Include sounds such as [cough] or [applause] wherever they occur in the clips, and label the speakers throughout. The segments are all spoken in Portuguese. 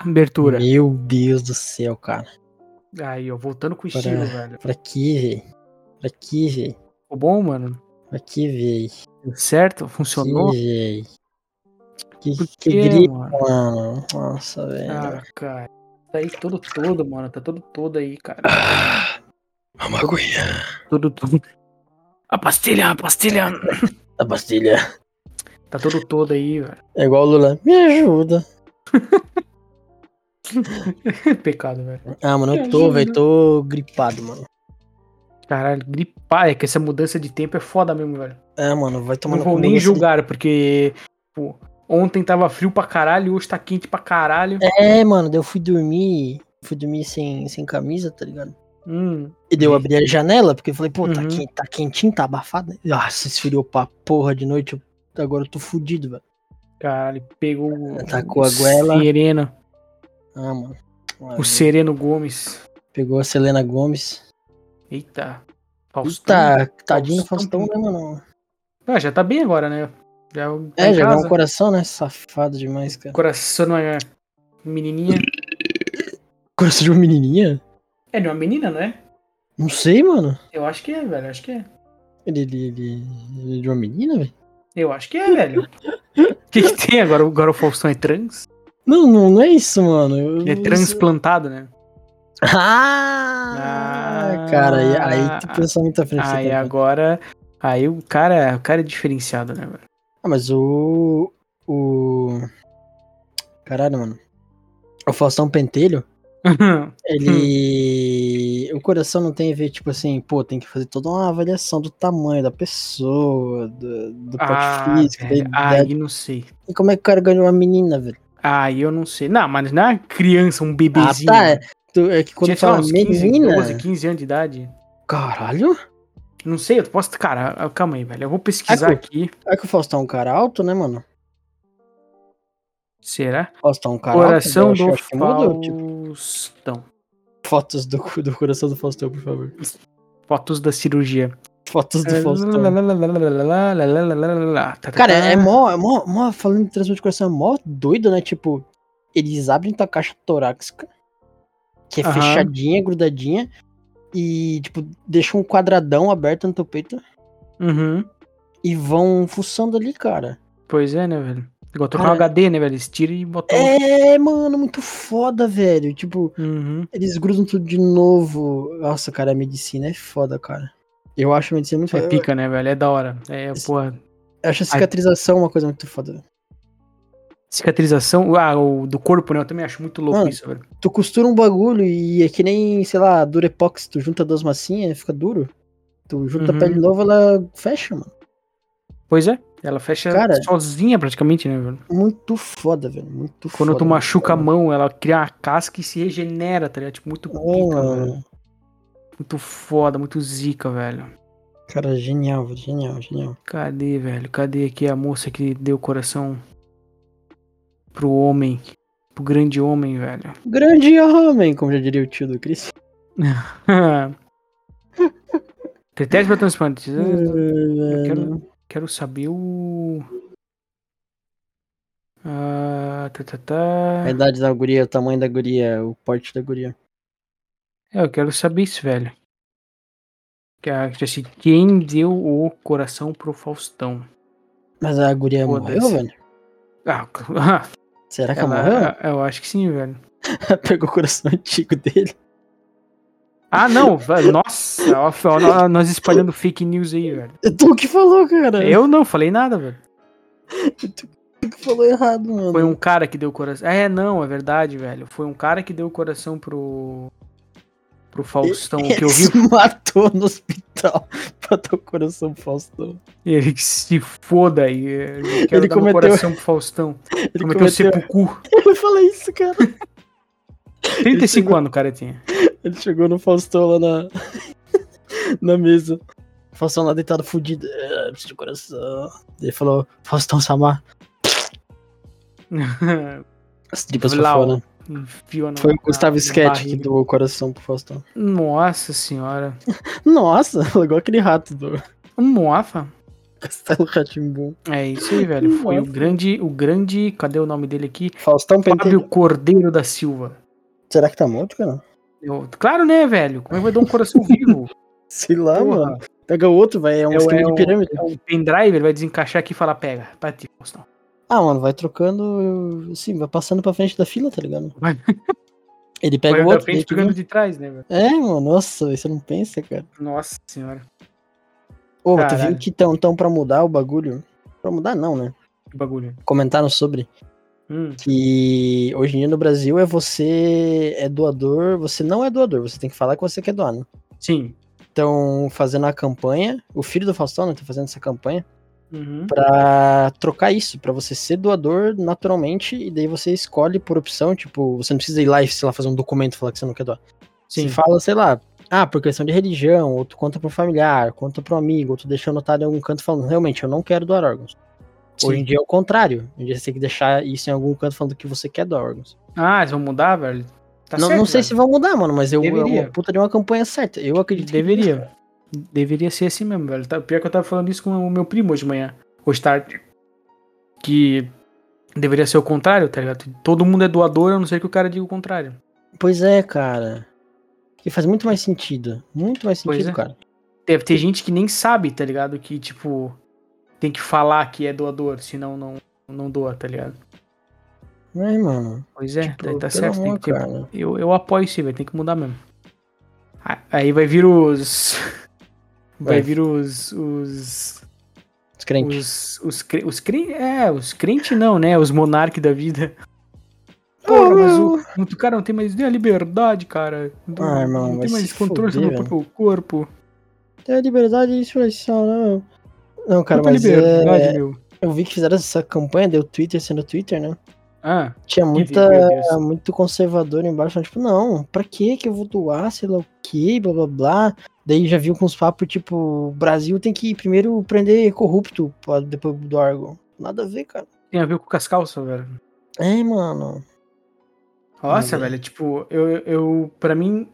Speaker 1: abertura.
Speaker 2: Meu Deus do céu, cara.
Speaker 1: Aí, ó, voltando com estilo, velho.
Speaker 2: Pra que, velho? Pra que, velho?
Speaker 1: Ficou bom, mano?
Speaker 2: Pra que, velho?
Speaker 1: Deu certo? Funcionou?
Speaker 2: Que, velho? Que,
Speaker 1: Por
Speaker 2: que
Speaker 1: quê,
Speaker 2: grito,
Speaker 1: mano?
Speaker 2: mano. Nossa, velho.
Speaker 1: Ah, cara. Tá aí todo todo, mano. Tá todo todo aí, cara.
Speaker 2: [laughs] A maconha.
Speaker 1: Todo todo. A pastilha, a pastilha.
Speaker 2: A pastilha.
Speaker 1: Tá todo todo aí, velho. [laughs]
Speaker 2: É igual o Lula. Me ajuda.
Speaker 1: Pecado, velho.
Speaker 2: Ah, mano, eu
Speaker 1: Me
Speaker 2: tô,
Speaker 1: ajuda.
Speaker 2: velho. Tô gripado, mano.
Speaker 1: Caralho, gripar. É que essa mudança de tempo é foda mesmo, velho.
Speaker 2: É, mano, vai tomar
Speaker 1: Não
Speaker 2: no
Speaker 1: vou
Speaker 2: cu,
Speaker 1: nem
Speaker 2: você-
Speaker 1: julgar, porque. pô, ontem tava frio pra caralho, hoje tá quente pra caralho.
Speaker 2: É, mano, daí eu fui dormir. Fui dormir sem, sem camisa, tá ligado?
Speaker 1: Hum,
Speaker 2: E daí eu
Speaker 1: Sim.
Speaker 2: abri a janela, porque eu falei, pô, tá,
Speaker 1: Uhum.
Speaker 2: quente, tá quentinho, tá abafado. né? Nossa, esfriou pra porra de noite. eu- agora eu tô fudido, velho.
Speaker 1: caralho, pegou. o-
Speaker 2: Atacou
Speaker 1: o
Speaker 2: a goela.
Speaker 1: Sereno.
Speaker 2: Ah, mano. Ah,
Speaker 1: O Sereno Gomes.
Speaker 2: Pegou a Selena Gomes.
Speaker 1: Eita. Faustão.
Speaker 2: Tá, tadinho do
Speaker 1: Faustão.
Speaker 2: Faustão, né, mano?
Speaker 1: Ah, já tá bem agora, né? Já tá
Speaker 2: É,
Speaker 1: em
Speaker 2: jogar um
Speaker 1: casa.
Speaker 2: coração, né? Safado demais, cara.
Speaker 1: Coração de uma menininha.
Speaker 2: Coração de uma menininha?
Speaker 1: É de uma menina, não é?
Speaker 2: Não sei, mano.
Speaker 1: Eu acho que é, velho. Acho que é.
Speaker 2: Ele, ele, ele, ele é de uma menina, velho?
Speaker 1: Eu acho que é, velho. O que, que
Speaker 2: [laughs]
Speaker 1: tem agora? Agora o Faustão é trans?
Speaker 2: Não, não, não é isso, mano. Eu-
Speaker 1: Ele é transplantado, né?
Speaker 2: Ah, cara, aí, aí tu pensou muito à frente. que você
Speaker 1: Aí
Speaker 2: tá
Speaker 1: agora. Aí o cara, o cara é diferenciado, né, velho?
Speaker 2: Ah, mas o. O. Caralho, mano. O Faustão Pentelho, [laughs] ele.
Speaker 1: Hum.
Speaker 2: O coração não tem a ver, tipo assim, pô, tem que fazer toda uma avaliação do tamanho da pessoa, do, do porte
Speaker 1: ah,
Speaker 2: físico, da
Speaker 1: velho,
Speaker 2: idade.
Speaker 1: aí não sei.
Speaker 2: E como é que o cara ganhou uma menina, velho?
Speaker 1: Aí eu não sei. Não, mas não é uma criança, um
Speaker 2: Ah,
Speaker 1: bebezinho.
Speaker 2: tá. É, tu- é que quando
Speaker 1: Tinha, sei lá,
Speaker 2: fala
Speaker 1: uns
Speaker 2: menina.
Speaker 1: 12, 15 anos de idade.
Speaker 2: Caralho?
Speaker 1: Não sei, eu posso. Cara, ah, calma aí, velho. Eu vou pesquisar
Speaker 2: Ah,
Speaker 1: aqui.
Speaker 2: É que o Faustão é um cara alto, né, mano?
Speaker 1: Será?
Speaker 2: O Faustão é um cara
Speaker 1: Coração
Speaker 2: alto. eu
Speaker 1: do
Speaker 2: acho- eu acho que mudou, tipo,
Speaker 1: Faustão.
Speaker 2: fotos do, cu- do coração do Faustão, por favor.
Speaker 1: Fotos da cirurgia.
Speaker 2: Fotos
Speaker 1: É,
Speaker 2: do Faustão.
Speaker 1: Tá, tá,
Speaker 2: Cara,
Speaker 1: tá.
Speaker 2: é mó, é mó, mó, falando de transplante de coração, é mó doido, né? Tipo, eles abrem tua caixa torácica, que é
Speaker 1: Aham.
Speaker 2: fechadinha, grudadinha, e, tipo, deixam um quadradão aberto no teu peito
Speaker 1: Uhum.
Speaker 2: e vão fuçando ali, cara.
Speaker 1: Pois é, né, velho? Igual trocar um
Speaker 2: Cara.
Speaker 1: HD, né, velho? Eles tiram e botam.
Speaker 2: É, mano, muito foda, velho. Tipo,
Speaker 1: Uhum.
Speaker 2: eles grudam tudo de novo. Nossa, cara, a medicina é foda, cara. Eu acho a medicina muito
Speaker 1: Isso é
Speaker 2: foda.
Speaker 1: pica, né, velho? É da hora. É, porra.
Speaker 2: Eu acho a cicatrização uma coisa muito foda.
Speaker 1: Cicatrização ah, o do corpo, né? Eu também acho muito louco
Speaker 2: Mano.
Speaker 1: isso, velho.
Speaker 2: Tu costura um bagulho e é que nem, sei lá, Durepox, tu junta duas massinhas e fica duro. Tu junta
Speaker 1: Uhum.
Speaker 2: a pele nova, ela fecha, mano.
Speaker 1: Pois é. Ela fecha
Speaker 2: Cara.
Speaker 1: sozinha praticamente, né, velho?
Speaker 2: Muito foda, velho. Muito
Speaker 1: Quando
Speaker 2: foda.
Speaker 1: tu machuca a
Speaker 2: muito
Speaker 1: mão, ela cria uma casca e se regenera, tá ligado? Tipo, muito
Speaker 2: foda.
Speaker 1: pica,
Speaker 2: É,
Speaker 1: velho.
Speaker 2: mano.
Speaker 1: Muito foda, muito zica, velho.
Speaker 2: Cara, genial, velho, genial, genial.
Speaker 1: Cadê, velho? Cadê aqui a moça que deu coração pro homem? Pro grande homem, velho. [laughs]
Speaker 2: Grande homem, como já diria o tio do Chris.
Speaker 1: Critério pra transplante.
Speaker 2: Eu
Speaker 1: É, quero- Quero saber o. Ah, tá, tá, tá.
Speaker 2: A idade da guria, o tamanho da guria, o porte da guria.
Speaker 1: É, eu quero saber isso, velho. Que a- que assim, Quem deu o coração pro Faustão?
Speaker 2: Mas a guria
Speaker 1: Foda-se.
Speaker 2: morreu, velho?
Speaker 1: Ah, [laughs]
Speaker 2: Será que ela, morreu?
Speaker 1: ela,
Speaker 2: [laughs]
Speaker 1: eu acho que sim, velho.
Speaker 2: Pegou o coração antigo dele.
Speaker 1: Ah, não, velho, nossa, ó, f- ó, nó- nós espalhando fake news aí, velho.
Speaker 2: Tu que falou, cara.
Speaker 1: Eu não falei nada, velho.
Speaker 2: Tu que falou errado, mano.
Speaker 1: Foi um cara que deu o coração. É, não, é verdade, velho. Foi um cara que deu o coração pro. pro Faustão. Então, O que eu
Speaker 2: Ele
Speaker 1: vi
Speaker 2: se [laughs] matou no hospital [laughs] pra dar o coração pro Faustão.
Speaker 1: Ele que se foda aí. Ele
Speaker 2: Ele
Speaker 1: quero dar meu
Speaker 2: cometeu-
Speaker 1: coração pro Faustão.
Speaker 2: Ele
Speaker 1: cometeu
Speaker 2: cometeu...
Speaker 1: um sepulcro.
Speaker 2: [laughs] Ele fala isso, cara.
Speaker 1: 35 anos o cara tinha. [laughs]
Speaker 2: Ele chegou no Faustão lá na, [laughs] na mesa. O Faustão lá deitado, fudido. É, preciso de coração. Ele falou, Faustão Samar, as tripas pra
Speaker 1: Lau.
Speaker 2: fora.
Speaker 1: Enfiou na-
Speaker 2: Foi o
Speaker 1: na-
Speaker 2: Gustavo
Speaker 1: na
Speaker 2: Sketch que
Speaker 1: barriga.
Speaker 2: doou o coração pro Faustão.
Speaker 1: Nossa senhora.
Speaker 2: [laughs] Nossa, igual aquele rato do... [laughs]
Speaker 1: Um moafa?
Speaker 2: Castelo Ratimbum.
Speaker 1: É isso aí,
Speaker 2: Um
Speaker 1: velho. Foi o grande, o grande. Cadê o nome dele aqui?
Speaker 2: Faustão Pentelho.
Speaker 1: Fábio Cordeiro da Silva.
Speaker 2: Será que tá morto, cara?
Speaker 1: Eu- claro, né, velho? Como é que vai dar um coração
Speaker 2: [laughs]
Speaker 1: vivo?
Speaker 2: Sei lá,
Speaker 1: Porra.
Speaker 2: mano. Pega outro, vai. É um
Speaker 1: É o-
Speaker 2: esquema
Speaker 1: é o-
Speaker 2: de pirâmide.
Speaker 1: É um pendrive, ele vai desencaixar aqui e falar: pega, pra ti, Faustão.
Speaker 2: Ah, mano, vai trocando. Assim, vai passando pra frente da fila, tá ligado?
Speaker 1: Vai.
Speaker 2: Ele pega
Speaker 1: Vai
Speaker 2: o
Speaker 1: da
Speaker 2: outro.
Speaker 1: frente
Speaker 2: daí tu-
Speaker 1: pegando de trás, né, velho?
Speaker 2: É, mano, nossa, você não pensa, cara.
Speaker 1: Nossa senhora.
Speaker 2: Ô, tu
Speaker 1: Caralho.
Speaker 2: viu que estão tão pra mudar o bagulho? Pra mudar não, né?
Speaker 1: Que bagulho.
Speaker 2: Comentaram sobre
Speaker 1: Hum.
Speaker 2: que hoje em dia no Brasil é você é doador, você não é doador, você tem que falar que você quer doar, né?
Speaker 1: Sim.
Speaker 2: Estão fazendo a campanha, o filho do Faustão, né, tá fazendo essa campanha
Speaker 1: Uhum.
Speaker 2: pra trocar isso, pra você ser doador naturalmente e daí você escolhe por opção, tipo, você não precisa ir lá e, sei lá, fazer um documento e falar que você não quer doar.
Speaker 1: Sim.
Speaker 2: Você fala, sei lá, ah, por questão de religião, ou tu conta pro familiar, conta pro amigo, ou tu deixa anotado em algum canto falando, realmente, eu não quero doar órgãos. Hoje em dia é o contrário. Hoje em dia você tem que deixar isso em algum canto falando que você quer doar órgãos.
Speaker 1: Ah, eles vão mudar, velho? Tá
Speaker 2: não,
Speaker 1: certo,
Speaker 2: não sei
Speaker 1: velho.
Speaker 2: se vão mudar, mano, mas eu, é
Speaker 1: Deveria.
Speaker 2: uma puta de uma campanha certa. Eu acredito que
Speaker 1: Deveria. Deveria ser assim mesmo, velho. Tá- Pior que eu tava falando isso com o meu primo hoje de manhã. Hoje tarde. Que deveria ser o contrário, tá ligado? Todo mundo é doador, a não ser que o cara diga o contrário.
Speaker 2: Pois é, cara. E faz muito mais sentido. Muito mais
Speaker 1: Pois
Speaker 2: sentido,
Speaker 1: é.
Speaker 2: cara.
Speaker 1: Deve ter gente que nem sabe, tá ligado? Que, tipo, tem que falar que é doador, senão não, não doa, tá ligado?
Speaker 2: É, mano.
Speaker 1: Pois é,
Speaker 2: Tipo,
Speaker 1: daí tá
Speaker 2: pelo
Speaker 1: certo. Tem
Speaker 2: amor,
Speaker 1: que ter-
Speaker 2: cara.
Speaker 1: eu, eu apoio isso aí, velho. Tem que mudar mesmo. A- Aí vai vir os. Vai
Speaker 2: Vai.
Speaker 1: vir os. Os.
Speaker 2: Descrente.
Speaker 1: Os, os, cre- os crentes. É, os crentes não, né? Os monarques da vida.
Speaker 2: Ah,
Speaker 1: Porra, mas
Speaker 2: meu.
Speaker 1: o, o cara não tem mais nem a liberdade, cara. Não,
Speaker 2: Ah, irmão,
Speaker 1: não
Speaker 2: vai
Speaker 1: tem mais
Speaker 2: se
Speaker 1: controle sobre o
Speaker 2: fuder,
Speaker 1: próprio corpo.
Speaker 2: Tem a é liberdade de expressão, não. Não, cara,
Speaker 1: Puta
Speaker 2: mas
Speaker 1: liberdade,
Speaker 2: é,
Speaker 1: meu.
Speaker 2: eu vi que fizeram essa campanha, deu Twitter sendo Twitter, né?
Speaker 1: Ah,
Speaker 2: Tinha
Speaker 1: que
Speaker 2: muita,
Speaker 1: meu Deus.
Speaker 2: muito conservador embaixo, falando, tipo, não, pra que que eu vou doar, sei lá o que, blá blá blá. Daí já viu com os papos, tipo, o Brasil tem que primeiro prender corrupto pra depois do órgão. Nada a ver, cara.
Speaker 1: Tem a ver com as calças, velho.
Speaker 2: É, mano.
Speaker 1: Nossa,
Speaker 2: Olha.
Speaker 1: velho, tipo, eu, eu. Pra mim.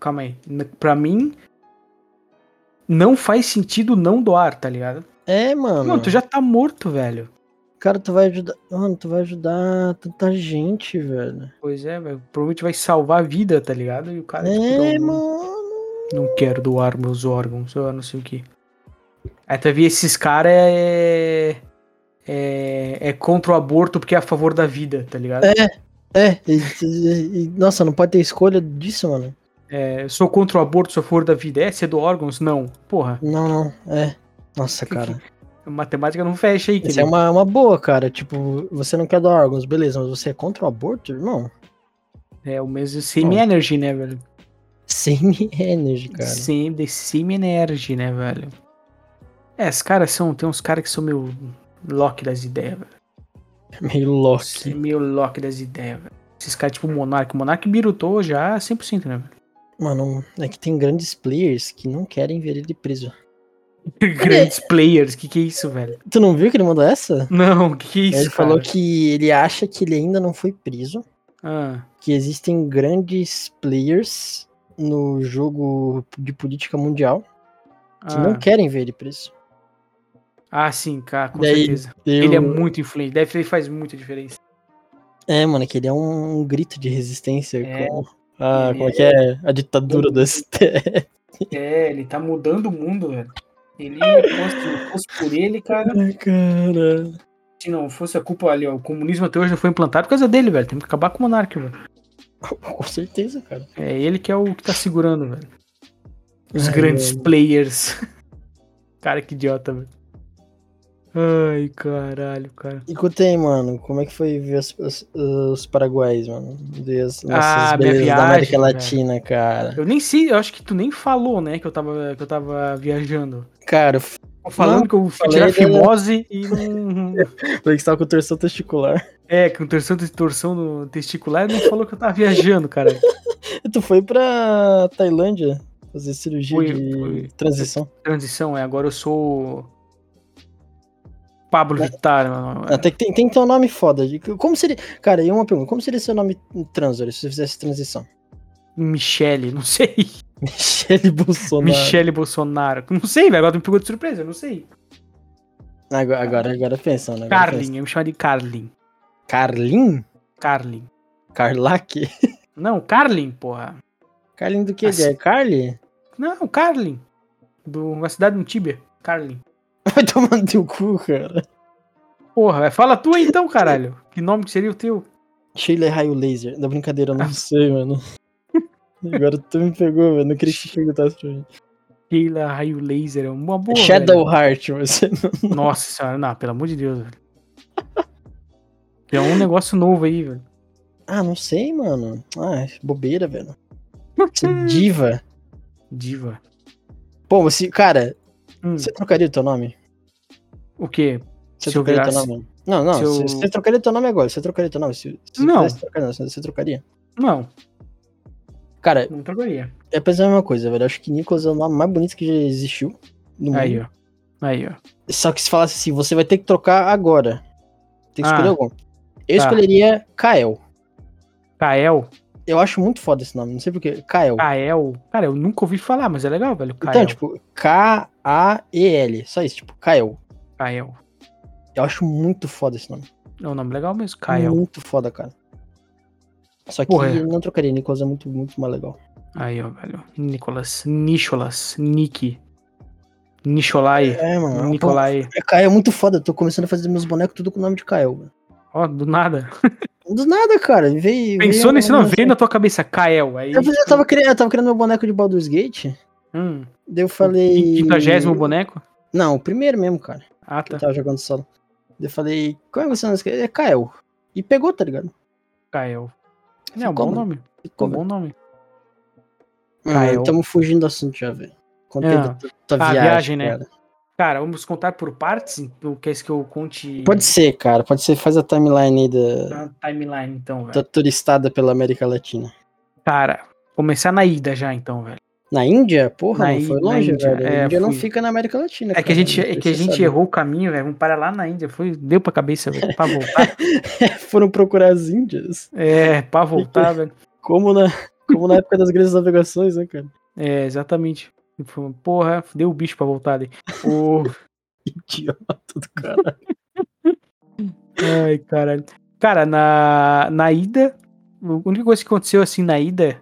Speaker 1: Calma aí. N- Pra mim. Não faz sentido não doar, tá ligado?
Speaker 2: É, mano.
Speaker 1: Não, tu já tá morto, velho.
Speaker 2: Cara, tu vai ajudar. Mano, tu vai ajudar tanta gente, velho.
Speaker 1: Pois é, velho. Provavelmente vai salvar a vida, tá ligado? E o cara. tipo,
Speaker 2: É,
Speaker 1: não-
Speaker 2: mano.
Speaker 1: Não quero doar meus órgãos, eu não sei o que. Aí tu vê esses caras é, é. É contra o aborto porque é a favor da vida, tá ligado?
Speaker 2: É, e- e- e- nossa, não pode ter escolha disso, mano.
Speaker 1: É, eu sou contra o aborto, sou a favor da vida. É, você doa órgãos? Não. Porra,
Speaker 2: Não, não, é. Nossa, cara.
Speaker 1: a matemática não fecha aí,
Speaker 2: Isso é
Speaker 1: querido.
Speaker 2: uma, uma boa, cara. Tipo, você não quer dar órgãos, beleza, mas você é contra o aborto, irmão? [laughs]
Speaker 1: É o mesmo semi-energy, né, velho?
Speaker 2: Sem energy, cara.
Speaker 1: Sem, the semi-energy, né, velho? É, os caras são. Tem uns caras que são meio Loki das ideias, velho.
Speaker 2: Meio
Speaker 1: Sim,
Speaker 2: Loki.
Speaker 1: Meio Loki das ideias, velho. Esses caras, tipo, o Monark. O Monark birutou já 100%, né, velho?
Speaker 2: Mano, é que tem grandes players que não querem ver ele preso.
Speaker 1: Grandes players, que que é isso, velho?
Speaker 2: Tu não viu que ele mandou essa?
Speaker 1: Não, que que é isso,
Speaker 2: ele falou que ele acha que ele ainda não foi preso,
Speaker 1: Ah,
Speaker 2: que existem grandes players no jogo de política mundial que
Speaker 1: ah,
Speaker 2: não querem ver ele preso.
Speaker 1: ah, sim, cara, com
Speaker 2: Daí, um-
Speaker 1: certeza. Ele é muito influente, deve ele faz muita diferença.
Speaker 2: É, mano, que ele é um, um grito de resistência
Speaker 1: É.
Speaker 2: com a,
Speaker 1: Ele
Speaker 2: como é que é? A ditadura do
Speaker 1: [laughs]
Speaker 2: STF.
Speaker 1: É, ele tá mudando o mundo, velho. Ele, [laughs] se não fosse por ele, cara,
Speaker 2: Ai, cara.
Speaker 1: se não fosse a culpa ali, ó, o comunismo até hoje não foi implantado por causa dele, velho. Tem que acabar com o monarca, velho.
Speaker 2: Com certeza, cara.
Speaker 1: É ele que é o que tá segurando, velho. Os
Speaker 2: Ai,
Speaker 1: grandes
Speaker 2: mano.
Speaker 1: players. [laughs] cara, que idiota, velho. Ai, caralho, cara.
Speaker 2: E contei, mano, como é que foi ver os, os, os paraguaios, mano? Ver as nossas
Speaker 1: Ah, minha
Speaker 2: belezas da
Speaker 1: viagem,
Speaker 2: América
Speaker 1: cara.
Speaker 2: Latina, cara.
Speaker 1: Eu nem sei, eu acho que tu nem falou, né, que eu tava, que eu tava viajando.
Speaker 2: Cara, eu
Speaker 1: Tô falando
Speaker 2: Não,
Speaker 1: que eu fui
Speaker 2: falei
Speaker 1: tirar
Speaker 2: da-
Speaker 1: fimose e não.
Speaker 2: [laughs]
Speaker 1: [laughs]
Speaker 2: falei que você tava com torção testicular. [laughs]
Speaker 1: É, com torção, torção no testicular, não falou que eu tava viajando, cara.
Speaker 2: E tu foi pra Tailândia fazer cirurgia
Speaker 1: Fui,
Speaker 2: de
Speaker 1: fui.
Speaker 2: transição.
Speaker 1: Transição, é, agora eu sou. Pablo Vittar, mano.
Speaker 2: Até que tem, tem que ter um nome foda. De- Como seria. Cara, e uma pergunta: como seria seu nome transor se você fizesse transição?
Speaker 1: Michele, não sei.
Speaker 2: Michele Bolsonaro.
Speaker 1: Michele Bolsonaro. Não sei, velho. Agora tu me pegou de surpresa, eu não sei.
Speaker 2: Agora, agora, agora pensa, né? Agora pensa.
Speaker 1: Carlin, eu me chamo de Carlin.
Speaker 2: Carlin?
Speaker 1: Carlin.
Speaker 2: Carlac?
Speaker 1: Não, Carlin, porra.
Speaker 2: Carlin do que?
Speaker 1: Assim-
Speaker 2: É Carly? [laughs]
Speaker 1: Não, Carlin. Do, da cidade de Tibia. Carlin.
Speaker 2: Vai tomar no teu cu, cara.
Speaker 1: Porra, vai, fala tu aí então, caralho. Que nome que seria o teu?
Speaker 2: Sheila é raio laser. Da brincadeira, eu não
Speaker 1: Ah.
Speaker 2: sei,
Speaker 1: [laughs]
Speaker 2: mano. Agora tu me pegou, velho. Não queria que tu perguntasse pra mim.
Speaker 1: Keila Raio Laser. é Uma boa.
Speaker 2: Shadow Heart, você não.
Speaker 1: velho. Nossa senhora, não, pelo amor de Deus, velho. É um negócio novo aí, velho.
Speaker 2: Ah, não sei, mano. Ah, bobeira, velho.
Speaker 1: [laughs]
Speaker 2: Você é diva.
Speaker 1: Diva.
Speaker 2: Pô, você, cara,
Speaker 1: Hum,
Speaker 2: você trocaria o teu nome?
Speaker 1: o quê?
Speaker 2: Você
Speaker 1: Se eu
Speaker 2: trocaria o teu
Speaker 1: virasse-
Speaker 2: nome? Não, não,
Speaker 1: se eu-
Speaker 2: você, você trocaria o teu nome agora, você trocaria o teu nome. Se, se
Speaker 1: Não.
Speaker 2: pudesse trocar, não, você, você trocaria.
Speaker 1: Não,
Speaker 2: Cara,
Speaker 1: não trocaria.
Speaker 2: é pensando a mesma coisa, velho. Eu acho que Nicolas é o nome mais bonito que já existiu no mundo.
Speaker 1: Aí, ó. Aí, ó.
Speaker 2: Só que se falasse assim, você vai ter que trocar agora. Tem que
Speaker 1: Ah,
Speaker 2: escolher algum. Eu
Speaker 1: tá.
Speaker 2: escolheria Kael.
Speaker 1: Kael.
Speaker 2: Eu acho muito foda esse nome, não sei porquê. Kael.
Speaker 1: Kael. Cara, eu nunca ouvi falar, mas é legal, velho. Kael.
Speaker 2: Então, tipo, K-A-E-L. Só isso, tipo, Kael.
Speaker 1: Kael.
Speaker 2: Eu acho muito foda esse nome.
Speaker 1: É um nome legal mesmo, Kael.
Speaker 2: Muito foda, cara. Só que
Speaker 1: Porra, é.
Speaker 2: eu não trocaria, Nicolas é muito, muito mais legal.
Speaker 1: Aí, ó, velho. Nicolas. Nicholas. Nick. Nicholai.
Speaker 2: É, mano.
Speaker 1: Nicolai.
Speaker 2: É, Kael é muito foda. Eu tô começando a fazer meus bonecos tudo com o nome de Kael, velho.
Speaker 1: Ó, do nada.
Speaker 2: Do nada, cara. Veio,
Speaker 1: Pensou
Speaker 2: veio-
Speaker 1: nesse nome? Veio na tua cabeça, Kael. Aí,
Speaker 2: Eu, eu, tava criando, eu tava criando meu boneco de Baldur's Gate.
Speaker 1: hum,
Speaker 2: Daí eu falei.
Speaker 1: quinquagésimo boneco?
Speaker 2: Não, o primeiro mesmo, cara.
Speaker 1: Ah,
Speaker 2: que
Speaker 1: tá.
Speaker 2: tava jogando solo. Eu falei, como é que você não esquece? É Kael. E pegou, tá ligado?
Speaker 1: Kael. É um
Speaker 2: Ficou
Speaker 1: bom
Speaker 2: bom.
Speaker 1: nome.
Speaker 2: Ficou
Speaker 1: Um bom nome. Kael.
Speaker 2: Estamos Ah, fugindo do assunto já, velho. Contei
Speaker 1: É.
Speaker 2: da tua, tua
Speaker 1: Ah,
Speaker 2: viagem,
Speaker 1: viagem, né?
Speaker 2: cara.
Speaker 1: Cara, vamos contar por partes? Tu queres que eu conte
Speaker 2: Pode ser, cara. Pode ser. Faz a timeline aí da,
Speaker 1: na timeline, então,
Speaker 2: da
Speaker 1: velho?
Speaker 2: turistada pela América Latina.
Speaker 1: Cara, começar na ida já, então, velho.
Speaker 2: Na Índia? Porra,
Speaker 1: Na
Speaker 2: não foi
Speaker 1: Í- na
Speaker 2: longe,
Speaker 1: Índia,
Speaker 2: velho.
Speaker 1: é,
Speaker 2: a Índia não
Speaker 1: fui.
Speaker 2: fica na América Latina,
Speaker 1: É que a
Speaker 2: cara.
Speaker 1: gente, é que a
Speaker 2: Você
Speaker 1: gente
Speaker 2: sabe.
Speaker 1: errou o caminho, velho. Vamos parar lá na Índia. Foi, deu pra cabeça, velho. Pra
Speaker 2: [laughs]
Speaker 1: voltar.
Speaker 2: Foram procurar as Índias.
Speaker 1: é, pra voltar,
Speaker 2: [laughs]
Speaker 1: velho.
Speaker 2: Como na, como na época das grandes navegações, né, cara?
Speaker 1: É, exatamente. Tipo, Porra, deu o bicho pra voltar ali. O...
Speaker 2: [laughs] Idiota do cara.
Speaker 1: Ai, caralho. Cara, na, na ida, a única coisa que aconteceu assim na ida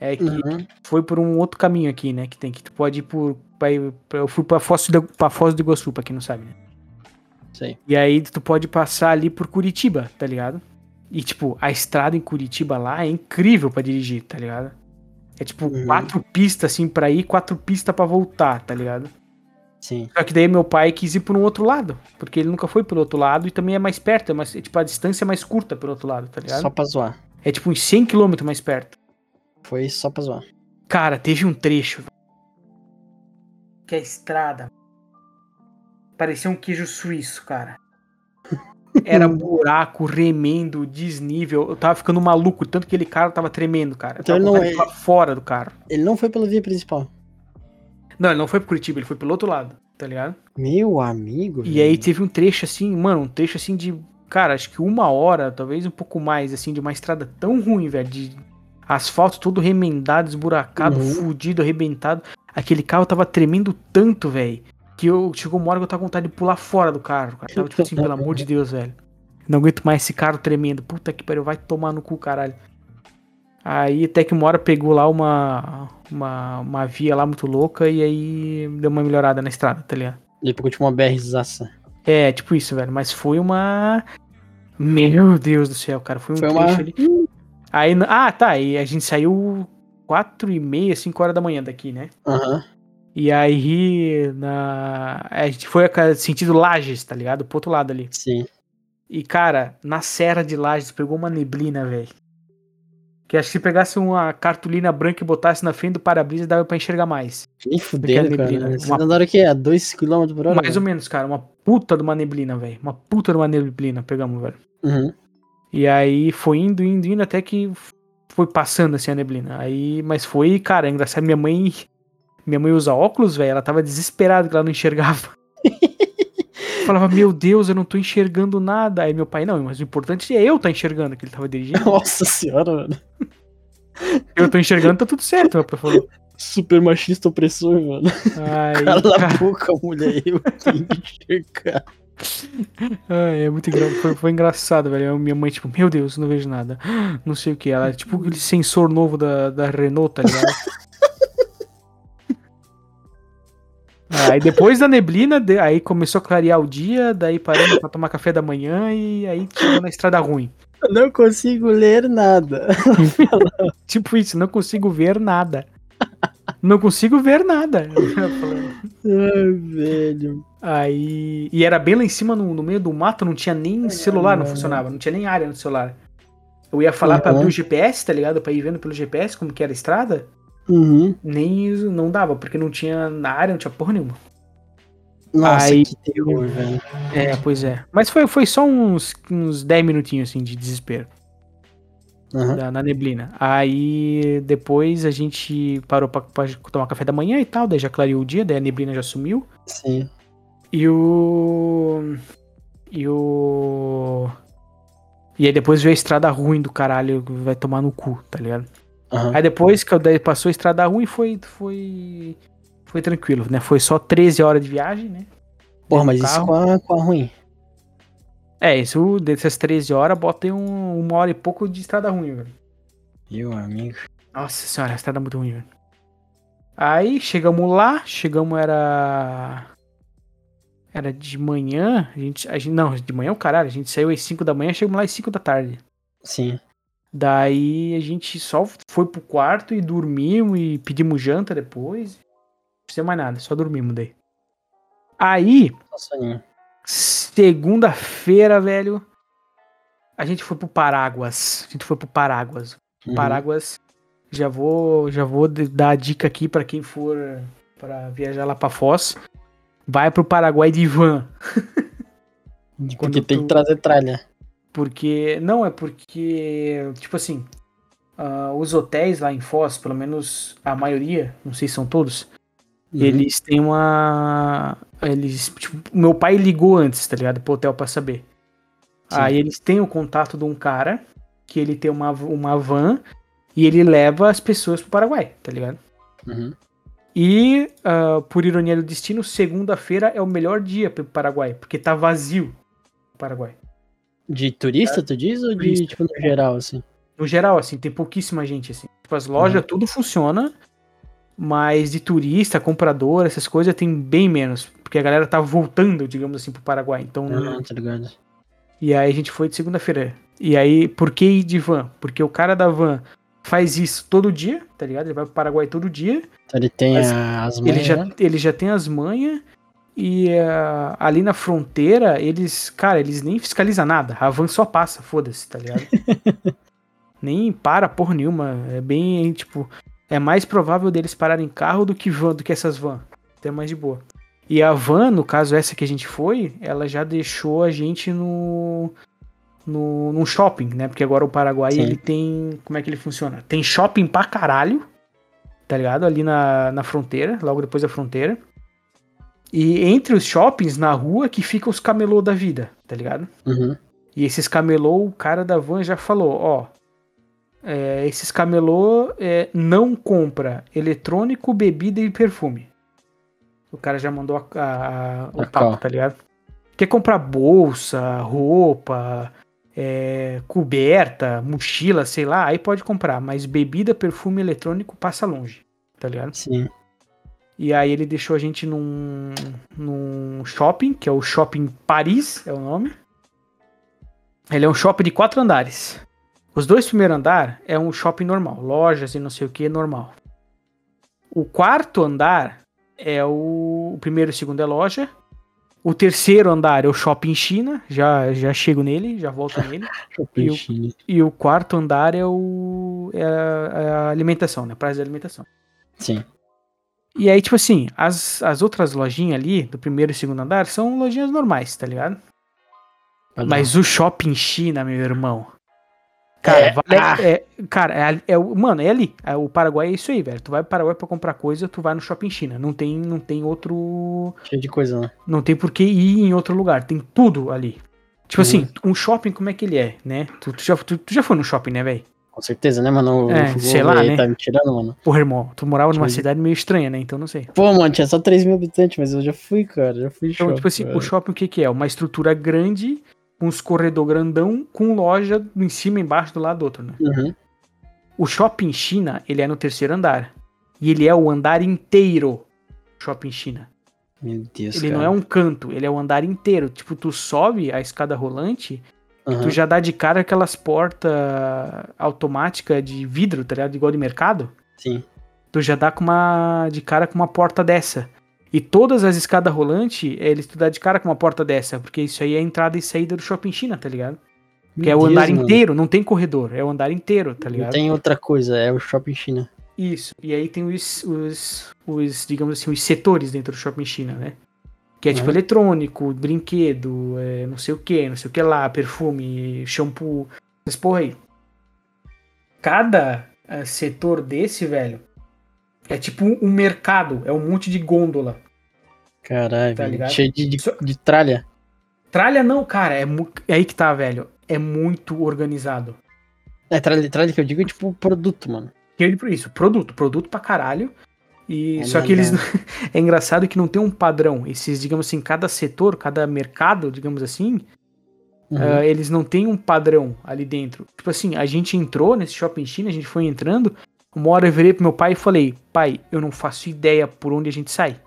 Speaker 1: é que
Speaker 2: [laughs] Uhum.
Speaker 1: foi por um outro caminho aqui, né? Que tem que tu pode ir por. pra ir- pra- eu fui pra Foz, do, pra Foz do Iguaçu, pra quem não sabe, né?
Speaker 2: Sei.
Speaker 1: E aí tu pode passar ali por Curitiba, tá ligado? E tipo, a estrada em Curitiba lá é incrível pra dirigir, tá ligado? É tipo
Speaker 2: Uhum.
Speaker 1: quatro pistas assim pra ir, quatro pistas pra voltar, tá ligado?
Speaker 2: Sim.
Speaker 1: Só que daí meu pai quis ir por um outro lado, porque ele nunca foi pelo outro lado e também é mais perto, é mais, é, tipo, a distância é mais curta pelo outro lado, tá ligado?
Speaker 2: Só pra zoar.
Speaker 1: É tipo uns 100 km mais perto.
Speaker 2: Foi só pra zoar.
Speaker 1: Cara, teve um trecho que é a estrada parecia um queijo suíço, cara. [laughs] Era buraco, remendo, desnível. Eu tava ficando maluco, tanto que aquele cara tava tremendo, cara. Eu
Speaker 2: Então
Speaker 1: tava com
Speaker 2: ele não
Speaker 1: vontade de
Speaker 2: é-
Speaker 1: pular fora do carro.
Speaker 2: Ele não foi pela via principal.
Speaker 1: Não, ele não foi pro Curitiba, ele foi pelo outro lado, tá ligado?
Speaker 2: Meu amigo.
Speaker 1: E
Speaker 2: velho.
Speaker 1: aí teve um trecho assim, mano, um trecho assim de, cara, acho que uma hora, talvez um pouco mais, assim, de uma estrada tão ruim, velho, de asfalto todo remendado, esburacado,
Speaker 2: Uhum.
Speaker 1: fudido, arrebentado. Aquele carro tava tremendo tanto, velho, que eu chegou uma hora que eu tava com vontade de pular fora do carro, cara. Tava tipo assim, pelo amor de Deus, velho. Não aguento mais esse carro tremendo. Puta que pariu, vai tomar no cu, caralho. Aí até que uma hora pegou lá uma, uma, uma via lá muito louca e aí deu uma melhorada na estrada, tá ligado?
Speaker 2: Ele pegou tipo uma BRzaça.
Speaker 1: É, tipo isso, velho. Mas foi uma. Meu Deus do céu, cara. Foi um
Speaker 2: Foi
Speaker 1: trecho
Speaker 2: uma-
Speaker 1: ali. Aí, n- ah, tá. E a gente saiu 4 e meia, 5 horas da manhã daqui, né?
Speaker 2: Aham.
Speaker 1: E aí na... a gente foi a ca- sentido Lages, tá ligado? Pro outro lado ali.
Speaker 2: Sim.
Speaker 1: E, cara, na Serra de Lages pegou uma neblina, velho. Que acho que se pegasse uma cartolina branca e botasse na frente do para-brisa, dava pra enxergar mais.
Speaker 2: Nem fudendo,
Speaker 1: Aquela
Speaker 2: cara.
Speaker 1: neblina,
Speaker 2: Vocês
Speaker 1: uma-
Speaker 2: andaram o quê? A 2 km por hora? né?
Speaker 1: Mais ou menos, cara. Uma puta de uma neblina, velho. Uma puta de uma neblina pegamos, velho.
Speaker 2: Uhum. [laughs]
Speaker 1: E aí foi indo, indo, indo até que foi passando assim a neblina. Aí, mas foi, cara, é engraçado. Minha mãe, minha mãe usa óculos, velho. Ela tava desesperada que ela não enxergava. Falava, meu Deus, eu não tô enxergando nada. Aí meu pai, não, mas o importante é eu tá enxergando, que ele tava dirigindo.
Speaker 2: Nossa senhora, mano.
Speaker 1: Eu tô enxergando, tá tudo certo, meu pai falou.
Speaker 2: Super machista opressor, mano.
Speaker 1: Ai,
Speaker 2: Cala a boca, mulher. Eu [laughs] tenho que enxergar.
Speaker 1: ai, é muito engra... foi, foi engraçado, velho. Eu- minha mãe, tipo, meu Deus, não vejo nada. [gasps] Não sei o que. Ela, tipo, aquele sensor novo da, da Renault, tá ligado? Ah, Aí depois da neblina, de- aí começou a clarear o dia, daí paramos pra tomar café da manhã e aí chegou na estrada ruim.
Speaker 2: Eu não consigo ler nada.
Speaker 1: Tipo isso, não consigo ver nada. Não consigo ver nada. Ela falou.
Speaker 2: Ai, velho.
Speaker 1: Aí. E era bem lá em cima, no, no meio do mato, não tinha nem celular, não
Speaker 2: mano.
Speaker 1: funcionava, não tinha nem área no celular. Eu ia falar pra
Speaker 2: Uhum.
Speaker 1: abrir o GPS, tá ligado? Pra ir vendo pelo GPS como que era a estrada,
Speaker 2: Uhum.
Speaker 1: nem isso não dava, porque não tinha na área, não tinha porra nenhuma.
Speaker 2: Nossa,
Speaker 1: Aí-
Speaker 2: que terror, velho.
Speaker 1: É, pois é. Mas foi, foi só uns, uns 10 minutinhos assim de desespero
Speaker 2: Aham.
Speaker 1: da- na neblina. Aí depois a gente parou pra, pra tomar café da manhã e tal, daí já clareou o dia, daí a neblina já sumiu.
Speaker 2: Sim.
Speaker 1: E o. E o. E aí depois veio a estrada ruim do caralho, que vai tomar no cu, tá ligado?
Speaker 2: Aham.
Speaker 1: Aí depois que eu daí passou a estrada ruim, foi. Foi. Foi tranquilo, né? Foi só 13 horas de viagem, né?
Speaker 2: Porra, mas
Speaker 1: Dentro do
Speaker 2: isso
Speaker 1: carro.
Speaker 2: com a, com a ruim.
Speaker 1: É, isso dessas 13 horas, bota aí um, uma hora e pouco de estrada ruim, velho.
Speaker 2: Meu amigo.
Speaker 1: Nossa senhora, a estrada é muito ruim, velho. Aí chegamos lá, chegamos era. Era de manhã, a gente, a gente. Não, de manhã é o caralho, a gente saiu às 5 da manhã, chegamos lá às 5 da tarde.
Speaker 2: Sim.
Speaker 1: Daí a gente só foi pro quarto e dormimos e pedimos janta depois. Não fizemos mais nada, só dormimos daí. Aí,
Speaker 2: Só soninho.
Speaker 1: segunda-feira, velho, a gente foi pro Paráguas. A gente foi pro Paráguas.
Speaker 2: Uhum.
Speaker 1: Paráguas, já vou, já vou de- dar a dica aqui pra quem for pra viajar lá pra Foz. Vai pro Paraguai de van.
Speaker 2: Porque
Speaker 1: Quando
Speaker 2: tem
Speaker 1: tu-
Speaker 2: que trazer tralha.
Speaker 1: Porque. Não, é porque. Tipo assim. ah, os hotéis lá em Foz, pelo menos a maioria, não sei se são todos,
Speaker 2: Uhum.
Speaker 1: eles têm uma. Eles. Tipo, meu pai ligou antes, tá ligado? Pro hotel pra saber.
Speaker 2: Sim.
Speaker 1: Aí eles têm o contato de um cara que ele tem uma, uma van e ele leva as pessoas pro Paraguai, tá ligado?
Speaker 2: Uhum.
Speaker 1: E, ah, por ironia do destino, segunda-feira é o melhor dia pro Paraguai, porque tá vazio o Paraguai.
Speaker 2: De turista, tu diz? Ou de,
Speaker 1: Turista.
Speaker 2: tipo, no geral, assim?
Speaker 1: No geral, assim, tem pouquíssima gente, assim. Tipo, as lojas, tudo funciona, mas de turista, comprador, essas coisas, tem bem menos. Porque a galera tá voltando, digamos assim, pro Paraguai. Então,
Speaker 2: Ah, tá ligado.
Speaker 1: e aí a gente foi de segunda-feira. E aí, por que ir de van? Porque o cara da van faz isso todo dia, tá ligado? Ele vai pro Paraguai todo dia.
Speaker 2: Então ele tem
Speaker 1: Mas
Speaker 2: a- as
Speaker 1: Ele
Speaker 2: manhas,
Speaker 1: já,
Speaker 2: né?
Speaker 1: ele já tem as manhas e ah, ali na fronteira, eles, cara, eles nem fiscalizam nada. A van só passa, foda-se, tá
Speaker 2: [laughs]
Speaker 1: ligado? nem para porra nenhuma. É bem, tipo, é mais provável deles pararem carro do que van, do que essas van. Até mais de boa. E a van, no caso essa que a gente foi, ela já deixou a gente no no, num shopping, né? Porque agora o Paraguai
Speaker 2: Sim.
Speaker 1: ele tem, como é que ele funciona? Tem shopping pra caralho tá ligado? Ali na, na fronteira, logo depois da fronteira. E entre os shoppings, na rua, que ficam os camelô da vida, tá ligado?
Speaker 2: Uhum.
Speaker 1: E esses camelô, o cara da van já falou, ó. é, esses camelô é, não compra eletrônico, bebida e perfume. O cara já mandou a, a- a- o
Speaker 2: A
Speaker 1: papo,
Speaker 2: cal.
Speaker 1: tá ligado? Quer comprar bolsa, roupa, é, coberta, mochila, sei lá, aí pode comprar. Mas bebida, perfume, eletrônico, passa longe, tá ligado?
Speaker 2: Sim.
Speaker 1: E aí ele deixou a gente num, num shopping, que é o Shopping Paris, é o nome. Ele é um shopping de quatro andares. Os dois primeiros andar é um shopping normal, lojas e não sei o que, normal. O quarto andar é o, o primeiro e o segundo é loja. O terceiro andar é o shopping China, já já chego nele, já volto nele.
Speaker 2: Shopping
Speaker 1: o-
Speaker 2: Chile.
Speaker 1: E o quarto andar é o é a, é a alimentação, né, prazo de alimentação.
Speaker 2: Sim.
Speaker 1: E aí, tipo assim, as, as outras lojinhas ali, do primeiro e segundo andar, são lojinhas normais, tá ligado?
Speaker 2: Padrão.
Speaker 1: Mas o shopping China, meu irmão. Cara,
Speaker 2: É,
Speaker 1: vai-
Speaker 2: ah.
Speaker 1: é- cara, é, ali- é o- mano, é ali. É, o Paraguai é isso aí, velho. Tu vai pro Paraguai pra comprar coisa, tu vai no shopping China. Não tem, não tem outro.
Speaker 2: Cheio de coisa né? lá.
Speaker 1: Não tem por que ir em outro lugar. Tem tudo ali. Tipo
Speaker 2: Uhum.
Speaker 1: assim, um shopping, como é que ele é, né? Tu, tu já, tu, tu já foi no shopping, né, velho?
Speaker 2: com certeza, né, mano? O
Speaker 1: É,
Speaker 2: Google
Speaker 1: sei lá,
Speaker 2: aí
Speaker 1: né?
Speaker 2: tá me tirando, mano.
Speaker 1: Porra, irmão, tu morava numa
Speaker 2: Sim.
Speaker 1: cidade meio estranha, né? Então não sei.
Speaker 2: Pô, mano, tinha só 3 mil habitantes, mas eu já fui, cara. Já fui
Speaker 1: Então,
Speaker 2: shopping,
Speaker 1: tipo assim,
Speaker 2: velho.
Speaker 1: o shopping o que que é? Uma estrutura grande, com uns corredor grandão, com loja em cima, embaixo, do lado do outro, né?
Speaker 2: Uhum.
Speaker 1: O shopping China, ele é no terceiro andar. E ele é o andar inteiro. Shopping China.
Speaker 2: Meu Deus,
Speaker 1: ele
Speaker 2: cara.
Speaker 1: não é um canto, ele é o andar inteiro. Tipo, tu sobe a escada rolante,
Speaker 2: Aham.
Speaker 1: tu já dá de cara aquelas portas automáticas de vidro, tá ligado? Igual de mercado.
Speaker 2: Sim.
Speaker 1: Tu já dá com uma, de cara com uma porta dessa. E todas as escadas rolantes, eles tu dá de cara com uma porta dessa, porque isso aí é a entrada e saída do shopping China, tá ligado? Que é
Speaker 2: Meu
Speaker 1: o
Speaker 2: Deus,
Speaker 1: andar
Speaker 2: mano.
Speaker 1: inteiro, não tem corredor, é o andar inteiro, tá
Speaker 2: Não
Speaker 1: ligado?
Speaker 2: tem outra coisa, é o shopping China.
Speaker 1: Isso. E aí tem os, os, os, digamos assim, os setores dentro do Shopping China, né? Que é tipo
Speaker 2: Uhum.
Speaker 1: eletrônico, brinquedo, é, não sei o que, não sei o que lá, perfume, shampoo, essas porra aí. Cada eh, setor desse, velho, é tipo um mercado, é um monte de gôndola.
Speaker 2: Caralho,
Speaker 1: Tá
Speaker 2: velho,
Speaker 1: ligado?
Speaker 2: cheio de, de,
Speaker 1: Só-
Speaker 2: de tralha.
Speaker 1: Tralha não, cara, é, mu- é aí que tá, velho. É muito organizado.
Speaker 2: É, tralha, tralha que eu digo é tipo produto, mano.
Speaker 1: Que ele- Isso, produto, produto pra caralho. E,
Speaker 2: É
Speaker 1: só que eles.
Speaker 2: nada.
Speaker 1: [laughs] é engraçado que não tem um padrão. Esses, digamos assim, cada setor, cada mercado, digamos assim,
Speaker 2: Uhum.
Speaker 1: ah, eles não têm um padrão ali dentro. Tipo assim, a gente entrou nesse shopping China, a gente foi entrando. Uma hora eu virei pro meu pai e falei: Pai, eu não faço ideia por onde a gente sai.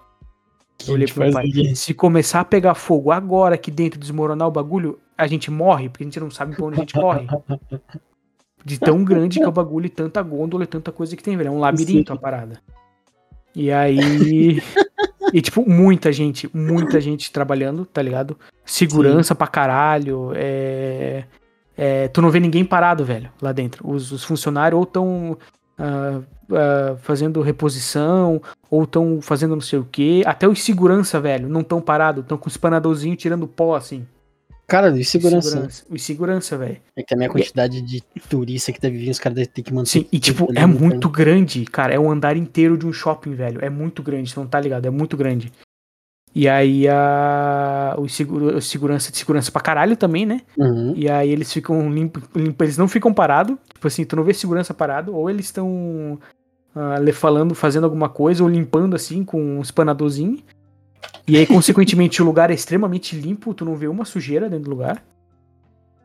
Speaker 2: Que
Speaker 1: Eu olhei pro meu pai.
Speaker 2: aqui?
Speaker 1: Se começar a pegar fogo agora aqui dentro, desmoronar o bagulho, a gente morre, porque a gente não sabe pra onde a gente corre. De tão grande que é o bagulho e tanta gôndola e tanta coisa que tem, velho. É um labirinto a parada. E aí. e, tipo, muita gente, muita gente trabalhando, tá ligado? Segurança pra caralho. É... é, Tu não vê ninguém parado, velho, lá dentro. Os, os funcionários ou tão. ah, ah, fazendo reposição, ou tão fazendo não sei o que. Até os segurança, velho, não tão parado, tão com o espanadorzinho tirando pó, assim.
Speaker 2: Cara, de segurança.
Speaker 1: Os segurança, velho.
Speaker 2: É que também a quantidade de turista que deve vir, os caras têm que manter.
Speaker 1: Sim, e tipo,
Speaker 2: tudo, né,
Speaker 1: é
Speaker 2: mano?
Speaker 1: muito grande, cara. É um andar inteiro de um shopping, velho. É muito grande, você não tá ligado? É muito grande. E aí a. Os seguro- os segurança de segurança pra caralho também, né?
Speaker 2: Uhum.
Speaker 1: E aí eles ficam limpos. eles não ficam parados. Tipo assim, tu não vê segurança parado, ou eles estão ah, le- falando, fazendo alguma coisa, ou limpando assim com um espanadorzinho. E aí, consequentemente, [laughs] o lugar é extremamente limpo, tu não vê uma sujeira dentro do lugar.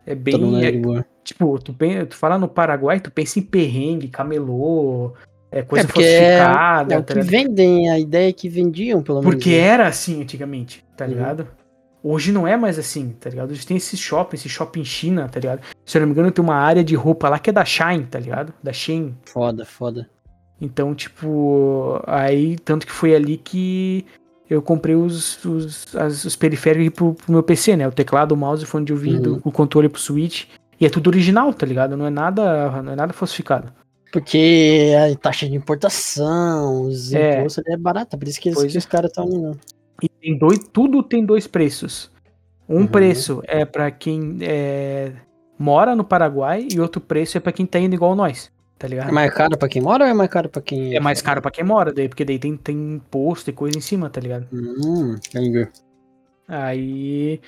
Speaker 1: É bem.
Speaker 2: Todo mundo é
Speaker 1: é-
Speaker 2: de boa.
Speaker 1: Tipo, tu, pen- tu fala no Paraguai, tu pensa em perrengue, camelô, é coisa
Speaker 2: É porque é-
Speaker 1: falsificada,
Speaker 2: É o
Speaker 1: tá
Speaker 2: que
Speaker 1: ligado?
Speaker 2: vendem, a ideia é que vendiam, pelo menos.
Speaker 1: Porque
Speaker 2: né?
Speaker 1: era assim antigamente, tá
Speaker 2: Uhum.
Speaker 1: ligado? Hoje não é mais assim, tá ligado? Hoje tem esse shopping, esse shopping China, tá ligado? Se eu não me engano, tem uma área de roupa lá que é da Shine, tá ligado? Da Shein.
Speaker 2: Foda, foda.
Speaker 1: Então, tipo, aí, tanto que foi ali que eu comprei os, os, as- os periféricos pro, pro meu PC, né? O teclado, o mouse, o fone de ouvido,
Speaker 2: Uhum.
Speaker 1: o controle pro Switch. E é tudo original, tá ligado? Não é nada, não é nada falsificado.
Speaker 2: Porque a taxa de importação, os
Speaker 1: É.
Speaker 2: impostos ali é barata, por isso que, eles-
Speaker 1: Pois é.
Speaker 2: que os caras estão indo.
Speaker 1: E tem dois, tudo tem dois preços. Um
Speaker 2: Uhum.
Speaker 1: preço é pra quem é, mora no Paraguai e outro preço é pra quem tá indo igual nós, tá
Speaker 2: É
Speaker 1: ligado?
Speaker 2: mais caro pra quem mora ou é mais caro pra quem.
Speaker 1: É mais caro pra quem mora, daí, porque daí tem, tem imposto e coisa em cima, tá ligado?
Speaker 2: Hum, entendi.
Speaker 1: Aí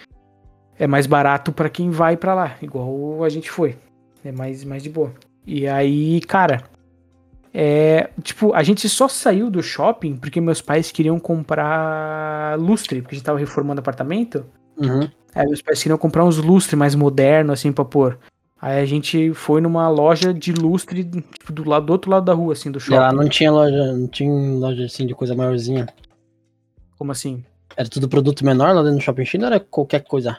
Speaker 1: é mais barato pra quem vai pra lá, igual a gente foi. É mais, mais de boa. E aí, cara, é tipo, a gente só saiu do shopping porque meus pais queriam comprar lustre, porque a gente tava reformando apartamento.
Speaker 2: Uhum.
Speaker 1: Aí É, meus pais queriam comprar uns lustres mais modernos, assim, pra pôr. Aí a gente foi numa loja de lustre, tipo, do, lado, do outro lado da rua, assim, do
Speaker 2: E lá
Speaker 1: shopping.
Speaker 2: não tinha loja, não tinha loja assim de coisa maiorzinha.
Speaker 1: Como assim?
Speaker 2: Era tudo produto menor lá dentro do shopping China ou era qualquer coisa?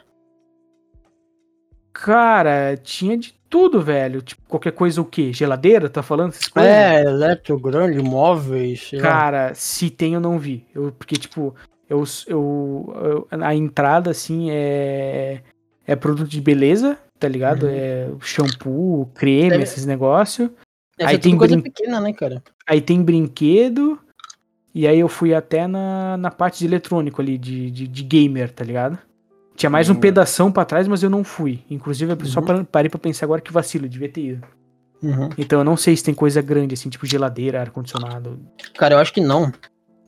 Speaker 1: Cara, tinha de tudo, velho. Tipo, qualquer coisa o quê? Geladeira, tá falando essas coisas?
Speaker 2: É, eletro, grande, móveis, sei lá.
Speaker 1: Cara, se tem, eu não vi. Eu, porque, tipo, eu, eu, eu- a entrada, assim, é, é produto de beleza, tá ligado?
Speaker 2: Uhum.
Speaker 1: É shampoo, creme,
Speaker 2: Deve-
Speaker 1: esses negócios.
Speaker 2: Deve
Speaker 1: aí
Speaker 2: ser
Speaker 1: tem
Speaker 2: tudo coisa
Speaker 1: brin-
Speaker 2: pequena, né, cara?
Speaker 1: Aí tem brinquedo. E aí eu fui até na, na parte de eletrônico ali, de, de, de gamer, tá ligado? Tinha mais um
Speaker 2: Hum.
Speaker 1: pedação pra trás, mas eu não fui. Inclusive, eu só
Speaker 2: Uhum.
Speaker 1: par- parei pra pensar agora que vacilo, eu devia ter ido.
Speaker 2: Uhum.
Speaker 1: Então eu não sei se tem coisa grande, assim, tipo geladeira, ar-condicionado.
Speaker 2: Cara, eu acho que não.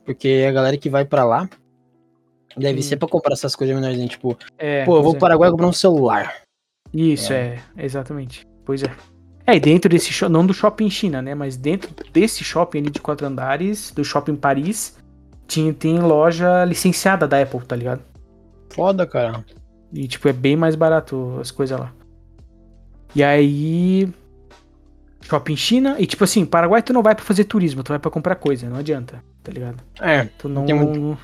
Speaker 2: Porque a galera que vai pra lá deve
Speaker 1: Hum.
Speaker 2: ser pra comprar essas coisas menorzinhas. Tipo,
Speaker 1: É,
Speaker 2: pô, eu
Speaker 1: pois
Speaker 2: vou
Speaker 1: é.
Speaker 2: pro Paraguai comprar um celular.
Speaker 1: Isso, é. exatamente. Pois é. É, e dentro desse shopping, não do shopping China, né? Mas dentro desse shopping ali de quatro andares, do shopping Paris, tinha, tem loja licenciada da Apple, tá ligado?
Speaker 2: Foda, cara.
Speaker 1: E, tipo, é bem mais barato as coisas lá. E aí. Shopping China. E, tipo assim, Paraguai tu não vai pra fazer turismo, tu vai pra comprar coisa, não adianta, tá ligado?
Speaker 2: É,
Speaker 1: Tu não.
Speaker 2: Tem muito.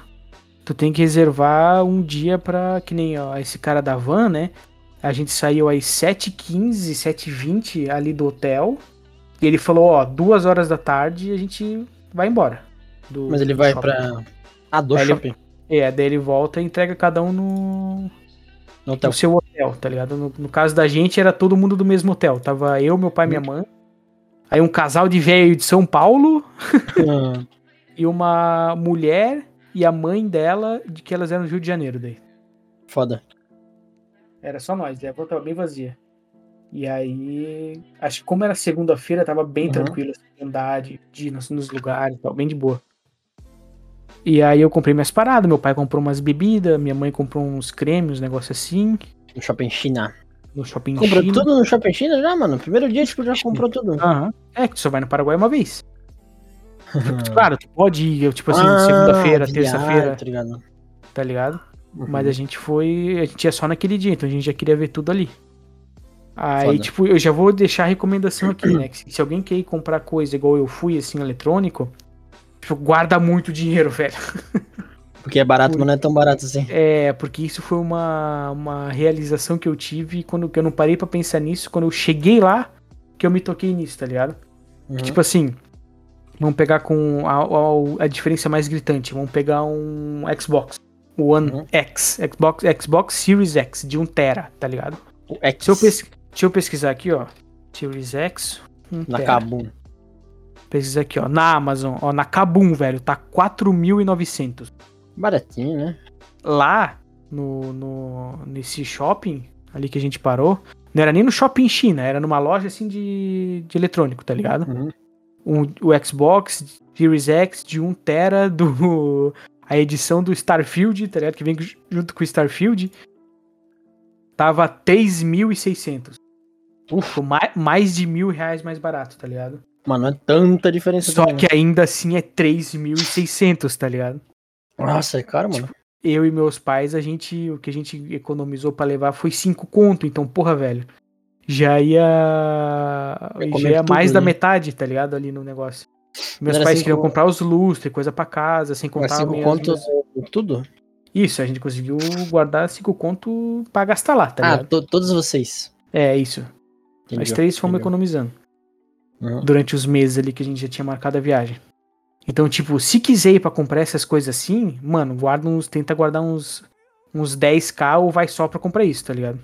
Speaker 1: Tu tem que reservar um dia pra. Que nem ó, esse cara da van, né? A gente saiu às 7h15, 7h20 ali do hotel. E ele falou, ó, duas horas da tarde a gente vai embora. do-
Speaker 2: mas ele
Speaker 1: do
Speaker 2: vai
Speaker 1: shopping.
Speaker 2: pra. Ah, do
Speaker 1: Aí ele-
Speaker 2: shopping.
Speaker 1: É, daí ele volta e entrega cada um no,
Speaker 2: No
Speaker 1: no [laughs]
Speaker 2: hotel.
Speaker 1: seu hotel, tá ligado? No, no caso da gente, era todo mundo do mesmo hotel. Tava eu, meu pai,
Speaker 2: Hum.
Speaker 1: minha mãe. Aí um casal de velho de São Paulo
Speaker 2: Ah,
Speaker 1: e uma mulher e a mãe dela, de que elas eram do Rio de Janeiro daí.
Speaker 2: Foda.
Speaker 1: Era só nós, né? a van tava bem vazia. E aí, acho que como era segunda-feira, tava bem
Speaker 2: Uhum.
Speaker 1: tranquilo, assim, de andar, de, de ir nos, nos lugares e tal, bem de boa. E aí eu comprei minhas paradas, meu pai comprou umas bebidas, minha mãe comprou uns cremes, um negócio assim,
Speaker 2: No shopping China.
Speaker 1: no shopping
Speaker 2: Comprou
Speaker 1: China.
Speaker 2: tudo no shopping China já, mano? Primeiro dia, tipo, já comprou tudo.
Speaker 1: Aham. É, que tu só vai no Paraguai uma vez. Claro, tu pode ir, tipo assim,
Speaker 2: Hum. Ah,
Speaker 1: segunda-feira,
Speaker 2: viado,
Speaker 1: terça-feira,
Speaker 2: Tá ligado?
Speaker 1: tá ligado?
Speaker 2: Uhum.
Speaker 1: Mas a gente foi. A gente ia só naquele dia, então a gente já queria ver tudo ali. Aí,
Speaker 2: Foda.
Speaker 1: tipo, eu já vou deixar a recomendação aqui, né? Que se se alguém quer ir comprar coisa igual eu fui, assim, eletrônico, tipo, guarda muito dinheiro, [laughs] velho.
Speaker 2: Porque é barato,
Speaker 1: Uhum.
Speaker 2: mas não é tão barato assim.
Speaker 1: É, porque isso foi uma, uma realização que eu tive quando que eu não parei pra pensar nisso, quando eu cheguei lá, que eu me toquei nisso, tá ligado?
Speaker 2: Uhum.
Speaker 1: Que, Tipo assim, vamos pegar com a, a- a diferença mais gritante. Vamos pegar um Xbox One
Speaker 2: Uhum.
Speaker 1: X, Xbox, Xbox Series X de 1 tera, tá ligado?
Speaker 2: Uhum. O X
Speaker 1: Se eu pes- Deixa eu pesquisar aqui, ó. Series X. 1
Speaker 2: na
Speaker 1: tera.
Speaker 2: Kabum.
Speaker 1: Pesquisar aqui, ó. Na Amazon, ó. Na Kabum, velho. Tá 4.900.
Speaker 2: Baratinho, né?
Speaker 1: Lá, no, no, nesse shopping, ali que a gente parou, não era nem no shopping China, era numa loja assim de, de eletrônico, tá ligado?
Speaker 2: Uhum.
Speaker 1: um- o Xbox Series X de 1 tera do [laughs] a edição do Starfield, tá ligado? Que vem ju- junto com o Starfield. Tava 3.600. Ufa, mais, Tipo, mais de mil reais mais barato, tá ligado?
Speaker 2: Mano, não é tanta diferença.
Speaker 1: Só
Speaker 2: também,
Speaker 1: que ainda assim é 3.600, tá ligado?
Speaker 2: né? Nossa, é caro, mano.
Speaker 1: Eu e meus pais, a gente, o que a gente economizou pra levar foi 5 conto, então porra, velho. Já ia
Speaker 2: Ia
Speaker 1: já
Speaker 2: comer
Speaker 1: ia
Speaker 2: tudo,
Speaker 1: mais da
Speaker 2: né?
Speaker 1: metade, tá ligado? Ali no negócio. Meus
Speaker 2: Era
Speaker 1: pais
Speaker 2: cinco-
Speaker 1: queriam comprar os lustres, coisa pra casa, sem
Speaker 2: Mas
Speaker 1: contar
Speaker 2: cinco
Speaker 1: minhas-
Speaker 2: contos,
Speaker 1: né?
Speaker 2: é tudo?
Speaker 1: Isso, a gente conseguiu guardar cinco conto pra gastar lá, tá
Speaker 2: ah,
Speaker 1: ligado?
Speaker 2: to- todos vocês.
Speaker 1: É, isso. Nós três fomos
Speaker 2: entendi.
Speaker 1: economizando
Speaker 2: Uhum.
Speaker 1: durante os meses ali que a gente já tinha marcado a viagem. Então, tipo, se quiser ir pra comprar essas coisas assim, mano, guarda uns, tenta guardar uns, uns 10k ou vai só pra comprar isso, tá ligado?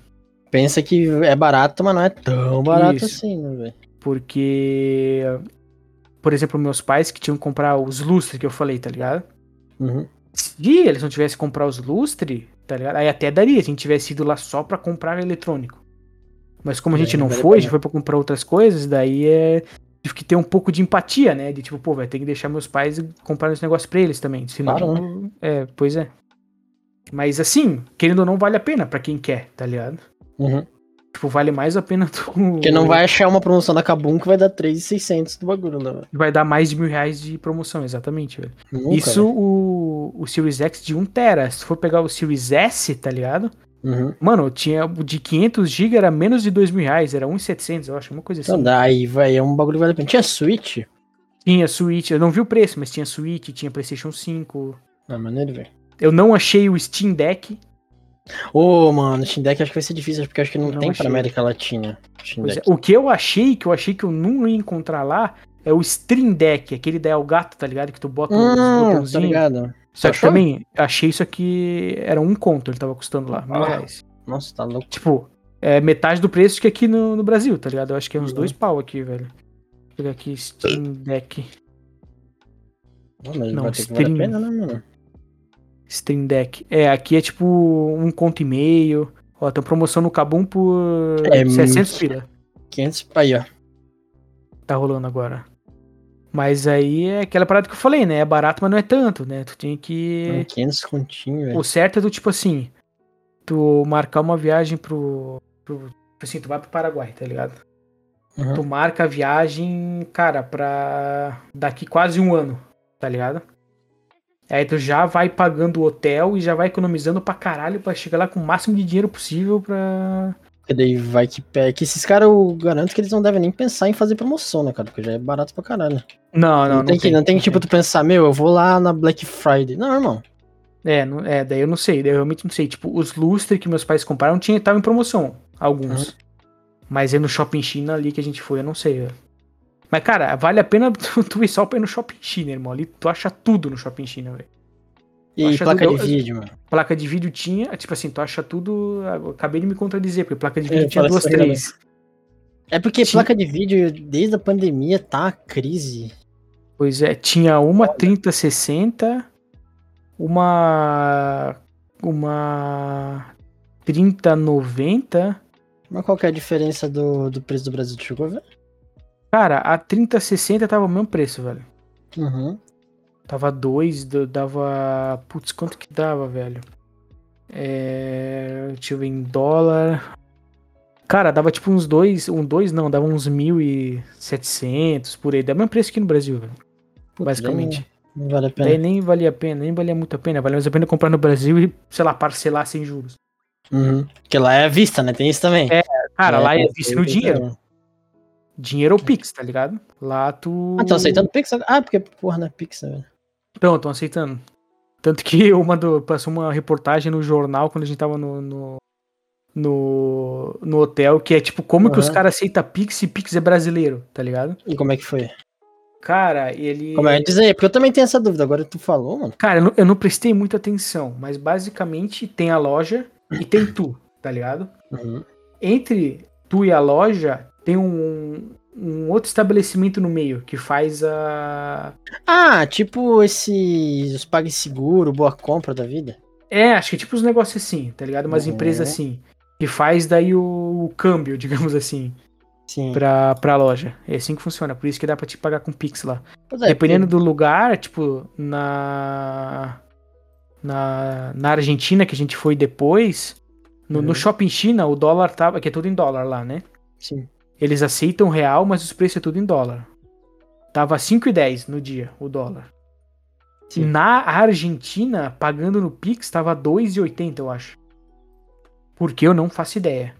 Speaker 2: Pensa que é barato, mas não é tão barato
Speaker 1: Isso.
Speaker 2: assim, né, velho?
Speaker 1: Porque, por exemplo, meus pais que tinham que comprar os lustres que eu falei, tá ligado?
Speaker 2: Uhum.
Speaker 1: Se eles não tivessem que comprar os lustres, tá ligado? Aí até daria, se a gente tivesse ido lá só pra comprar eletrônico. Mas como a
Speaker 2: É,
Speaker 1: gente não
Speaker 2: vale a
Speaker 1: foi, a
Speaker 2: pena.
Speaker 1: gente foi pra comprar outras coisas, daí é. Tive que ter um pouco de empatia, né? De tipo, pô, vai ter que deixar meus pais comprar esse negócio pra eles também. Senão,
Speaker 2: Claro, né?
Speaker 1: É, pois é. Mas assim, querendo ou não, vale a pena pra quem quer, tá ligado?
Speaker 2: Uhum.
Speaker 1: Tipo, vale mais a pena [laughs] tu.
Speaker 2: Porque não vai achar uma promoção da Kabum que vai dar 3,600 do bagulho, né, velho?
Speaker 1: Vai dar mais de mil reais de promoção, exatamente, velho.
Speaker 2: Nunca,
Speaker 1: Isso o, o Series X de 1 tera. Se for pegar o Series S, tá ligado?
Speaker 2: velho. Uhum.
Speaker 1: Mano, tinha o de 500 GB era menos de 2 mil reais, era 1,700, eu acho, uma coisa assim.
Speaker 2: Então dá, aí, vai, é um bagulho que vale a pena. Tinha Switch?
Speaker 1: Tinha Switch, eu não vi o preço, mas tinha Switch, tinha PlayStation 5.
Speaker 2: Ah, maneiro, velho.
Speaker 1: Eu não achei o Steam Deck.
Speaker 2: Ô, mano, o Steam Deck acho que vai ser difícil, porque acho que não,
Speaker 1: Não
Speaker 2: tem
Speaker 1: achei.
Speaker 2: pra América Latina. Steam
Speaker 1: Pois é,
Speaker 2: Deck.
Speaker 1: O que eu achei, que eu achei que eu não ia encontrar lá, é o Stream Deck, aquele da Elgato, tá ligado? Que tu bota uns
Speaker 2: Hum, tá
Speaker 1: botãozinhos.
Speaker 2: ligado?
Speaker 1: Só que
Speaker 2: Achou?
Speaker 1: também, achei isso aqui, era um conto, ele tava custando lá, mil
Speaker 2: Ah.
Speaker 1: reais.
Speaker 2: Nossa, tá louco.
Speaker 1: Tipo, é metade do preço que aqui no, no Brasil, tá ligado? Eu acho que é uns
Speaker 2: Uhum.
Speaker 1: dois pau aqui, velho. Vou pegar aqui Steam Deck.
Speaker 2: Pô, Mas
Speaker 1: Não,
Speaker 2: vai ter que valer a
Speaker 1: stream.
Speaker 2: pena, né, mano?
Speaker 1: Stream Deck. É, aqui é tipo um conto e meio. Ó, tem promoção no Kabum por
Speaker 2: É,
Speaker 1: 600
Speaker 2: mil.
Speaker 1: pila.
Speaker 2: 500, aí, ó.
Speaker 1: Tá rolando agora. Mas aí é aquela parada que eu falei, né? É barato, mas não é tanto, né? Tu tem
Speaker 2: Mano,
Speaker 1: que.
Speaker 2: 500 continho, velho.
Speaker 1: O certo é do tipo assim. Tu marcar uma viagem pro. pro tipo assim, tu vai pro Paraguai, tá ligado?
Speaker 2: Uhum.
Speaker 1: Tu marca a viagem, cara, pra daqui quase um ano, tá ligado? Aí tu já vai pagando o hotel e já vai economizando pra caralho pra chegar lá com o máximo de dinheiro possível pra.
Speaker 2: Porque daí vai que pé. Que esses caras, eu garanto que eles não devem nem pensar em fazer promoção, né, cara? Porque já é barato pra caralho.
Speaker 1: Ah, Não,
Speaker 2: Não,
Speaker 1: não,
Speaker 2: tem, que, não tem que, tipo, tu pensar, meu, eu vou lá na Black Friday. Não, irmão.
Speaker 1: É, não- é, daí eu não sei, daí eu realmente não sei. Tipo, os lustres que meus pais compraram tinha, estavam em promoção, alguns. Mas aí no Shopping China ali que a gente foi, eu não sei. velho. Mas, cara, vale a pena [laughs] tu, tu ir só pra ir no Shopping China, irmão. Ali tu acha tudo no Shopping China, velho.
Speaker 2: E
Speaker 1: Acho que é
Speaker 2: placa
Speaker 1: eu-
Speaker 2: de vídeo, mano.
Speaker 1: Placa de vídeo tinha, tipo assim, tu acha tudo. eu Acabei de me contradizer, porque placa de
Speaker 2: É,
Speaker 1: vídeo tinha
Speaker 2: parece
Speaker 1: duas,
Speaker 2: que era, né?
Speaker 1: três.
Speaker 2: É porque
Speaker 1: Sim.
Speaker 2: placa de vídeo, desde a pandemia, tá a crise.
Speaker 1: Pois é, tinha uma 3060, uma. Uma. 3090.
Speaker 2: Mas qual que é a diferença do, do preço do Brasil? Tu chegou a ver?
Speaker 1: Cara, a 3060 tava o mesmo preço, velho.
Speaker 2: Uhum.
Speaker 1: Tava 2, dava. Putz, quanto que dava, velho? É. Deixa eu ver em dólar. Cara, dava tipo uns dois. Um dois não, dava uns 1.700 por aí. Dá o mesmo preço aqui no Brasil, velho.
Speaker 2: Puta,
Speaker 1: basicamente.
Speaker 2: daí Não, não vale a
Speaker 1: Daí
Speaker 2: pena.
Speaker 1: nem valia a pena, nem valia muito a pena. Valia mais a pena comprar no Brasil e, sei lá, parcelar sem juros.
Speaker 2: Uhum. Porque lá é à vista, né? Tem isso também.
Speaker 1: É, Cara, lá é visto
Speaker 2: vista
Speaker 1: no dinheiro. Dinheiro ou Pix, tá ligado? Lá tu.
Speaker 2: Ah, tô aceitando Pix? agora? Ah, porque, porra, não é Pix, né, velho?
Speaker 1: Então, estão aceitando. Tanto que [laughs] uma do, passou uma reportagem no jornal quando a gente tava no. no, no, no hotel, que é tipo, como que os
Speaker 2: Aham.
Speaker 1: caras aceitam Pix e Pix é brasileiro, tá ligado?
Speaker 2: E como é que foi?
Speaker 1: Cara, ele.
Speaker 2: Como é? Diz aí, porque eu também tenho essa dúvida. Agora tu falou, mano.
Speaker 1: Cara, eu não, eu não prestei muita atenção, mas basicamente tem a loja e tem tu, tá ligado?
Speaker 2: Uhum.
Speaker 1: Entre tu e a loja tem um, um outro estabelecimento no meio que faz a.
Speaker 2: Ah, tipo esses os PagSeguro, Boa Compra da vida.
Speaker 1: É, acho que é tipo uns negócios assim, tá ligado? Umas
Speaker 2: Uhum.
Speaker 1: empresas assim. Que faz daí o, o câmbio, [laughs] digamos assim,
Speaker 2: Sim.
Speaker 1: pra, pra loja. É assim que funciona. Por isso que dá pra te pagar com Pix lá.
Speaker 2: Pois é,
Speaker 1: Dependendo do lugar, tipo, na, na. Na Argentina, que a gente foi depois. No, no
Speaker 2: Uhum.
Speaker 1: shopping China, o dólar tava. Que é tudo em dólar lá, né?
Speaker 2: Sim.
Speaker 1: Eles aceitam real, mas os preços é tudo em dólar. Tava 5,10 no dia, o dólar.
Speaker 2: Sim.
Speaker 1: Na Argentina, pagando no Pix, tava 2,80, eu acho. Porque eu não faço ideia.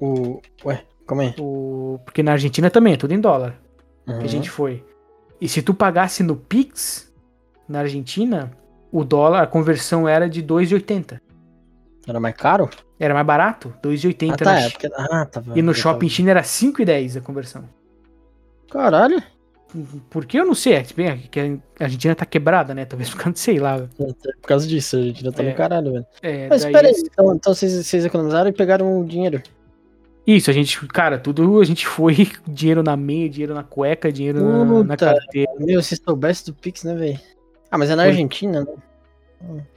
Speaker 2: O... Ué, como é?
Speaker 1: O... Porque na Argentina também é tudo em dólar.
Speaker 2: Uhum.
Speaker 1: Que a gente foi. E se tu pagasse no Pix, na Argentina, o dólar, a conversão era de 2,80.
Speaker 2: Era mais caro?
Speaker 1: Era mais barato, 2,80
Speaker 2: Ah,
Speaker 1: na
Speaker 2: tá. É
Speaker 1: China.
Speaker 2: porque... Ah, tá.
Speaker 1: E no
Speaker 2: eu
Speaker 1: shopping
Speaker 2: tava-
Speaker 1: China era 5,10 a conversão.
Speaker 2: Caralho.
Speaker 1: Porque eu não sei, é que bem, que a Argentina tá quebrada, né? Talvez por causa, de- sei lá.
Speaker 2: Até É, Por causa disso, a gente já tá
Speaker 1: É.
Speaker 2: no caralho, velho.
Speaker 1: É,
Speaker 2: Mas
Speaker 1: daí-
Speaker 2: pera aí, então, então vocês, vocês economizaram e pegaram o dinheiro.
Speaker 1: Isso, a gente, cara, tudo a gente foi [laughs] dinheiro na meia, dinheiro na cueca, dinheiro na, na
Speaker 2: Puta.
Speaker 1: carteira.
Speaker 2: Meu, se soubesse do Pix, né, velho? Ah, mas é na
Speaker 1: Foi.
Speaker 2: Argentina, né?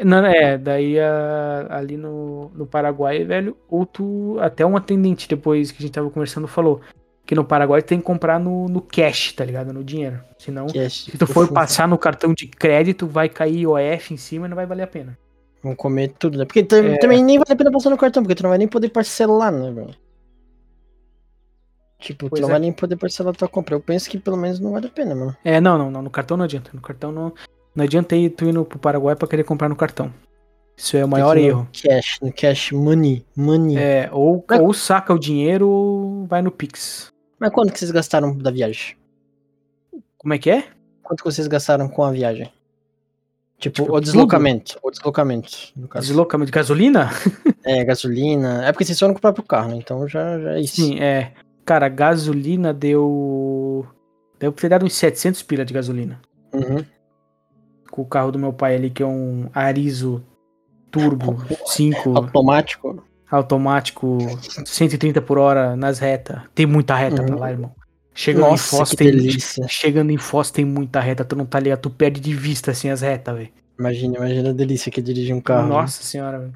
Speaker 1: Não, é, daí a- ali no, no Paraguai, velho, ou tu, até um atendente depois que a gente tava conversando falou que no Paraguai tem que comprar no, no cash, tá ligado? No dinheiro. Senão,
Speaker 2: Que é
Speaker 1: se tu for
Speaker 2: profundo.
Speaker 1: passar no cartão de crédito, vai cair IOF em cima e não vai valer a pena.
Speaker 2: Vão comer tudo, né? Porque tam-
Speaker 1: É.
Speaker 2: também nem vale a pena passar no cartão, porque tu não vai nem poder parcelar, né, velho? Tipo,
Speaker 1: Pois
Speaker 2: tu não
Speaker 1: é.
Speaker 2: vai nem poder parcelar tua compra. Eu penso que pelo menos não vale a pena, mano.
Speaker 1: É, não, não, não. No cartão não adianta. No cartão não. Não adianta ir tu indo pro Paraguai pra querer comprar no cartão. Isso é o maior
Speaker 2: Tem que ir
Speaker 1: erro.
Speaker 2: No cash, no cash, money, money.
Speaker 1: É, ou,
Speaker 2: Mas-
Speaker 1: ou saca o dinheiro ou vai no Pix.
Speaker 2: Mas quanto que vocês gastaram da viagem?
Speaker 1: Como é que é?
Speaker 2: Quanto que vocês gastaram com a viagem? Tipo,
Speaker 1: Tipo,
Speaker 2: o
Speaker 1: tudo?
Speaker 2: deslocamento. O deslocamento, no caso.
Speaker 1: Deslocamento de gasolina?
Speaker 2: É, gasolina. É porque vocês foram com o próprio carro, né? Então já, já é isso.
Speaker 1: Sim, é. Cara, gasolina deu. Deu pra ter dado uns 700 pila de gasolina.
Speaker 2: Uhum.
Speaker 1: Com o carro do meu pai ali, que é um Arizo Turbo 5
Speaker 2: Automático.
Speaker 1: automático, 130 por hora nas retas. Tem muita reta pra
Speaker 2: Uhum.
Speaker 1: lá, irmão. Chegando em
Speaker 2: Nossa,
Speaker 1: Foz
Speaker 2: que
Speaker 1: tem.
Speaker 2: delícia.
Speaker 1: Tá Chegando em Foz tem muita reta, tu não tá ligado, tu perde de vista assim as retas, velho.
Speaker 2: Imagina, imagina a delícia que dirige um carro. né?
Speaker 1: Nossa senhora, velho.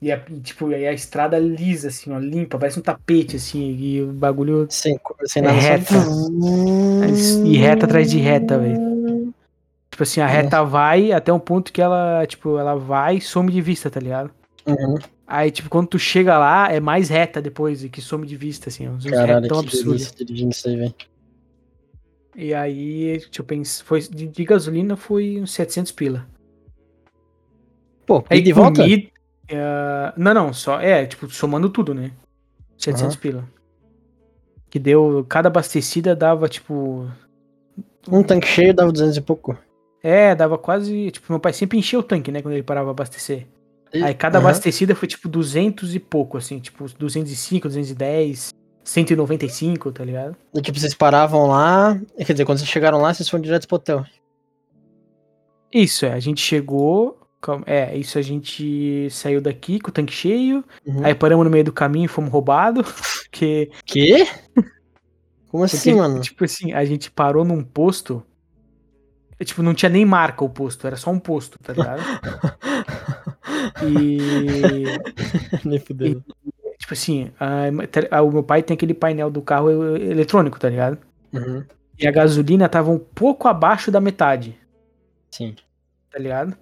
Speaker 1: E, a- e, tipo, aí a estrada lisa, assim, ó, limpa, parece um tapete, assim, e o bagulho.
Speaker 2: Sem, co- sem
Speaker 1: É
Speaker 2: nada. só-
Speaker 1: reta. E reta atrás de reta, velho.
Speaker 2: É.
Speaker 1: Tipo assim, a reta vai até um ponto que ela, tipo, ela vai e some de vista, tá ligado?
Speaker 2: Uhum.
Speaker 1: Aí, tipo, quando tu chega lá, é mais reta depois e que some de vista, assim. É um zoom
Speaker 2: Caralho,
Speaker 1: reto tão
Speaker 2: que
Speaker 1: absurdo.
Speaker 2: delícia dirigindo isso aí, velho.
Speaker 1: E aí, deixa eu pensar, foi, de, de gasolina foi uns 700 pila.
Speaker 2: Pô,
Speaker 1: Aí
Speaker 2: e de volta?
Speaker 1: comida, eh, não, não, só, é, tipo, somando tudo, né? 700 pila. Que deu, cada abastecida dava, tipo,
Speaker 2: Um tanque cheio dava 200 e pouco.
Speaker 1: é, dava quase, tipo, meu pai sempre enchia o tanque, né, quando ele parava pra abastecer. Aí cada
Speaker 2: Aham.
Speaker 1: abastecida foi, tipo, 200 e pouco, assim, tipo, 205, 210, 195, tá ligado?
Speaker 2: E, Tipo, vocês paravam lá. Quer dizer, quando vocês chegaram lá, vocês foram direto pro hotel.
Speaker 1: Isso, é, a gente chegou, calma, é, isso a gente saiu daqui com o tanque cheio,
Speaker 2: Uhum.
Speaker 1: aí paramos no meio do caminho e fomos roubados, [laughs] porque...
Speaker 2: Quê? Como assim,
Speaker 1: Porque, [laughs]
Speaker 2: mano?
Speaker 1: Tipo assim, a gente parou num posto. é, Tipo, não tinha nem marca o posto, era só um posto, tá ligado? e.
Speaker 2: Nem fudeu.
Speaker 1: Tipo assim, a- te- a- o meu pai tem aquele painel do carro eh, eletrônico, tá ligado?
Speaker 2: Uhum.
Speaker 1: E a gasolina tava um pouco abaixo da metade,
Speaker 2: Sim.
Speaker 1: tá ligado?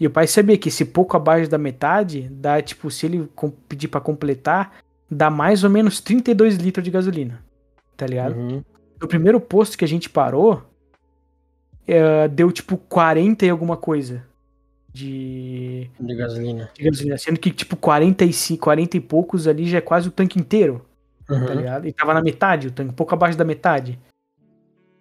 Speaker 1: E o pai sabia que esse pouco abaixo da metade dá, tipo, se ele com- pedir pra completar, dá mais ou menos 32 litros de gasolina, tá ligado?
Speaker 2: Uhum.
Speaker 1: No primeiro posto que a gente parou, eh, deu tipo 40 e alguma coisa de,
Speaker 2: De gasolina.
Speaker 1: de gasolina. Sendo que tipo 45, 40 e poucos ali já é quase o tanque inteiro, tá
Speaker 2: Uhum.
Speaker 1: ligado? E tava na metade, o tanque, um pouco abaixo da metade.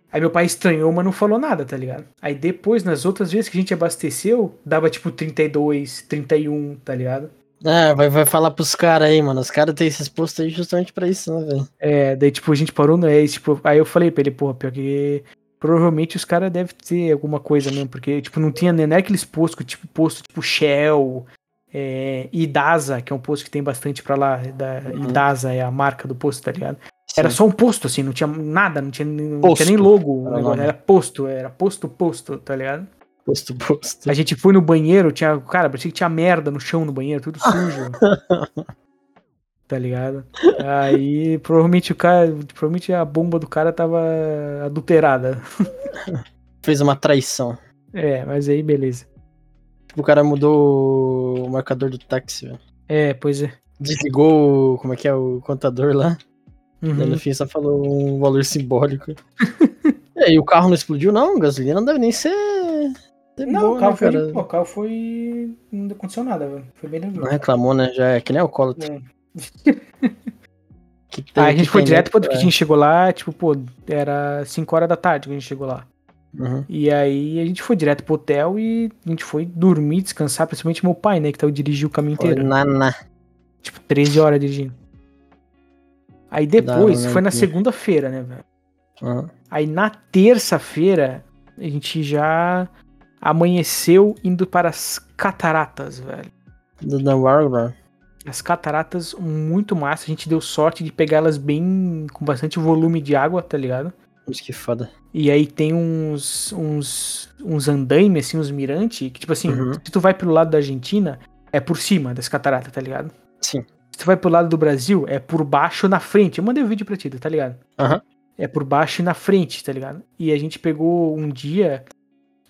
Speaker 1: Aí meu pai estranhou, mas não falou nada, tá ligado? Aí depois, nas outras vezes que a gente abasteceu, dava tipo 32, 31, tá ligado?
Speaker 2: É, vai, vai falar pros caras aí, mano. Os caras têm esses postos aí justamente pra isso, né, velho?
Speaker 1: É, daí, tipo, a gente parou, né? E, tipo, aí eu falei pra ele, porra, pior que. Provavelmente os caras devem ter alguma coisa mesmo, porque, tipo, não tinha nem aqueles postos, tipo, posto tipo Shell, é, Idasa, que é um posto que tem bastante pra lá. Da,
Speaker 2: Uhum.
Speaker 1: Idasa é a marca do posto, tá ligado? Era
Speaker 2: Sim.
Speaker 1: só um posto, assim, não tinha nada, não tinha, nem- não
Speaker 2: Posto.
Speaker 1: tinha nem logo, o
Speaker 2: Era
Speaker 1: negócio,
Speaker 2: nome.
Speaker 1: era posto, era posto, posto, tá ligado?
Speaker 2: posto, posto.
Speaker 1: A gente foi no banheiro, tinha. Cara, parecia que tinha merda no chão no banheiro, tudo sujo.
Speaker 2: [laughs]
Speaker 1: tá ligado? Aí provavelmente o cara. Provavelmente a bomba do cara tava adulterada.
Speaker 2: Fez uma traição.
Speaker 1: É, mas aí beleza.
Speaker 2: Tipo, o cara mudou o marcador do táxi, velho.
Speaker 1: É, pois é.
Speaker 2: Desligou, o- como é que é, o contador lá. Daí
Speaker 1: Uhum.
Speaker 2: no fim só falou um valor simbólico. [laughs] e aí, o carro não explodiu, não? Gasolina não deve nem ser. ser
Speaker 1: Não,
Speaker 2: boa,
Speaker 1: o carro
Speaker 2: né,
Speaker 1: foi.
Speaker 2: cara?
Speaker 1: de- O carro foi. Não aconteceu nada, velho. Foi bem
Speaker 2: Não
Speaker 1: legal.
Speaker 2: reclamou, né? Já é que nem alcoólatra.
Speaker 1: É.
Speaker 2: Que tem,
Speaker 1: Aí a gente
Speaker 2: que
Speaker 1: foi
Speaker 2: tem,
Speaker 1: direto
Speaker 2: né?
Speaker 1: porque a gente chegou lá, tipo, pô, era 5 horas da tarde que a gente chegou lá.
Speaker 2: Uhum.
Speaker 1: E aí a gente foi direto pro hotel e a gente foi dormir, descansar, principalmente meu pai, né, que tava dirigiu o caminho
Speaker 2: Foi
Speaker 1: inteiro.
Speaker 2: na, na.
Speaker 1: Tipo, 13 horas dirigindo. Aí
Speaker 2: Da
Speaker 1: depois,
Speaker 2: hora,
Speaker 1: foi na
Speaker 2: né?
Speaker 1: segunda-feira, né, velho?
Speaker 2: Uhum.
Speaker 1: Aí na terça-feira, a gente já amanheceu indo para as cataratas, velho.
Speaker 2: Do Dan Warburg.
Speaker 1: As cataratas muito massa, a gente deu sorte de pegar elas bem com bastante volume de água, tá ligado?
Speaker 2: Isso que foda.
Speaker 1: E aí tem uns uns uns andaimes assim, uns mirante, que tipo assim,
Speaker 2: Uhum.
Speaker 1: se tu vai pelo lado da Argentina, é por cima das cataratas, tá ligado?
Speaker 2: Sim.
Speaker 1: Se tu vai pro lado do Brasil, é por baixo na frente. Eu mandei o vídeo pra ti, tá ligado?
Speaker 2: Aham.
Speaker 1: É por baixo e na frente, tá ligado? E a gente pegou um dia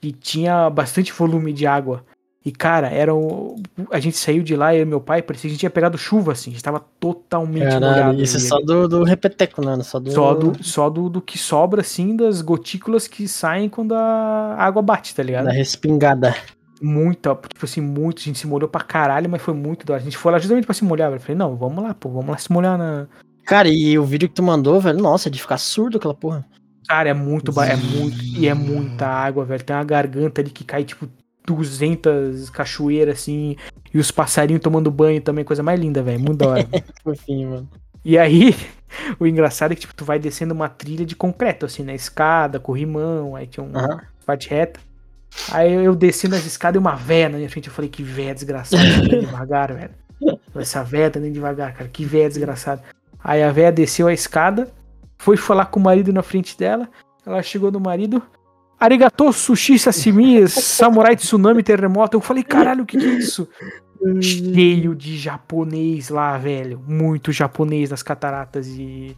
Speaker 1: que tinha bastante volume de água. E, cara, era o... a gente saiu de lá, eu e meu pai, parecia que a gente tinha pegado chuva, assim. A gente tava totalmente molhado.
Speaker 2: Caralho, isso é
Speaker 1: ali.
Speaker 2: só do, do repeteco, né? Só do.
Speaker 1: Só do, só do, do que sobra, assim, das gotículas que saem quando a água bate, tá ligado?
Speaker 2: Da respingada.
Speaker 1: Muita, tipo assim, muito. A gente se molhou pra caralho, mas foi muito da hora. A gente foi lá justamente pra se molhar, velho. Eu Falei, não, vamos lá, pô, vamos lá se molhar na,
Speaker 2: Cara, e o vídeo que tu mandou, velho, nossa, de ficar surdo aquela porra.
Speaker 1: Cara, é muito, ba- é muito, e é muita água, velho. Tem uma garganta ali que cai, tipo, 200 cachoeiras, assim, e os passarinhos tomando banho também, coisa mais linda, velho, muito da hora.
Speaker 2: Fofinho, mano.
Speaker 1: e aí, [laughs] o engraçado é que, tipo, tu vai descendo uma trilha de concreto, assim, né, escada, corrimão, aí tinha uma
Speaker 2: Aham.
Speaker 1: parte reta. Aí eu descendo as escadas e uma véia na minha frente, eu falei, que véia desgraçada, tá andando devagar, [laughs] velho. Essa véia tá andando devagar, cara, que véia desgraçada. Aí a véia desceu a escada, foi falar com o marido na frente dela, ela chegou no marido. Arigato, sushi, sashimi, samurai, tsunami, terremoto. Eu falei, caralho, o que, que é isso? Cheio de japonês lá, velho. Muito japonês nas cataratas e,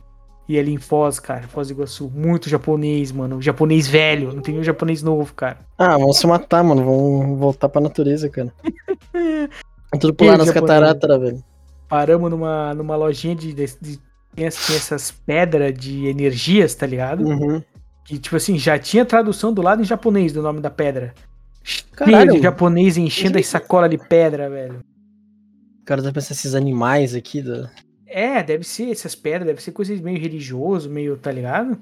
Speaker 1: e ali em Foz, cara. Foz do Iguaçu. Muito japonês, mano. Japonês velho. Não tem nenhum japonês novo, cara. [laughs]
Speaker 2: Ah, vamos se matar, mano. Vamos voltar pra natureza, cara. tudo pular nas
Speaker 1: japonês.
Speaker 2: cataratas, né, velho.
Speaker 1: Paramos numa, numa lojinha de. de, de- tem as- tem essas pedras de energias, tá ligado?
Speaker 2: Uhum.
Speaker 1: Que, tipo assim, já tinha tradução do lado em japonês do nome da pedra.
Speaker 2: Caralho.
Speaker 1: Caralho. de japonês enchendo as sacolas de pedra, velho.
Speaker 2: O cara tá pensando esses animais aqui. Da...
Speaker 1: É, deve ser essas pedras, deve ser coisas meio religioso, meio, tá ligado?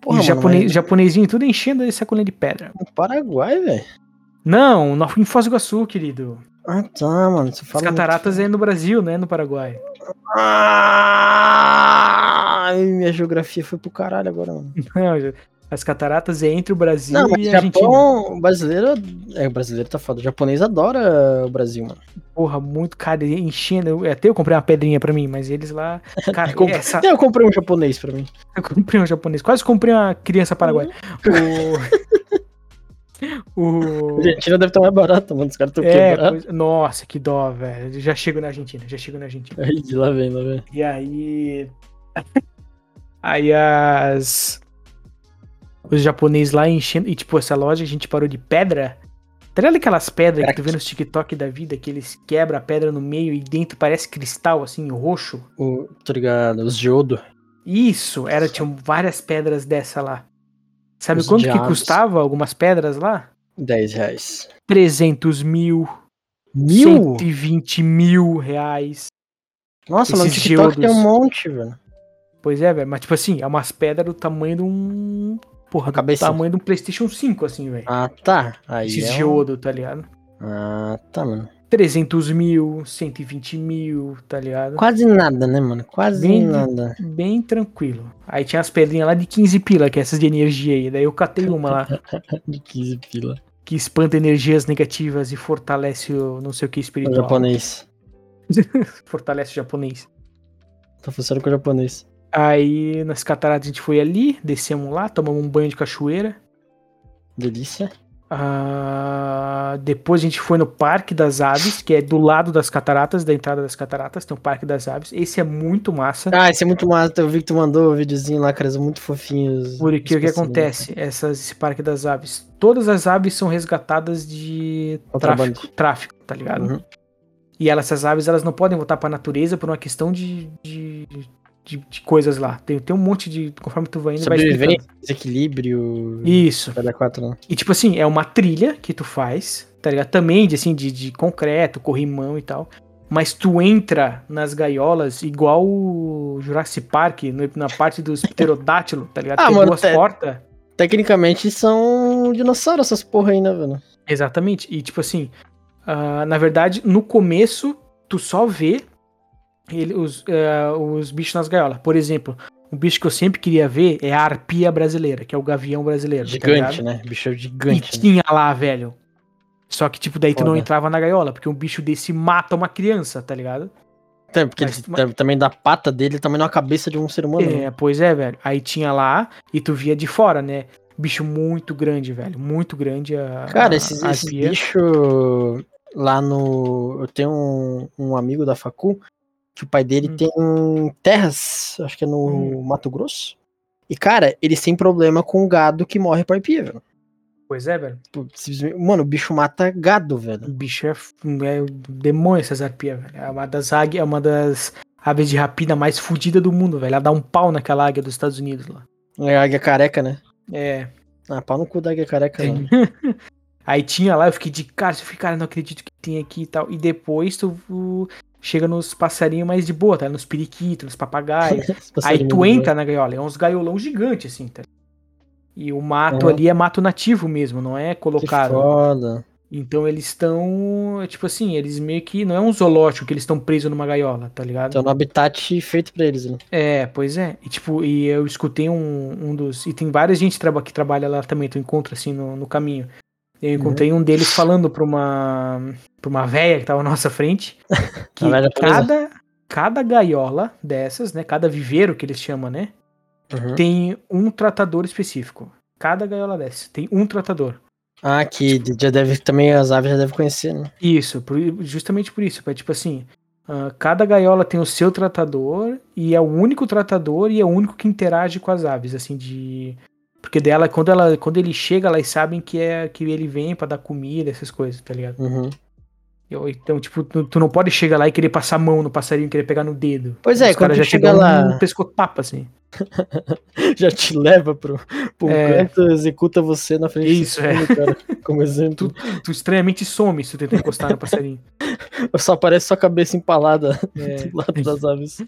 Speaker 2: Porra,
Speaker 1: e
Speaker 2: mano,
Speaker 1: japonês,
Speaker 2: mas
Speaker 1: japonesinho tudo enchendo essa sacolinha de pedra.
Speaker 2: no é Paraguai, velho.
Speaker 1: Não, nós fomos em Foz do Iguaçu, querido.
Speaker 2: Ah, tá, mano. Você
Speaker 1: As
Speaker 2: fala muito-
Speaker 1: cataratas é no Brasil, né? No Paraguai. [laughs]
Speaker 2: Ah, ai, minha geografia foi pro caralho agora, mano.
Speaker 1: Não, As cataratas é entre o Brasil
Speaker 2: Não, mas
Speaker 1: e a Argentina.
Speaker 2: Japão, brasileiro. É, brasileiro tá foda. O japonês adora o Brasil, mano.
Speaker 1: Porra, muito cara, enchendo. Eu- Até eu comprei uma pedrinha pra mim, mas eles
Speaker 2: [laughs]
Speaker 1: lá. Cara,
Speaker 2: Eu comprei-
Speaker 1: essa, [laughs]
Speaker 2: Até eu comprei um japonês pra mim.
Speaker 1: eu comprei um japonês. Quase comprei uma criança paraguaia. O.
Speaker 2: Uhum.
Speaker 1: [laughs]
Speaker 2: A
Speaker 1: o...
Speaker 2: Argentina deve estar mais barata, mano. Os caras tão
Speaker 1: É,
Speaker 2: quebrados.
Speaker 1: coisa- nossa, que dó, velho. Já chego na Argentina, já chego na Argentina.
Speaker 2: Aí de lá vem, lá vem.
Speaker 1: E aí. [laughs] Aí as. Os japoneses lá enchendo. E tipo, essa loja a gente parou de pedra. Tá ligado aquelas pedras que tu vê nos TikTok da vida, que eles quebram a pedra no meio e dentro parece cristal, assim, roxo?
Speaker 2: O, tô ligado, os diodo.
Speaker 1: Isso, era, tinham várias pedras dessa lá. Sabe
Speaker 2: Os
Speaker 1: quanto que
Speaker 2: diabos.
Speaker 1: custava algumas pedras lá?
Speaker 2: 10 reais.
Speaker 1: 300 mil,
Speaker 2: Mil?
Speaker 1: 120 mil reais.
Speaker 2: Nossa, mano, o
Speaker 1: Esses
Speaker 2: TikTok tem um
Speaker 1: diodos.
Speaker 2: monte, velho.
Speaker 1: Pois é, velho. Mas, tipo assim, é umas pedras do tamanho de um. Porra, do
Speaker 2: Cabeça.
Speaker 1: tamanho de um PlayStation 5, assim, velho.
Speaker 2: Ah, tá. Aí
Speaker 1: Esses
Speaker 2: é um-
Speaker 1: geodo, tá ligado?
Speaker 2: Ah, tá, mano.
Speaker 1: 300 mil, 120 mil, tá ligado?
Speaker 2: Quase nada, né, mano? Quase
Speaker 1: Bem-
Speaker 2: nada.
Speaker 1: Bem tranquilo. Aí tinha as pedrinhas lá de 15 pila, que é essas de energia aí. Daí eu catei uma lá,
Speaker 2: De 15 pila.
Speaker 1: que espanta energias negativas e fortalece o não sei o que
Speaker 2: O
Speaker 1: espiritual.
Speaker 2: japonês.
Speaker 1: Fortalece o japonês.
Speaker 2: Tá funcionando com o japonês.
Speaker 1: Aí nas cataratas a gente foi ali, descemos lá, tomamos um banho de cachoeira.
Speaker 2: Delícia.
Speaker 1: Ah, depois a gente foi no Parque das Aves, que é do lado das cataratas, da entrada das cataratas, tem o Parque das Aves. Esse é muito massa.
Speaker 2: Ah, isso é muito massa. Eu vi que tu mandou o videozinho lá, cara. Muito fofinhos.
Speaker 1: Porque o que
Speaker 2: né?
Speaker 1: acontece? Essas, esse Parque das Aves. Todas as aves são resgatadas de
Speaker 2: Contrabando.
Speaker 1: tráfico, tráfico, tá ligado?
Speaker 2: Uhum.
Speaker 1: E elas, essas aves elas não podem voltar pra natureza por uma questão de, de, de, de coisas lá. Tem, tem um monte de. Conforme tu vai indo, vai
Speaker 2: Sobrevivência,
Speaker 1: explicando.
Speaker 2: desequilíbrio.
Speaker 1: Isso.
Speaker 2: Cada quatro, né? não.
Speaker 1: E tipo assim, é uma trilha que tu faz, tá ligado? Também de assim, de, de concreto, corrimão e tal. Mas tu entra nas gaiolas igual o Jurassic Park, no- na parte dos pterodátilos, tá ligado?
Speaker 2: [laughs] Ah,
Speaker 1: Tem
Speaker 2: mano,
Speaker 1: duas
Speaker 2: te-
Speaker 1: portas.
Speaker 2: Tecnicamente são dinossauros essas porra aí, né, velho?
Speaker 1: Exatamente. E tipo assim, ah, na verdade, no começo, tu só vê ele- os, ah, os bichos nas gaiolas. Por exemplo, um bicho que eu sempre queria ver é a arpia brasileira, que é o gavião brasileiro. tá ligado?
Speaker 2: Gigante, né? Bicho
Speaker 1: E
Speaker 2: gigante. né?
Speaker 1: tinha lá, velho. Só que, tipo, daí tu não
Speaker 2: Foda.
Speaker 1: entrava na gaiola, porque um bicho desse mata uma criança, tá ligado?
Speaker 2: Tá, porque
Speaker 1: Mas-
Speaker 2: ele tá- também da pata dele, também na cabeça de um ser humano. né?
Speaker 1: É, pois é, velho. Aí tinha lá e tu via de fora, né? Bicho muito grande, velho. Muito grande a.
Speaker 2: Cara,
Speaker 1: É, a-
Speaker 2: esses,
Speaker 1: a
Speaker 2: esses
Speaker 1: arpia.
Speaker 2: bichos lá no. Eu tenho um, um amigo da Facu que o pai dele
Speaker 1: Hum.
Speaker 2: tem terras, acho que é no
Speaker 1: Hum.
Speaker 2: Mato Grosso. E, cara, eles têm problema com gado que morre pra arpia, velho.
Speaker 1: Pois é, velho.
Speaker 2: Tipo, simplesmente- Mano, o bicho mata gado, velho.
Speaker 1: O bicho é, f- é o demônio essas arpias, velho. É uma das águias, é uma das aves de rapina mais fodida do mundo, velho. Ela dá um pau naquela águia dos Estados Unidos lá.
Speaker 2: É águia careca, né?
Speaker 1: É,
Speaker 2: Ah, pau no cu da águia careca, né?
Speaker 1: Sim.
Speaker 2: mano.
Speaker 1: [laughs] Aí tinha lá, eu fiquei de cara, eu fiquei, cara, não acredito que tem aqui e tal. E depois tu uh, chega nos passarinhos mais de boa, tá? Nos periquitos, nos [laughs] papagaios. Aí tu
Speaker 2: né?
Speaker 1: entra na gaiola, é uns gaiolão gigante, assim, tá? E o mato
Speaker 2: Uhum.
Speaker 1: ali é mato nativo mesmo, não é
Speaker 2: Que
Speaker 1: colocado.
Speaker 2: foda.
Speaker 1: Então eles estão, tipo assim, eles meio que. Não é um zoológico que eles estão presos numa gaiola, tá ligado?
Speaker 2: Então, no habitat feito pra eles, né?
Speaker 1: É, pois é. E tipo, e eu escutei um, um dos. E tem várias gente traba- que trabalha lá também, tu encontra assim no, no caminho. Eu encontrei um deles falando pra uma. pra uma véia que tava na nossa frente. Que
Speaker 2: A velha presa.
Speaker 1: cada, cada gaiola dessas, né? Cada viveiro que eles chamam, né?
Speaker 2: Uhum.
Speaker 1: Tem um tratador específico. Cada gaiola dessas tem um tratador.
Speaker 2: Ah, que já deve também, as aves já devem conhecer, né?
Speaker 1: Isso, por- justamente por isso. É tipo assim, ah, cada gaiola tem o seu tratador e é o único tratador e é o único que interage com as aves, assim, de... Porque dela, quando, ela, quando ele chega, elas sabem que é que ele vem pra dar comida, essas coisas, tá ligado?
Speaker 2: Uhum.
Speaker 1: Eu- Então, tipo, tu, tu não pode chegar lá e querer passar a mão no passarinho, querer pegar no dedo.
Speaker 2: Pois é,
Speaker 1: Os
Speaker 2: quando
Speaker 1: caras
Speaker 2: tu
Speaker 1: já
Speaker 2: chega
Speaker 1: chegam
Speaker 2: lá,
Speaker 1: um pescotapa, assim.
Speaker 2: um, [laughs] já te leva pro, pro
Speaker 1: É.
Speaker 2: canto, executa você na frente
Speaker 1: Isso,
Speaker 2: de todo mundo, cara, como exemplo.
Speaker 1: Tu estranhamente some se tu tentar encostar no
Speaker 2: [laughs]
Speaker 1: passarinho.
Speaker 2: Só aparece sua cabeça empalada
Speaker 1: É,
Speaker 2: [laughs] do lado das aves.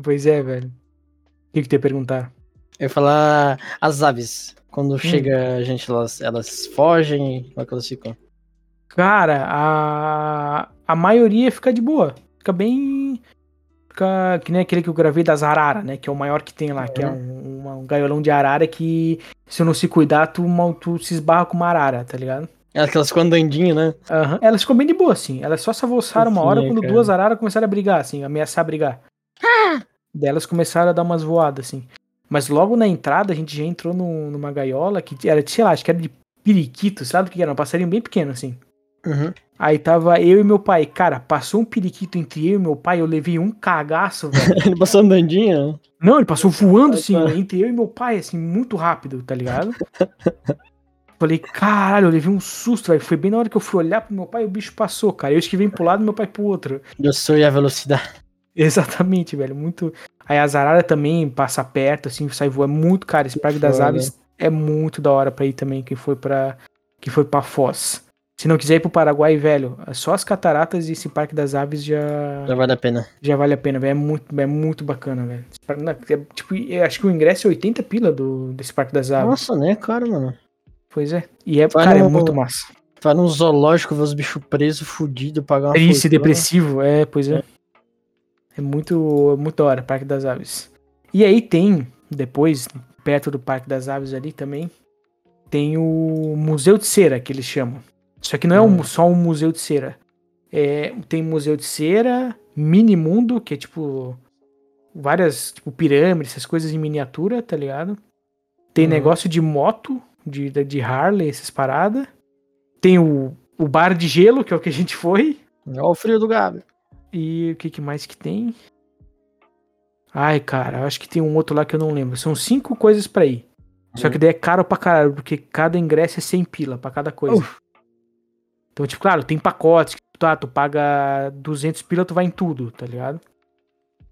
Speaker 1: pois é, velho. O que que tu ia perguntar?
Speaker 2: Eu ia falar as aves. Quando chega a gente, elas, elas fogem, como é que elas ficam?
Speaker 1: Cara, a, a maioria fica de boa. Fica bem. Fica que nem aquele que eu gravei das arara, né? Que é o maior que tem lá, que é um, uma- um gaiolão de arara que se eu não se cuidar, tu, mal- tu se esbarra com uma arara, tá ligado?
Speaker 2: Elas que elas ficam andandinho, né?
Speaker 1: Aham. Elas ficam bem de boa, assim. Elas só se avolsaram uma hora
Speaker 2: Fofinha,
Speaker 1: quando
Speaker 2: cara.
Speaker 1: duas araras começaram a brigar, assim, ameaçar brigar. Daí elas começaram a dar umas voadas, assim. Mas logo na entrada a gente já entrou num- numa gaiola que era, de, sei lá, acho que era de periquito, sabe o que era? Um passarinho bem pequeno, assim.
Speaker 2: Uhum.
Speaker 1: Aí tava eu e meu pai. Cara, passou um periquito entre eu e meu pai, eu levei um cagaço,
Speaker 2: [laughs]
Speaker 1: velho.
Speaker 2: Ele [laughs] passou andandinho?
Speaker 1: Não, ele passou voando,
Speaker 2: Ah,
Speaker 1: assim,
Speaker 2: tá.
Speaker 1: entre eu e meu pai, assim, muito rápido, tá ligado? Falei, caralho, eu levei um susto, velho. Foi bem na hora que eu fui olhar pro meu pai, o bicho passou, cara. Eu esquivei pro lado, meu pai pro outro. [laughs]
Speaker 2: Eu sou e a velocidade.
Speaker 1: Exatamente, velho. Muito. Aí a zarara também passa perto, assim, sai voando. É muito, cara. Esse Prague das
Speaker 2: foda.
Speaker 1: Aves é muito da hora pra ir também, quem foi pra. que foi pra Foz. Se não quiser ir pro Paraguai, velho, é só as cataratas e esse Parque das Aves já,
Speaker 2: Já vale a pena.
Speaker 1: já vale a pena, velho. É muito, é muito bacana, velho. Esse parque- na- é, tipo, eu acho que o ingresso é 80 pila do, desse Parque das Aves.
Speaker 2: Nossa, né, cara, mano?
Speaker 1: Pois é. E é,
Speaker 2: Vale
Speaker 1: cara, é
Speaker 2: um-
Speaker 1: muito massa.
Speaker 2: Vai num zoológico ver os bichos presos, fudido, pagar uma né?
Speaker 1: Triste,
Speaker 2: fortuna.
Speaker 1: depressivo, é, pois é. É muito, muito da hora, Parque das Aves. E aí tem, depois, perto do Parque das Aves ali também, tem o Museu de Cera, que eles chamam. Só que não é um-
Speaker 2: Hum.
Speaker 1: só um museu de cera. É, tem Museu de Cera, Mini Mundo, que é tipo várias tipo, pirâmides, essas coisas em miniatura, tá ligado? Tem
Speaker 2: Hum.
Speaker 1: negócio de moto, de, de Harley, essas paradas. Tem o, o bar de gelo, que é o que a gente foi.
Speaker 2: Ó o frio do Gabi.
Speaker 1: E o que, que mais que tem? Ai, cara, eu acho que tem um outro lá que eu não lembro. São cinco coisas pra ir. Só
Speaker 2: Uhum.
Speaker 1: que daí é caro pra caralho, porque cada ingresso é 100 pila pra cada coisa. Então, tipo, claro, tem pacotes. que tu- ah, tu paga 200 pila, tu vai em tudo, tá ligado?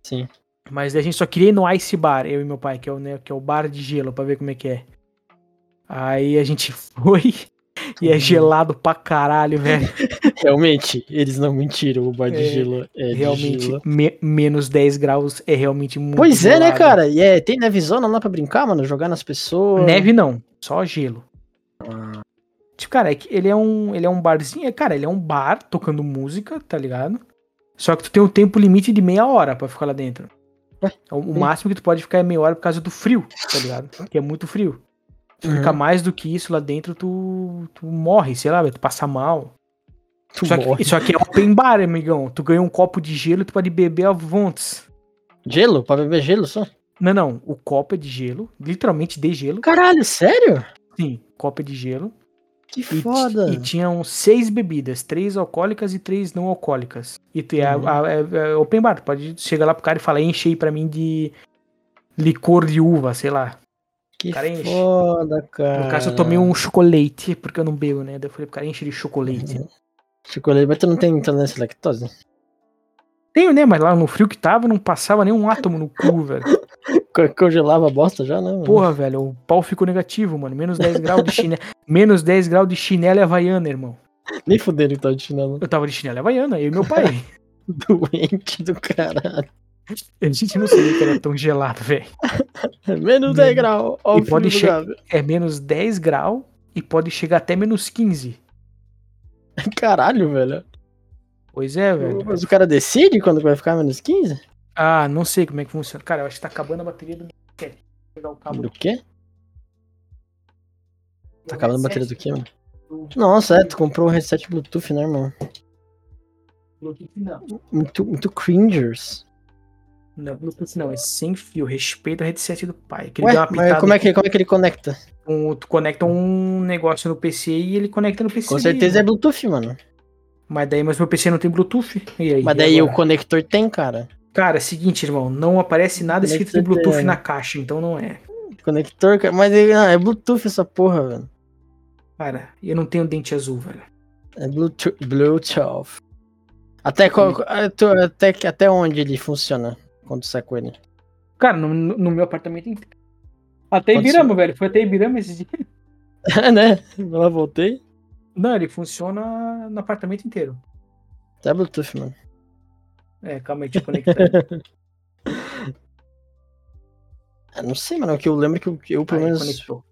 Speaker 2: Sim. [laughs]
Speaker 1: Mas daí a gente só queria ir no Ice Bar, eu e meu pai, que é o, né, que é o bar de gelo, pra ver como é que é. Aí a gente [laughs] foi e
Speaker 2: Uhum.
Speaker 1: é gelado pra caralho, velho.
Speaker 2: Realmente, eles não mentiram. O bar de
Speaker 1: É,
Speaker 2: gelo é de
Speaker 1: realmente um
Speaker 2: gelo.
Speaker 1: me- menos 10 graus é realmente muito
Speaker 2: Pois é, né,
Speaker 1: gelado.
Speaker 2: cara? E é, tem nevezona lá pra brincar, mano? Jogar nas pessoas.
Speaker 1: Neve não, só gelo.
Speaker 2: Tipo, Ah,
Speaker 1: Tipo, cara, é que ele é um, ele é um barzinho, é, cara, ele é um bar tocando música, tá ligado? Só que tu tem um tempo limite de meia hora pra ficar lá dentro.
Speaker 2: Ué,
Speaker 1: O, o
Speaker 2: É, sim.
Speaker 1: máximo que tu pode ficar é meia hora por causa do frio, tá ligado? Que é muito frio. Tu
Speaker 2: Uhum.
Speaker 1: fica mais do que isso lá dentro, tu, tu morre, sei lá, tu passa mal.
Speaker 2: tu
Speaker 1: Só
Speaker 2: morre.
Speaker 1: que, só que é open bar, amigão. Tu ganha um copo de gelo e tu pode beber à vontade.
Speaker 2: Gelo? Pra beber gelo só?
Speaker 1: Não, não. O copo é de gelo. Literalmente de gelo.
Speaker 2: Caralho, sério?
Speaker 1: Sim, copo é de gelo.
Speaker 2: Que
Speaker 1: E,
Speaker 2: foda.
Speaker 1: e tinham seis bebidas. Três alcoólicas e três não alcoólicas. E tu- é,
Speaker 2: Uhum.
Speaker 1: a- é- é open bar. tu Pode chegar lá pro cara e falar, enche aí pra mim de licor de uva, sei lá.
Speaker 2: que
Speaker 1: cara enche.
Speaker 2: foda, cara.
Speaker 1: No caso, eu tomei
Speaker 2: Ah.
Speaker 1: um chocolate, porque eu não bebo, né? Daí eu falei pro cara, enche de chocolate.
Speaker 2: Uhum. Chocolate, mas tu não tem intolerância à lactose?
Speaker 1: Tenho, né? Mas lá no frio que tava, não passava nem um átomo no cu, velho.
Speaker 2: Uhum. Co- Congelava a bosta já, né? mano?
Speaker 1: Porra, velho, o pau ficou negativo, mano. Menos 10 graus de
Speaker 2: [laughs]
Speaker 1: chinelo. Menos 10 graus de chinelo e havaiana, irmão.
Speaker 2: Nem fuderam então de chinelo. [laughs]
Speaker 1: Eu tava de chinelo e havaiana, eu e meu pai.
Speaker 2: Doente do caralho.
Speaker 1: A gente não sabia que era tão gelado, velho.
Speaker 2: Menos 10 graus. Ó,
Speaker 1: Hum. E
Speaker 2: o frio
Speaker 1: pode
Speaker 2: do
Speaker 1: che-
Speaker 2: Gabi. [laughs]
Speaker 1: É menos 10 graus e pode chegar até menos 15.
Speaker 2: Caralho, velho.
Speaker 1: Pois é, velho.
Speaker 2: Mas o cara decide quando vai ficar menos 15?
Speaker 1: Ah, não sei como é que funciona. Cara, eu acho que tá acabando a bateria do meu headset. Vou pegar o cabo
Speaker 2: Do
Speaker 1: do
Speaker 2: quê? Tá
Speaker 1: meu
Speaker 2: acabando a bateria
Speaker 1: headset,
Speaker 2: do quê, mano?
Speaker 1: do
Speaker 2: Nossa, é, tu comprou um headset Bluetooth, né, irmão?
Speaker 1: Bluetooth não.
Speaker 2: Muito, muito cringers.
Speaker 1: Não, Bluetooth não, é sem fio. Respeita o headset do pai. Que ele
Speaker 2: Ué,
Speaker 1: deu uma
Speaker 2: mas
Speaker 1: pitada.
Speaker 2: como é, que, como é que ele conecta?
Speaker 1: com- tu conecta um negócio no PC e ele conecta no PC.
Speaker 2: Com certeza é Bluetooth, mano.
Speaker 1: Mas daí, mas meu PC não tem Bluetooth. E aí?
Speaker 2: Mas
Speaker 1: e
Speaker 2: daí o
Speaker 1: é agora?
Speaker 2: conector tem, cara.
Speaker 1: Cara, é seguinte, irmão, não aparece nada escrito de
Speaker 2: Conector
Speaker 1: Bluetooth
Speaker 2: tem.
Speaker 1: na caixa, então não é.
Speaker 2: Conector, cara. Mas ele, ah, é Bluetooth essa porra, velho.
Speaker 1: Cara, eu não tenho dente azul, velho.
Speaker 2: É Bluetooth. Bluetooth. Até, co- até, até, até onde ele funciona quando sai com ele?
Speaker 1: Cara, no, no meu apartamento inteiro. Até
Speaker 2: Pode
Speaker 1: Ibirama, velho. Foi até Ibirama esse dia.
Speaker 2: [laughs] né? Lá voltei.
Speaker 1: Não, ele funciona no apartamento inteiro.
Speaker 2: Até Bluetooth, mano.
Speaker 1: É, calma aí, deixa eu
Speaker 2: [laughs]
Speaker 1: conectar.
Speaker 2: Ah, não sei, mano. é Que eu lembro que eu, eu pelo
Speaker 1: Aí,
Speaker 2: menos.
Speaker 1: conectou.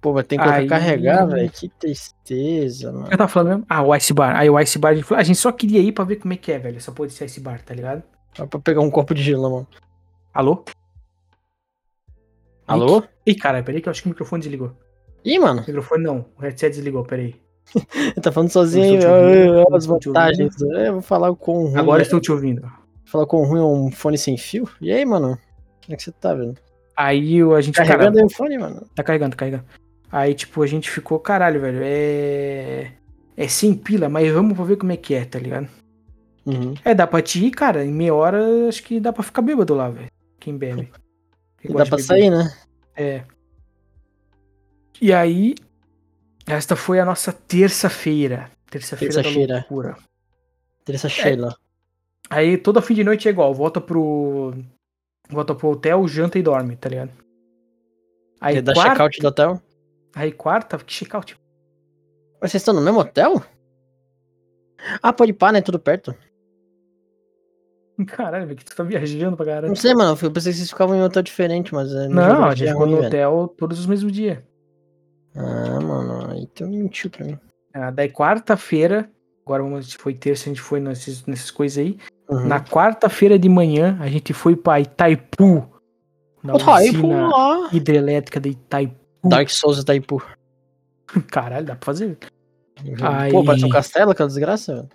Speaker 2: Pô, mas tem que colocar
Speaker 1: Aí-
Speaker 2: carregar, velho. Que tristeza, mano.
Speaker 1: Eu tava falando mesmo? Ah, o Ice Bar. Aí o Ice Bar, a gente, falou, "Ah, a gente só queria ir pra ver como é que é, velho. Essa porra desse Ice Bar, tá ligado?
Speaker 2: Dá pra pegar um copo de gelo, mano.
Speaker 1: Alô?
Speaker 2: Alô?
Speaker 1: Ih, caralho, peraí que eu acho que o microfone desligou.
Speaker 2: Ih, mano.
Speaker 1: O microfone não, o headset desligou, peraí.
Speaker 2: Tá falando sozinho aí,
Speaker 1: Eu estou te ouvindo,
Speaker 2: velho.
Speaker 1: eu
Speaker 2: As
Speaker 1: estou te
Speaker 2: vantagens. É, eu vou falar com ruim.
Speaker 1: Agora
Speaker 2: é-
Speaker 1: estou te ouvindo.
Speaker 2: Falar com ruim é um fone sem fio? E aí, mano? Como é que você tá, velho?
Speaker 1: Aí o- a gente.
Speaker 2: Carregando aí o fone, mano.
Speaker 1: Tá carregando, tá carregando. Aí, tipo, a gente ficou, caralho, velho, é. É sem pila, mas vamos ver como é que é, tá ligado?
Speaker 2: Uhum.
Speaker 1: É, dá pra te ir, cara, em meia hora acho que dá pra ficar bêbado lá, velho. Quem bebe. Quem
Speaker 2: E
Speaker 1: gosta
Speaker 2: dá
Speaker 1: de
Speaker 2: pra
Speaker 1: beber.
Speaker 2: sair, né?
Speaker 1: É. E aí, esta foi a nossa terça-feira. Terça-feira
Speaker 2: Terça-feira.
Speaker 1: da loucura.
Speaker 2: Terça cheia.
Speaker 1: Aí toda fim de noite é igual, volta pro. Volta pro hotel, janta e dorme, tá ligado?
Speaker 2: Aí
Speaker 1: Aí
Speaker 2: É, dá
Speaker 1: quarta,
Speaker 2: check-out do hotel.
Speaker 1: aí quarta, que check-out. [laughs]
Speaker 2: Mas vocês estão no mesmo hotel? Ah, pode pá, né? Tudo perto.
Speaker 1: Caralho, velho, que tu tá viajando pra caralho.
Speaker 2: Não sei, mano. Eu pensei que vocês ficavam em um hotel diferente, mas... é, minha
Speaker 1: Não, a
Speaker 2: geografia
Speaker 1: gente
Speaker 2: é
Speaker 1: ficou
Speaker 2: ruim,
Speaker 1: no
Speaker 2: velho.
Speaker 1: hotel todos os mesmos dias.
Speaker 2: Ah, mano. Aí tu mentiu pra mim.
Speaker 1: Ah, daí quarta-feira, agora vamos, foi terça, a gente foi nesses, nessas coisas aí.
Speaker 2: Uhum.
Speaker 1: Na quarta-feira de manhã, a gente foi pra Itaipu.
Speaker 2: Uhum.
Speaker 1: Na
Speaker 2: Taipu
Speaker 1: usina
Speaker 2: lá.
Speaker 1: hidrelétrica de Itaipu.
Speaker 2: Dark Souls tá Taipu.
Speaker 1: Caralho, dá pra fazer.
Speaker 2: Pô,
Speaker 1: Aí-
Speaker 2: parece um castelo, aquela desgraça, velho.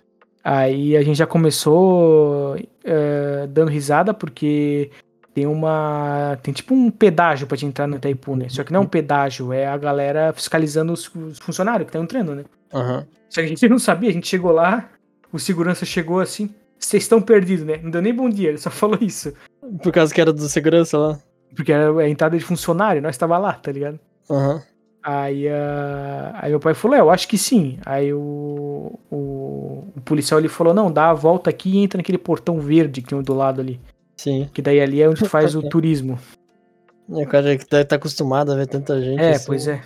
Speaker 1: Aí a gente já começou eh, dando risada, porque tem uma. Tem tipo um pedágio pra te entrar no Itaipu, né? Só que não é um pedágio, é a galera fiscalizando os, os funcionários que estão entrando, né?
Speaker 2: Aham.
Speaker 1: Só que a gente [laughs] não sabia, a gente chegou lá, o segurança chegou assim, vocês estão perdidos, né? Não deu nem bom dia, ele só falou isso.
Speaker 2: Por causa que era do segurança lá.
Speaker 1: Porque era a entrada de funcionário, nós tava lá, tá ligado?
Speaker 2: Aham.
Speaker 1: Aí, ah, aí meu pai falou, é, eu acho que sim. Aí o, o, o policial ele falou, não, dá a volta aqui e entra naquele portão verde que tem do lado ali.
Speaker 2: Sim.
Speaker 1: Que daí ali é onde faz o turismo.
Speaker 2: É, o cara que tá, tá acostumado a ver tanta gente. assim.
Speaker 1: É, pois é.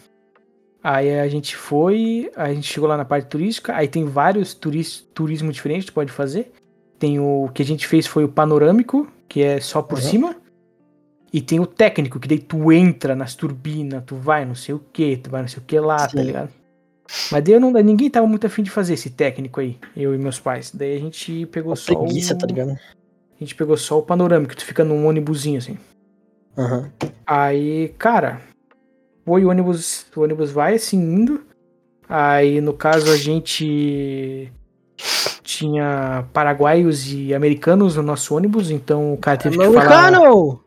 Speaker 1: Aí a gente foi, a gente chegou lá na parte turística, aí tem vários turis, turismo diferentes que tu pode fazer. Tem o, o que a gente fez foi o panorâmico, que é só por
Speaker 2: Uhum.
Speaker 1: cima. E tem o técnico, que daí tu entra nas turbinas, tu vai não sei o que, tu vai não sei o que lá, tá
Speaker 2: Sim.
Speaker 1: ligado? Mas daí eu não, ninguém tava muito afim de fazer esse técnico aí, eu e meus pais. Daí a gente pegou
Speaker 2: Uma
Speaker 1: só um o,
Speaker 2: preguiça, tá ligado?
Speaker 1: a gente pegou só o panorâmico, tu fica num ônibusinho assim.
Speaker 2: Aham.
Speaker 1: Aí, cara, foi o ônibus, o ônibus vai assim indo. Aí, no caso, a gente tinha paraguaios e americanos no nosso ônibus, então o cara teve que falar,
Speaker 2: Americano!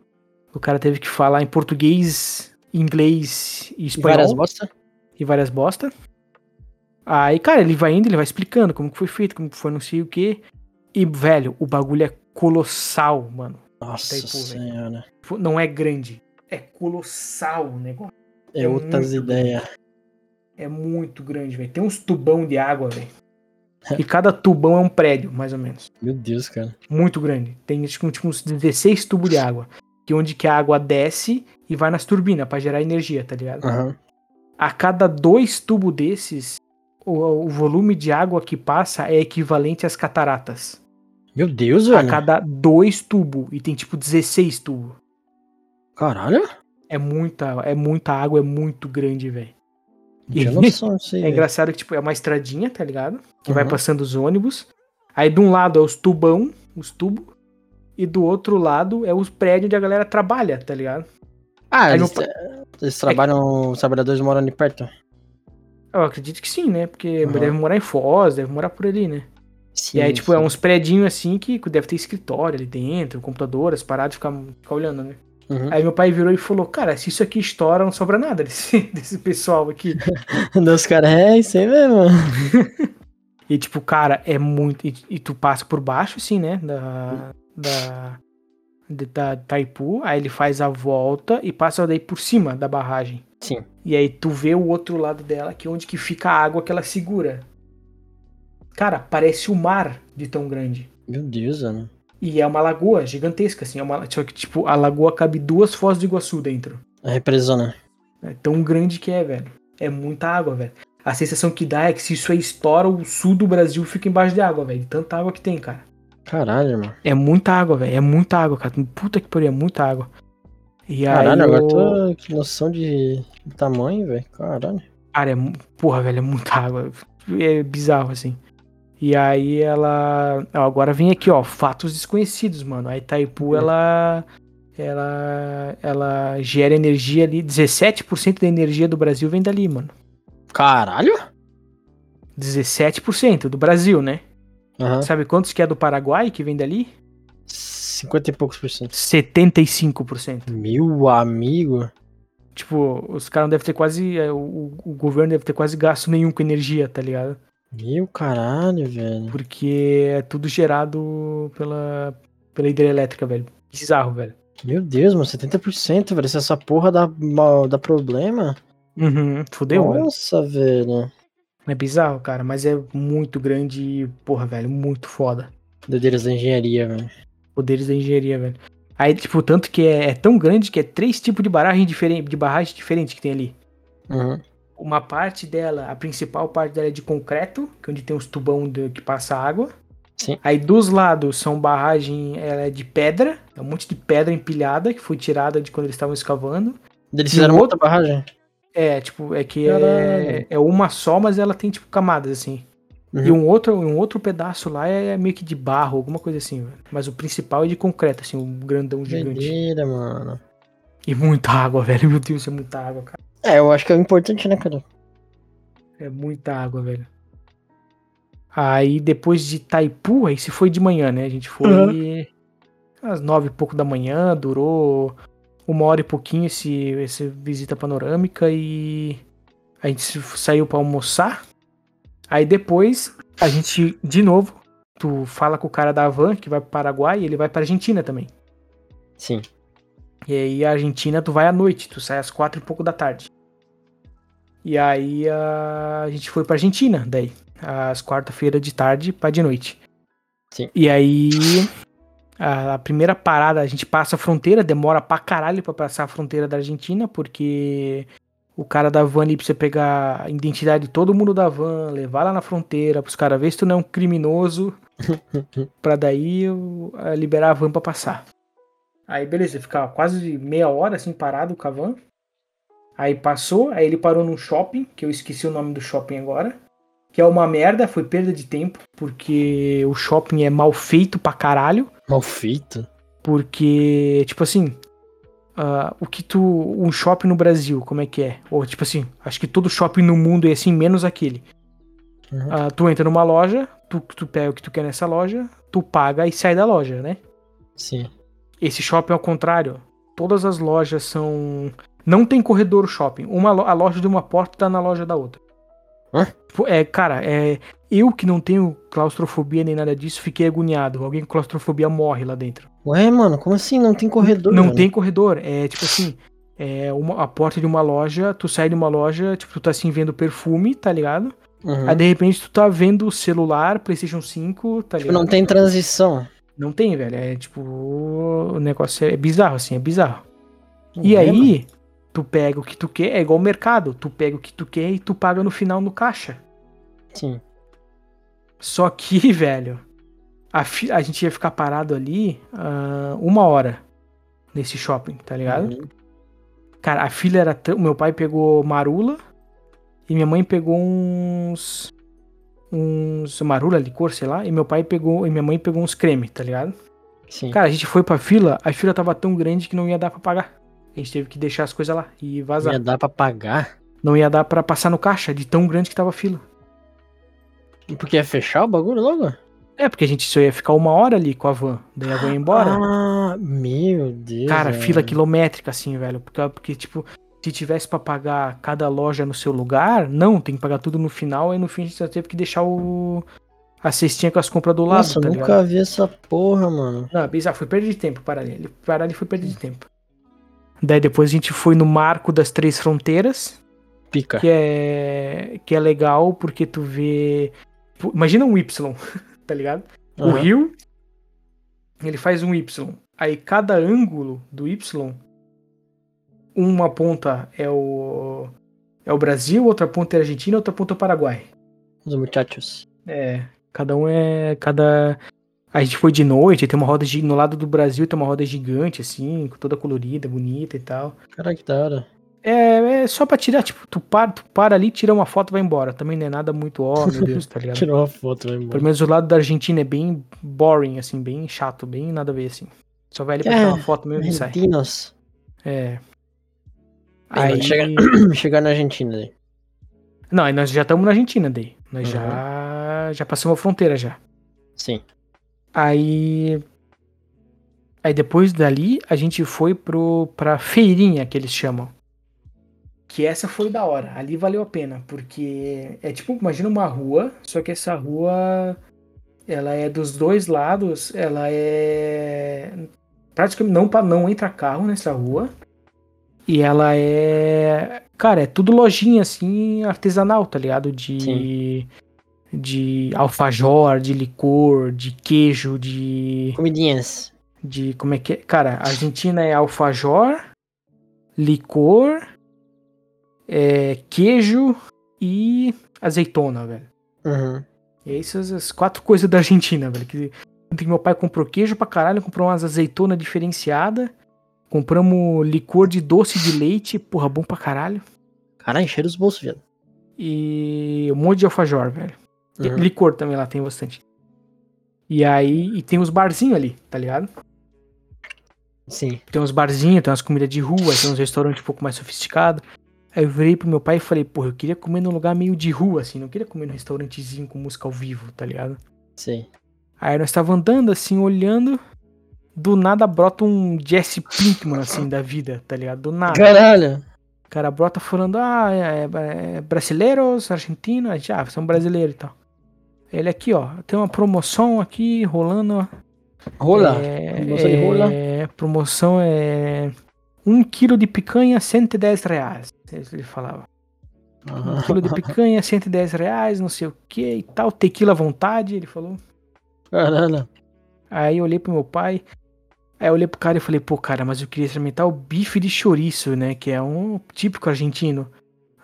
Speaker 1: o cara teve que falar em português, inglês e
Speaker 2: E várias
Speaker 1: espanhol
Speaker 2: bosta.
Speaker 1: e várias bosta. Aí, cara, ele vai indo, ele vai explicando como que foi feito, como que foi não sei o que. E, velho, o bagulho é colossal, mano.
Speaker 2: Nossa
Speaker 1: Taipu, velho.
Speaker 2: senhora.
Speaker 1: Não é grande, é colossal o negócio.
Speaker 2: É
Speaker 1: É
Speaker 2: outras
Speaker 1: muito
Speaker 2: ideias.
Speaker 1: É muito grande, velho. Tem uns tubão de água, velho. E cada tubão é um prédio, mais ou menos.
Speaker 2: Meu Deus, cara.
Speaker 1: Muito grande. Tem acho que, tipo, uns 16 tubos de água. Que é onde que a água desce e vai nas turbinas pra gerar energia, tá ligado?
Speaker 2: Aham.
Speaker 1: A cada dois tubos desses, o, o volume de água que passa é equivalente às cataratas.
Speaker 2: Meu Deus,
Speaker 1: A
Speaker 2: velho.
Speaker 1: cada dois tubos. E tem tipo 16 tubos.
Speaker 2: Caralho.
Speaker 1: É muita, é muita água, é muito grande, velho.
Speaker 2: Não
Speaker 1: [laughs]
Speaker 2: tinha
Speaker 1: E-
Speaker 2: noção disso aí.
Speaker 1: É
Speaker 2: velho.
Speaker 1: engraçado que, tipo, é uma estradinha, tá ligado? Que vai
Speaker 2: Uhum.
Speaker 1: passando os ônibus. Aí de um lado é os tubão, os tubos. E do outro lado é os prédios onde a galera trabalha, tá ligado?
Speaker 2: Ah,
Speaker 1: Aí
Speaker 2: eles,
Speaker 1: meu
Speaker 2: eles trabalham, os trabalhadores moram ali perto.
Speaker 1: Eu acredito que sim, né? Porque
Speaker 2: Uhum.
Speaker 1: deve morar em Foz, deve morar por ali, né?
Speaker 2: Sim,
Speaker 1: e aí, tipo,
Speaker 2: sim.
Speaker 1: é uns prédios assim que deve ter escritório ali dentro, computador, as paradas, ficar, ficar olhando, né?
Speaker 2: Uhum. [laughs]
Speaker 1: Aí meu pai virou e falou, cara, se isso aqui estoura, não sobra nada desse, [laughs] desse pessoal aqui.
Speaker 2: Dos caras, é isso aí mesmo.
Speaker 1: E tipo, cara, é muito. E, e tu passa por baixo, assim, né? Da. Da. de- da Taipu. Aí ele faz a volta e passa daí por cima da barragem.
Speaker 2: Sim.
Speaker 1: E aí tu vê o outro lado dela, que é onde que fica a água que ela segura. Cara, parece o mar de tão grande.
Speaker 2: Meu Deus, Ana.
Speaker 1: E é uma lagoa gigantesca, assim. É uma, só que, tipo, a lagoa cabe duas foz do Iguaçu dentro.
Speaker 2: É represona.
Speaker 1: É tão grande que é, velho. É muita água, velho. A sensação que dá é que se isso aí estoura, o sul do Brasil fica embaixo de água, velho. Tanta água que tem, cara.
Speaker 2: Caralho, irmão.
Speaker 1: É muita água, velho. É muita água, cara. Puta que pariu, é muita água. E aí,
Speaker 2: Caralho, agora
Speaker 1: eu-
Speaker 2: tô que noção de tamanho, velho. Caralho.
Speaker 1: Cara, é, mu- porra, velho, é muita água. É bizarro, assim. E aí ela. ó, agora vem aqui, ó. Fatos desconhecidos, mano. A Itaipu,
Speaker 2: É.
Speaker 1: ela. Ela. Ela gera energia ali. 17% da energia do Brasil vem dali, mano.
Speaker 2: Caralho?
Speaker 1: 17% do Brasil, né?
Speaker 2: Aham.
Speaker 1: Sabe quantos que é do Paraguai que vem dali?
Speaker 2: 50 e poucos por cento.
Speaker 1: 75%.
Speaker 2: Meu amigo.
Speaker 1: Tipo, os caras não devem ter quase. é, O, o governo deve ter quase gasto nenhum com energia, tá ligado?
Speaker 2: Meu caralho, velho.
Speaker 1: Porque é tudo gerado pela, pela hidrelétrica, velho. Bizarro, velho.
Speaker 2: Meu Deus, mano, 70%, velho. Se essa porra dá, mal- dá problema.
Speaker 1: Uhum, fudeu, velho.
Speaker 2: Nossa, velho.
Speaker 1: É bizarro, cara, mas é muito grande e, porra, velho, muito foda.
Speaker 2: Doideiras da engenharia, velho.
Speaker 1: Poderes da engenharia, velho. Aí, tipo, tanto que é, é tão grande que é três tipos de barragem diferente, de barragem diferente que tem ali.
Speaker 2: Uhum.
Speaker 1: Uma parte dela, a principal parte dela é de concreto, que é onde tem os tubão de- que passa água.
Speaker 2: Sim.
Speaker 1: Aí dos lados são barragem, ela é de pedra, é um monte de pedra empilhada que foi tirada de quando eles estavam escavando.
Speaker 2: Eles
Speaker 1: E
Speaker 2: fizeram
Speaker 1: o
Speaker 2: outra barragem?
Speaker 1: É, tipo, é que
Speaker 2: Caralho.
Speaker 1: é, é uma só, mas ela tem, tipo, camadas, assim.
Speaker 2: Uhum.
Speaker 1: E um outro, um outro pedaço lá é meio que de barro, alguma coisa assim, velho. Mas o principal é de concreto, assim, um grandão gigante.
Speaker 2: Doideira, mano.
Speaker 1: E muita água, [laughs] velho. Meu Deus, é muita água, cara.
Speaker 2: É, eu acho que é o importante, né, cara?
Speaker 1: É muita água, velho. Aí depois de Taipu, aí se foi de manhã, né? A gente foi às nove e pouco da manhã, durou uma hora e pouquinho esse, essa visita panorâmica e a gente se- saiu pra almoçar. Aí depois a gente, de novo, tu fala com o cara da van que vai pro Paraguai e ele vai pra Argentina também.
Speaker 2: Sim.
Speaker 1: E aí a Argentina tu vai à noite, tu sai às quatro e pouco da tarde. E aí a, a gente foi pra Argentina, daí. Às quarta-feira de tarde pra de noite.
Speaker 2: Sim.
Speaker 1: E aí a, a primeira parada, a gente passa a fronteira, demora pra caralho pra passar a fronteira da Argentina, porque o cara da van ali precisa pegar a identidade de todo mundo da van, levar lá na fronteira, pros caras ver se tu não é um criminoso, pra daí o- a liberar a van pra passar. Aí beleza, ficava quase meia hora assim parado com a van. Aí passou, aí ele parou num shopping, que eu esqueci o nome do shopping agora. Que é uma merda, foi perda de tempo, porque o shopping é mal feito pra caralho.
Speaker 2: Mal feito.
Speaker 1: Porque, tipo assim, ah, o que tu. Um shopping no Brasil, como é que é? Ou, tipo assim, acho que todo shopping no mundo é assim, menos aquele.
Speaker 2: Uhum.
Speaker 1: Ah, tu entra numa loja, tu, tu pega o que tu quer nessa loja, tu paga e sai da loja, né?
Speaker 2: Sim.
Speaker 1: Esse shopping é ao contrário. Todas as lojas são. Não tem corredor o shopping. Uma, lo- a loja de uma porta tá na loja da outra.
Speaker 2: Hã?
Speaker 1: Tipo, É, cara, é. Eu que não tenho claustrofobia nem nada disso, fiquei agoniado. Alguém com claustrofobia morre lá dentro.
Speaker 2: Ué, mano, como assim? Não tem corredor?
Speaker 1: Não
Speaker 2: mano?
Speaker 1: tem corredor. É tipo assim. É uma- a porta de uma loja, tu sai de uma loja, tipo, tu tá assim vendo perfume, tá ligado?
Speaker 2: Uhum.
Speaker 1: Aí de repente tu tá vendo o celular, Playstation 5, tá
Speaker 2: Tipo,
Speaker 1: ligado?
Speaker 2: não tem transição.
Speaker 1: Não tem, velho. É tipo. O negócio é, é bizarro, assim, é bizarro. E aí, tu pega o que tu quer, é igual o mercado, tu pega o que tu quer e tu paga no final no caixa.
Speaker 2: Sim.
Speaker 1: Só que, [laughs] velho, a, fi- a gente ia ficar parado ali ah, uma hora nesse shopping, tá ligado?
Speaker 2: Uhum.
Speaker 1: Cara, a filha era tão. Meu pai pegou marula e minha mãe pegou uns. Uns marula, licor, sei lá, e meu pai pegou, e minha mãe pegou uns creme, tá ligado?
Speaker 2: Sim.
Speaker 1: Cara, a gente foi pra fila, a fila tava tão grande que não ia dar pra pagar. A gente teve que deixar as coisas lá e vazar.
Speaker 2: Ia dar pra pagar?
Speaker 1: não ia dar pra passar no caixa de tão grande que tava a fila.
Speaker 2: Porque ia fechar o bagulho logo?
Speaker 1: É, porque a gente só ia ficar uma hora ali com a van. Daí a van ia embora.
Speaker 2: Ah, meu Deus.
Speaker 1: Cara,
Speaker 2: velho.
Speaker 1: fila quilométrica, assim, velho. Porque, porque, tipo, se tivesse pra pagar cada loja no seu lugar, não, tem que pagar tudo no final. E no fim a gente só teve que deixar o. A cestinha com as compras do lado,
Speaker 2: Nossa,
Speaker 1: tá
Speaker 2: eu
Speaker 1: ligado?
Speaker 2: nunca vi essa porra, mano.
Speaker 1: Não, é bizarro, foi perda de tempo para ali. Para ali foi perda de tempo. Daí depois a gente foi no marco das três fronteiras.
Speaker 2: Pica.
Speaker 1: é que é que é legal porque tu vê Tipo, imagina um Y, [laughs] tá ligado? O
Speaker 2: Aham.
Speaker 1: rio, ele faz um Y. Aí cada ângulo do Y, uma ponta é o é o Brasil, outra ponta é a Argentina, outra ponta é o Paraguai.
Speaker 2: Os muchachos.
Speaker 1: É, cada um é cada a gente foi de noite, tem uma roda gi- no lado do Brasil, tem uma roda gigante assim, toda colorida, bonita e tal.
Speaker 2: Caraca, que da hora.
Speaker 1: É, é só pra tirar, tipo, tu para, tu para ali, tira uma foto, vai embora. Também não é nada muito, ó, meu Deus, [laughs] tá ligado?
Speaker 2: Tirou uma foto, vai
Speaker 1: Pelo
Speaker 2: embora.
Speaker 1: menos o lado da Argentina é bem boring, assim, bem chato, bem nada a ver, assim. Só vai ali pra
Speaker 2: É,
Speaker 1: tirar uma foto mesmo e sai.
Speaker 2: Argentinos. [clears throat]
Speaker 1: É.
Speaker 2: Bem,
Speaker 1: Aí...
Speaker 2: quando chega- Chegar na Argentina. né?
Speaker 1: Não, aí nós já estamos na Argentina, daí. Nós
Speaker 2: Uhum.
Speaker 1: já... já passamos a fronteira, já.
Speaker 2: Sim.
Speaker 1: Aí... Aí depois dali, a gente foi pro... pra feirinha, que eles chamam. Que essa foi da hora. Ali valeu a pena, porque... É tipo, imagina uma rua, só que essa rua... Ela é dos dois lados, ela é... Praticamente não, pa- não entra carro nessa rua. E ela é... Cara, é tudo lojinha, assim, artesanal, tá ligado? De de alfajor, de licor, de queijo, de,
Speaker 2: Comidinhas.
Speaker 1: de como é que é? Cara, a Argentina é alfajor, licor, é, queijo e azeitona, velho.
Speaker 2: Uhum.
Speaker 1: E essas as quatro coisas da Argentina, velho. Que, que meu pai comprou queijo pra caralho, comprou umas azeitona diferenciada, compramos licor de doce de leite, porra, bom pra caralho,
Speaker 2: Caralho, encheram os bolsos, viado.
Speaker 1: e um monte de alfajor, velho. E
Speaker 2: Uhum.
Speaker 1: Licor também lá tem bastante. E aí, e tem uns barzinhos ali, tá ligado?
Speaker 2: Sim.
Speaker 1: Tem uns barzinhos, tem umas comidas de rua, tem uns restaurantes um pouco mais sofisticados. Aí eu virei pro meu pai e falei, porra, eu queria comer num lugar meio de rua, assim, não queria comer num restaurantezinho com música ao vivo, tá ligado?
Speaker 2: Sim.
Speaker 1: Aí nós tava andando, assim, olhando, do nada brota um Jesse Pinkman, assim, da vida, tá ligado? Do nada.
Speaker 2: Caralho.
Speaker 1: O cara brota falando, ah, é, é, é brasileiros, argentinos, a gente, ah, são brasileiros e tal. Ele aqui, ó, tem uma promoção aqui rolando.
Speaker 2: Rola.
Speaker 1: É,
Speaker 2: promoção de
Speaker 1: é,
Speaker 2: rola.
Speaker 1: promoção é um quilo de picanha, 110 reais. Ele falava. Um
Speaker 2: É.
Speaker 1: quilo
Speaker 2: [laughs]
Speaker 1: de picanha, 110 reais, não sei o que e tal. Tequila à vontade, ele falou.
Speaker 2: Caralho.
Speaker 1: Aí eu olhei pro meu pai. Aí eu olhei pro cara e falei, pô, cara, mas eu queria experimentar o bife de chouriço, né? Que é um típico argentino.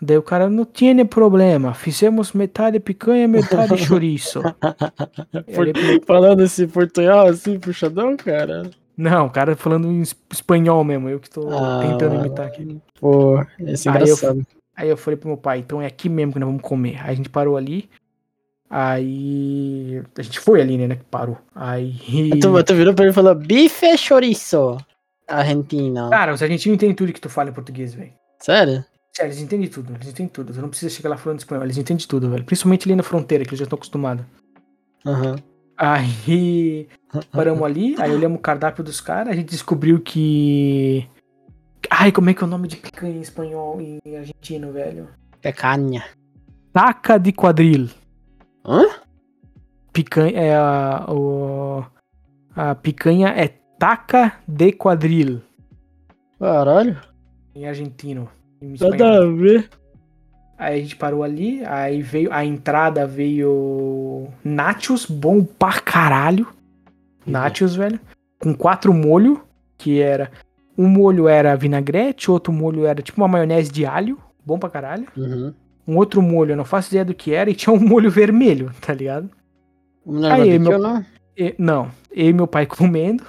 Speaker 1: Daí o cara, não tinha problema. Fizemos metade picanha,
Speaker 2: [laughs]
Speaker 1: metade chouriço. Eu olhei pro meu-
Speaker 2: Falando esse portunhol assim, puxadão, cara.
Speaker 1: Não, o cara falando em es- espanhol mesmo. Eu que tô
Speaker 2: Ah,
Speaker 1: tentando
Speaker 2: lá.
Speaker 1: imitar aqui.
Speaker 2: Pô, esse é
Speaker 1: Aí eu-
Speaker 2: engraçado.
Speaker 1: Aí eu falei pro meu pai, então é aqui mesmo que nós vamos comer. Aí a gente parou ali. Aí. A gente foi ali, né? né, Que parou. Aí.
Speaker 2: Tu, tu virou pra ele e falou, bife chorizo. Argentina.
Speaker 1: Cara, os argentinos entendem tudo que tu fala em português, velho.
Speaker 2: Sério?
Speaker 1: Sério, É, eles entendem tudo, eles entendem tudo. Você não precisa chegar lá falando espanhol, eles entendem tudo, velho. Principalmente ali na fronteira, que eles já estão acostumados.
Speaker 2: Aham.
Speaker 1: Aí paramos ali, aí olhamos o cardápio dos caras, a gente descobriu que. Ai, como é que é o nome de picanha em espanhol e em argentino, velho?
Speaker 2: Pecanha.
Speaker 1: Taca de quadril.
Speaker 2: Hã?
Speaker 1: Picanha é a. O, a picanha é taca de quadril
Speaker 2: Caralho.
Speaker 1: em argentino. Em
Speaker 2: Nada
Speaker 1: espanhol.
Speaker 2: a ver.
Speaker 1: Aí a gente parou ali, aí veio a entrada, veio nachos, bom pra caralho.
Speaker 2: Uhum.
Speaker 1: Nachos, velho. Com quatro molhos, que era... Um molho era vinagrete, outro molho era tipo uma maionese de alho, bom pra caralho.
Speaker 2: Uhum.
Speaker 1: Um outro molho, eu não faço ideia do que era, e tinha um molho [laughs] vermelho, tá ligado?
Speaker 2: O menor
Speaker 1: Aí,
Speaker 2: barbecue,
Speaker 1: meu-
Speaker 2: não?
Speaker 1: E- não, eu e meu pai comendo.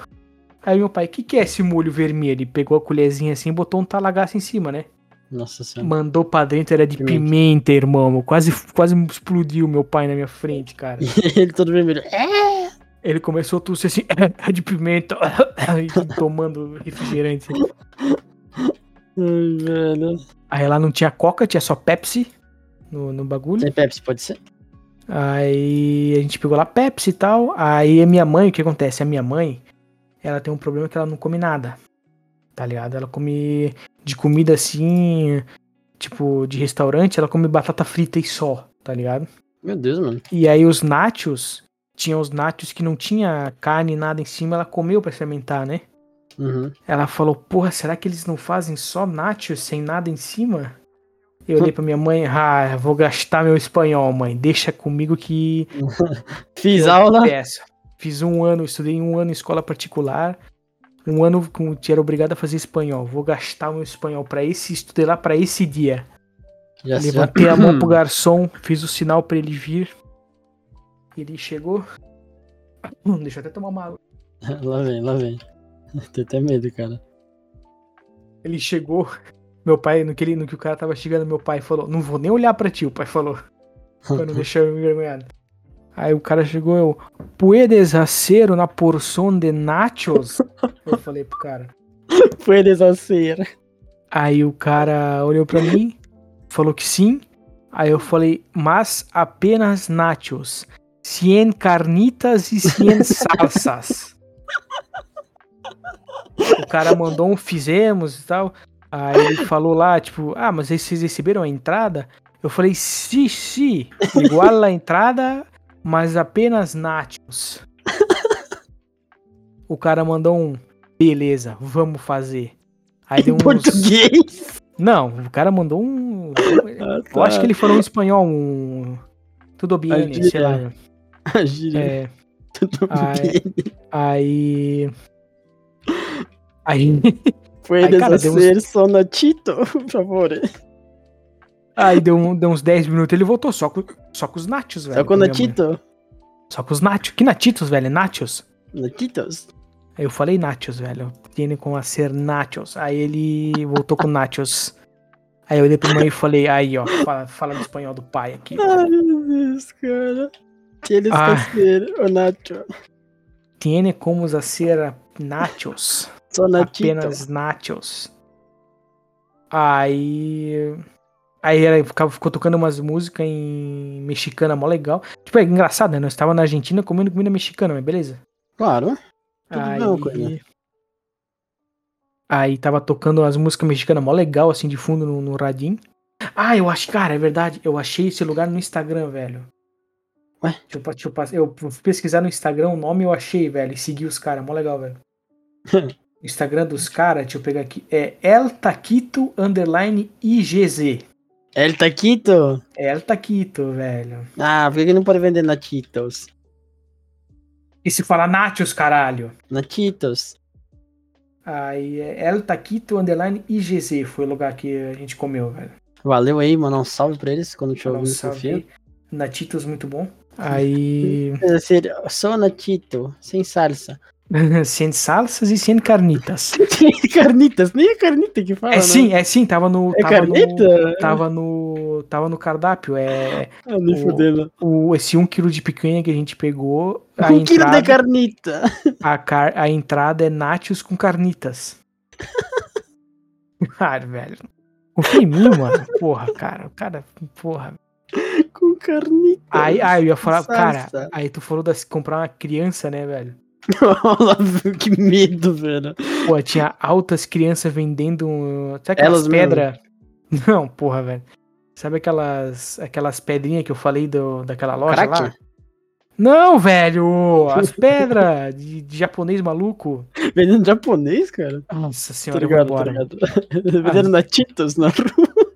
Speaker 1: Aí meu pai, o que, que é esse molho vermelho? E pegou a colherzinha assim e botou um talagaço em cima, né?
Speaker 2: Nossa senhora.
Speaker 1: Mandou pra dentro, era de
Speaker 2: Pimenta.
Speaker 1: pimenta, irmão. Quase, quase explodiu meu pai na minha frente, cara.
Speaker 2: [laughs] ele todo vermelho. É?
Speaker 1: Ele começou a tossir assim, [laughs] é de pimenta, [laughs] e tomando refrigerante.
Speaker 2: Ai, velho.
Speaker 1: Aí lá não tinha coca, tinha só Pepsi no, no bagulho.
Speaker 2: Tem Pepsi, pode ser?
Speaker 1: Aí a gente pegou lá Pepsi e tal. Aí a minha mãe, o que acontece? A minha mãe, ela tem um problema que ela não come nada. Tá ligado? Ela come de comida assim, tipo, de restaurante, ela come batata frita e só, tá ligado?
Speaker 2: Meu Deus, mano.
Speaker 1: E aí os nachos, tinha os nachos que não tinha carne, nada em cima, ela comeu pra experimentar, né?
Speaker 2: Uhum.
Speaker 1: Ela falou, porra, será que eles não fazem só nachos sem nada em cima? Eu olhei pra minha mãe, ah, vou gastar meu espanhol, mãe. Deixa comigo que.
Speaker 2: Fiz aula.
Speaker 1: Peço. Fiz um ano, estudei um ano em escola particular. Um ano com que era obrigado a fazer espanhol. Vou gastar meu espanhol para esse, estudei lá para esse dia.
Speaker 2: Já
Speaker 1: Levantei a
Speaker 2: [laughs]
Speaker 1: mão pro garçom, fiz o sinal para ele vir. Ele chegou. Hum, Deixa eu até tomar uma água.
Speaker 2: Lá vem, lá vem. [laughs] Tenho até medo, cara.
Speaker 1: Ele chegou. Meu pai, no que, ele, no que o cara tava chegando, meu pai falou: Não vou nem olhar pra ti, o pai falou. Pra não deixar eu envergonhado. Aí o cara chegou eu: Puedes hacer una porção de nachos? Eu falei pro cara.
Speaker 2: Foi desasseira.
Speaker 1: Aí o cara olhou pra mim, falou que sim. Aí eu falei, mas apenas nachos. 100 carnitas e
Speaker 2: [laughs]
Speaker 1: 100 salsas. o cara mandou um fizemos e tal. Aí ele falou lá, tipo, ah, mas aí vocês receberam a entrada? Eu falei, sim, sim, igual a entrada, mas apenas nachos. O cara mandou um, beleza, vamos fazer. Aí deu
Speaker 2: Em
Speaker 1: uns
Speaker 2: português. [laughs]
Speaker 1: não, o cara mandou um.
Speaker 2: Ah,
Speaker 1: Eu acho
Speaker 2: tá.
Speaker 1: que ele falou um espanhol, um. Tudo bem,
Speaker 2: Ajuda.
Speaker 1: sei lá.
Speaker 2: A gíria
Speaker 1: É,
Speaker 2: do
Speaker 1: ah, é.
Speaker 2: bem.
Speaker 1: aí. Aí,
Speaker 2: Foi
Speaker 1: Ai, cara, deu uns-
Speaker 2: desasseiro, sonatito, [laughs] por favor.
Speaker 1: aí deu, um- deu uns 10 minutos ele voltou, só com, só com os Nachos, velho.
Speaker 2: Só É com
Speaker 1: pra minha mãe.
Speaker 2: natito.
Speaker 1: Só com os Nachos. Que Natitos, velho? Nachos?
Speaker 2: Natitos.
Speaker 1: Aí eu falei Nachos, velho. Tiene com a ser Nachos. Aí ele voltou com Nachos. Aí eu olhei pra mãe e falei, aí ó, fala, fala do espanhol do pai aqui.
Speaker 2: Ai, meu Deus, cara. Tienes
Speaker 1: Ah.
Speaker 2: que ser o nacho.
Speaker 1: Tiene como a ser Nachos.
Speaker 2: Sonatito.
Speaker 1: apenas nachos. Aí. Aí ela ficava, ficou tocando umas músicas em mexicana mó legal. Tipo, é engraçado, né? Nós estávamos na Argentina comendo comida mexicana, mas beleza.
Speaker 2: Claro. Tudo
Speaker 1: Aí,
Speaker 2: bem, coisa.
Speaker 1: aí tava tocando as músicas mexicanas mó legal, assim, de fundo no, no radinho. Ah, eu acho, cara, é verdade. Eu achei esse lugar no Instagram, velho.
Speaker 2: Ué?
Speaker 1: Deixa eu, pa- deixa eu, pas- eu fui pesquisar no Instagram o nome eu achei, velho. E segui os caras, mó legal,
Speaker 2: [laughs]
Speaker 1: velho. O Instagram dos caras, deixa eu pegar aqui. É El Taquito Underline IGZ.
Speaker 2: El taquito.
Speaker 1: É El Taquito, velho.
Speaker 2: tá Ah, por que que não pode vender natitos?
Speaker 1: E se fala Nachos, caralho.
Speaker 2: Natitos.
Speaker 1: Aí é El Taquito Underline IGZ. Foi o lugar que a gente comeu, velho.
Speaker 2: Valeu aí, mano. Um salve pra eles quando te ouvir
Speaker 1: Nossa,
Speaker 2: seu filho.
Speaker 1: Natitos muito bom.
Speaker 2: [laughs]
Speaker 1: Aí.
Speaker 2: É, Só natito, sem salsa. [laughs]
Speaker 1: sem salsas e sem carnitas.
Speaker 2: Tem carnitas, nem é carnita que fala.
Speaker 1: É
Speaker 2: né?
Speaker 1: sim, é sim, tava no.
Speaker 2: É
Speaker 1: Tava
Speaker 2: carnita?
Speaker 1: No, tava no. Tava no cardápio. É.
Speaker 2: Ah, nem
Speaker 1: O-
Speaker 2: fudendo.
Speaker 1: O, esse 1 um kg de picanha que a gente pegou. A
Speaker 2: Um quilo de
Speaker 1: entrada-
Speaker 2: carnita. [laughs]
Speaker 1: A, car- a entrada é nachos com
Speaker 2: [laughs]
Speaker 1: carnitas. Cara, velho. Confia em mim, mano. Porra, cara. O cara, porra.
Speaker 2: Com carnita.
Speaker 1: Aí, aí eu ia falar,
Speaker 2: Salsa.
Speaker 1: cara, aí tu falou de comprar uma criança, né, velho?
Speaker 2: [laughs] Olha, [laughs] que medo, velho.
Speaker 1: Pô, tinha altas crianças vendendo. uh, Sabe aquelas
Speaker 2: Elas mesmo.
Speaker 1: pedras? [laughs] Não, porra, velho. Sabe aquelas, aquelas pedrinhas que eu falei do, daquela loja lá?
Speaker 2: Crack?
Speaker 1: Não, velho! As pedras de, de japonês maluco.
Speaker 2: Vendendo japonês, cara?
Speaker 1: Nossa
Speaker 2: Tá
Speaker 1: senhora, eu vou
Speaker 2: ligado, tá
Speaker 1: embora. Ah.
Speaker 2: ligado. [laughs] Vendendo
Speaker 1: [laughs]
Speaker 2: natitos na rua.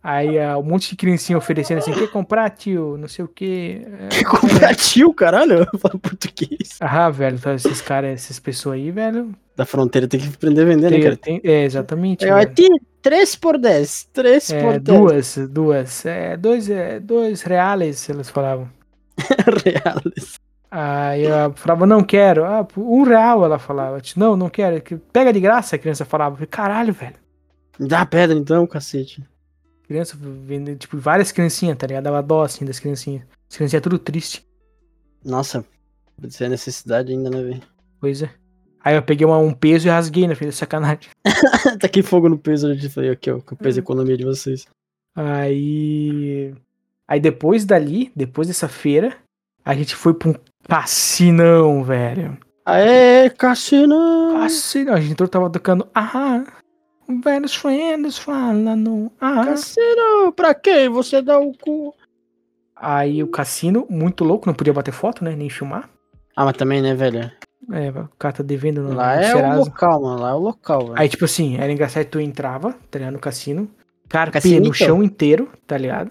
Speaker 1: Aí ah, um monte de criancinha oferecendo assim, quer comprar, tio? Não sei o
Speaker 2: [laughs]
Speaker 1: quê. É.
Speaker 2: Comprar tio, caralho. Fala português.
Speaker 1: Ah, velho, tá, esses caras, essas pessoas aí, velho.
Speaker 2: Da fronteira tem que aprender a vender, né,
Speaker 1: Tem,
Speaker 2: cara?
Speaker 1: tem- é, exatamente.
Speaker 2: É,
Speaker 1: velho.
Speaker 2: ti- três por dez, três
Speaker 1: É,
Speaker 2: por dez
Speaker 1: duas, duas. É, dois, é, dois reais, elas falavam.
Speaker 2: [laughs] reais.
Speaker 1: Aí ela falava, não quero. Ah, por um real, ela falava. Tipo, Não, não quero. Que- Pega de graça, a criança falava. Eu falei, Caralho, velho.
Speaker 2: Me dá a pedra então, cacete.
Speaker 1: Criança vendendo, tipo, várias criancinhas, tá ligado? Dava dó, assim, das criancinhas. As criancinhas é tudo triste.
Speaker 2: Nossa, isso é necessidade ainda, né, velho? [laughs]
Speaker 1: Pois é. Aí eu peguei uma- um peso e rasguei, né? Fiz sacanagem.
Speaker 2: tá aqui fogo no peso, eu já falei aqui, ó, com o
Speaker 1: Hum.
Speaker 2: peso da economia de vocês.
Speaker 1: Aí. Aí depois dali, depois dessa feira, a gente foi pra um cassinão, velho.
Speaker 2: Aê, Cassino!
Speaker 1: Cassinão. A gente entrou, tava tocando. Ah, velhos friends falando. Ah.
Speaker 2: Cassino, pra quem você dá o cu?
Speaker 1: Aí o cassino, muito louco, não podia bater foto, né? Nem filmar.
Speaker 2: Ah, mas também, né, velho?
Speaker 1: É, o cara tá devendo no,
Speaker 2: Lá
Speaker 1: no
Speaker 2: é o
Speaker 1: Serasa.
Speaker 2: local, mano, lá é o local, velho.
Speaker 1: Aí, tipo assim, era engraçado que tu entrava, tá ligado, no cassino. Carpê
Speaker 2: assim,
Speaker 1: no
Speaker 2: então.
Speaker 1: chão inteiro, tá ligado?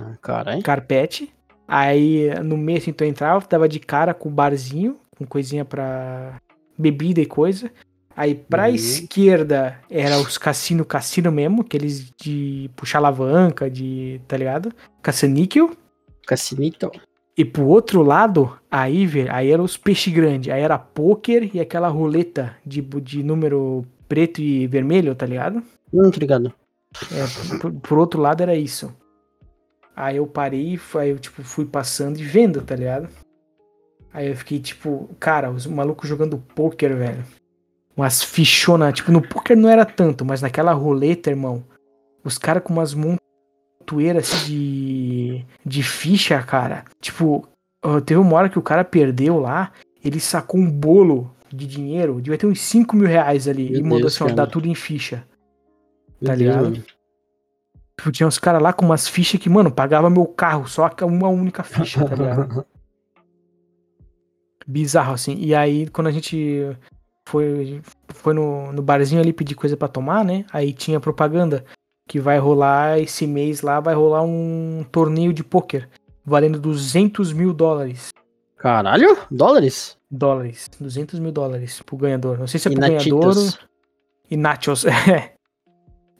Speaker 2: Ah, caralho.
Speaker 1: Carpete. Aí no meio assim, tu entrava, tava de cara com barzinho, com coisinha pra bebida e coisa. Aí pra
Speaker 2: Uhum.
Speaker 1: esquerda era os cassino, cassino mesmo, aqueles de puxar alavanca, de, tá ligado? Caça-níquel.
Speaker 2: Cassinito.
Speaker 1: E pro outro lado, aí, velho, aí era os peixes grandes. Aí era pôquer e aquela roleta de, bu- de número preto e vermelho, tá ligado?
Speaker 2: Não, tô Hum, ligado.
Speaker 1: É, pro, pro outro lado era isso. Aí eu parei, e fui- aí eu, tipo, fui passando e vendo, tá ligado? Aí eu fiquei, tipo, cara, os malucos jogando pôquer, velho. Umas fichonas, tipo, no pôquer não era tanto, mas naquela roleta, irmão, os caras com umas montoeiras assim, de, de ficha, cara. Tipo, ó, teve uma hora que o cara perdeu lá, ele sacou um bolo de dinheiro, devia ter uns 5 mil reais ali,
Speaker 2: Meu
Speaker 1: e mandou
Speaker 2: Deus,
Speaker 1: assim, ó,
Speaker 2: cara.
Speaker 1: dá tudo em ficha.
Speaker 2: Meu
Speaker 1: Tá
Speaker 2: Deus,
Speaker 1: ligado?
Speaker 2: mano.
Speaker 1: Tipo, tinha uns caras lá com umas fichas que, mano, pagava meu carro, só que é uma única ficha, tá ligado? Bizarro, assim. E aí, quando a gente foi, foi no, no barzinho ali pedir coisa pra tomar, né? Aí tinha propaganda que vai rolar esse mês lá, vai rolar um torneio de pôquer valendo 200 mil dólares.
Speaker 2: Caralho? Dólares?
Speaker 1: Dólares. 200 mil dólares pro ganhador. Não sei se é pro ganhador
Speaker 2: Inatitos.
Speaker 1: e nachos. [laughs] é.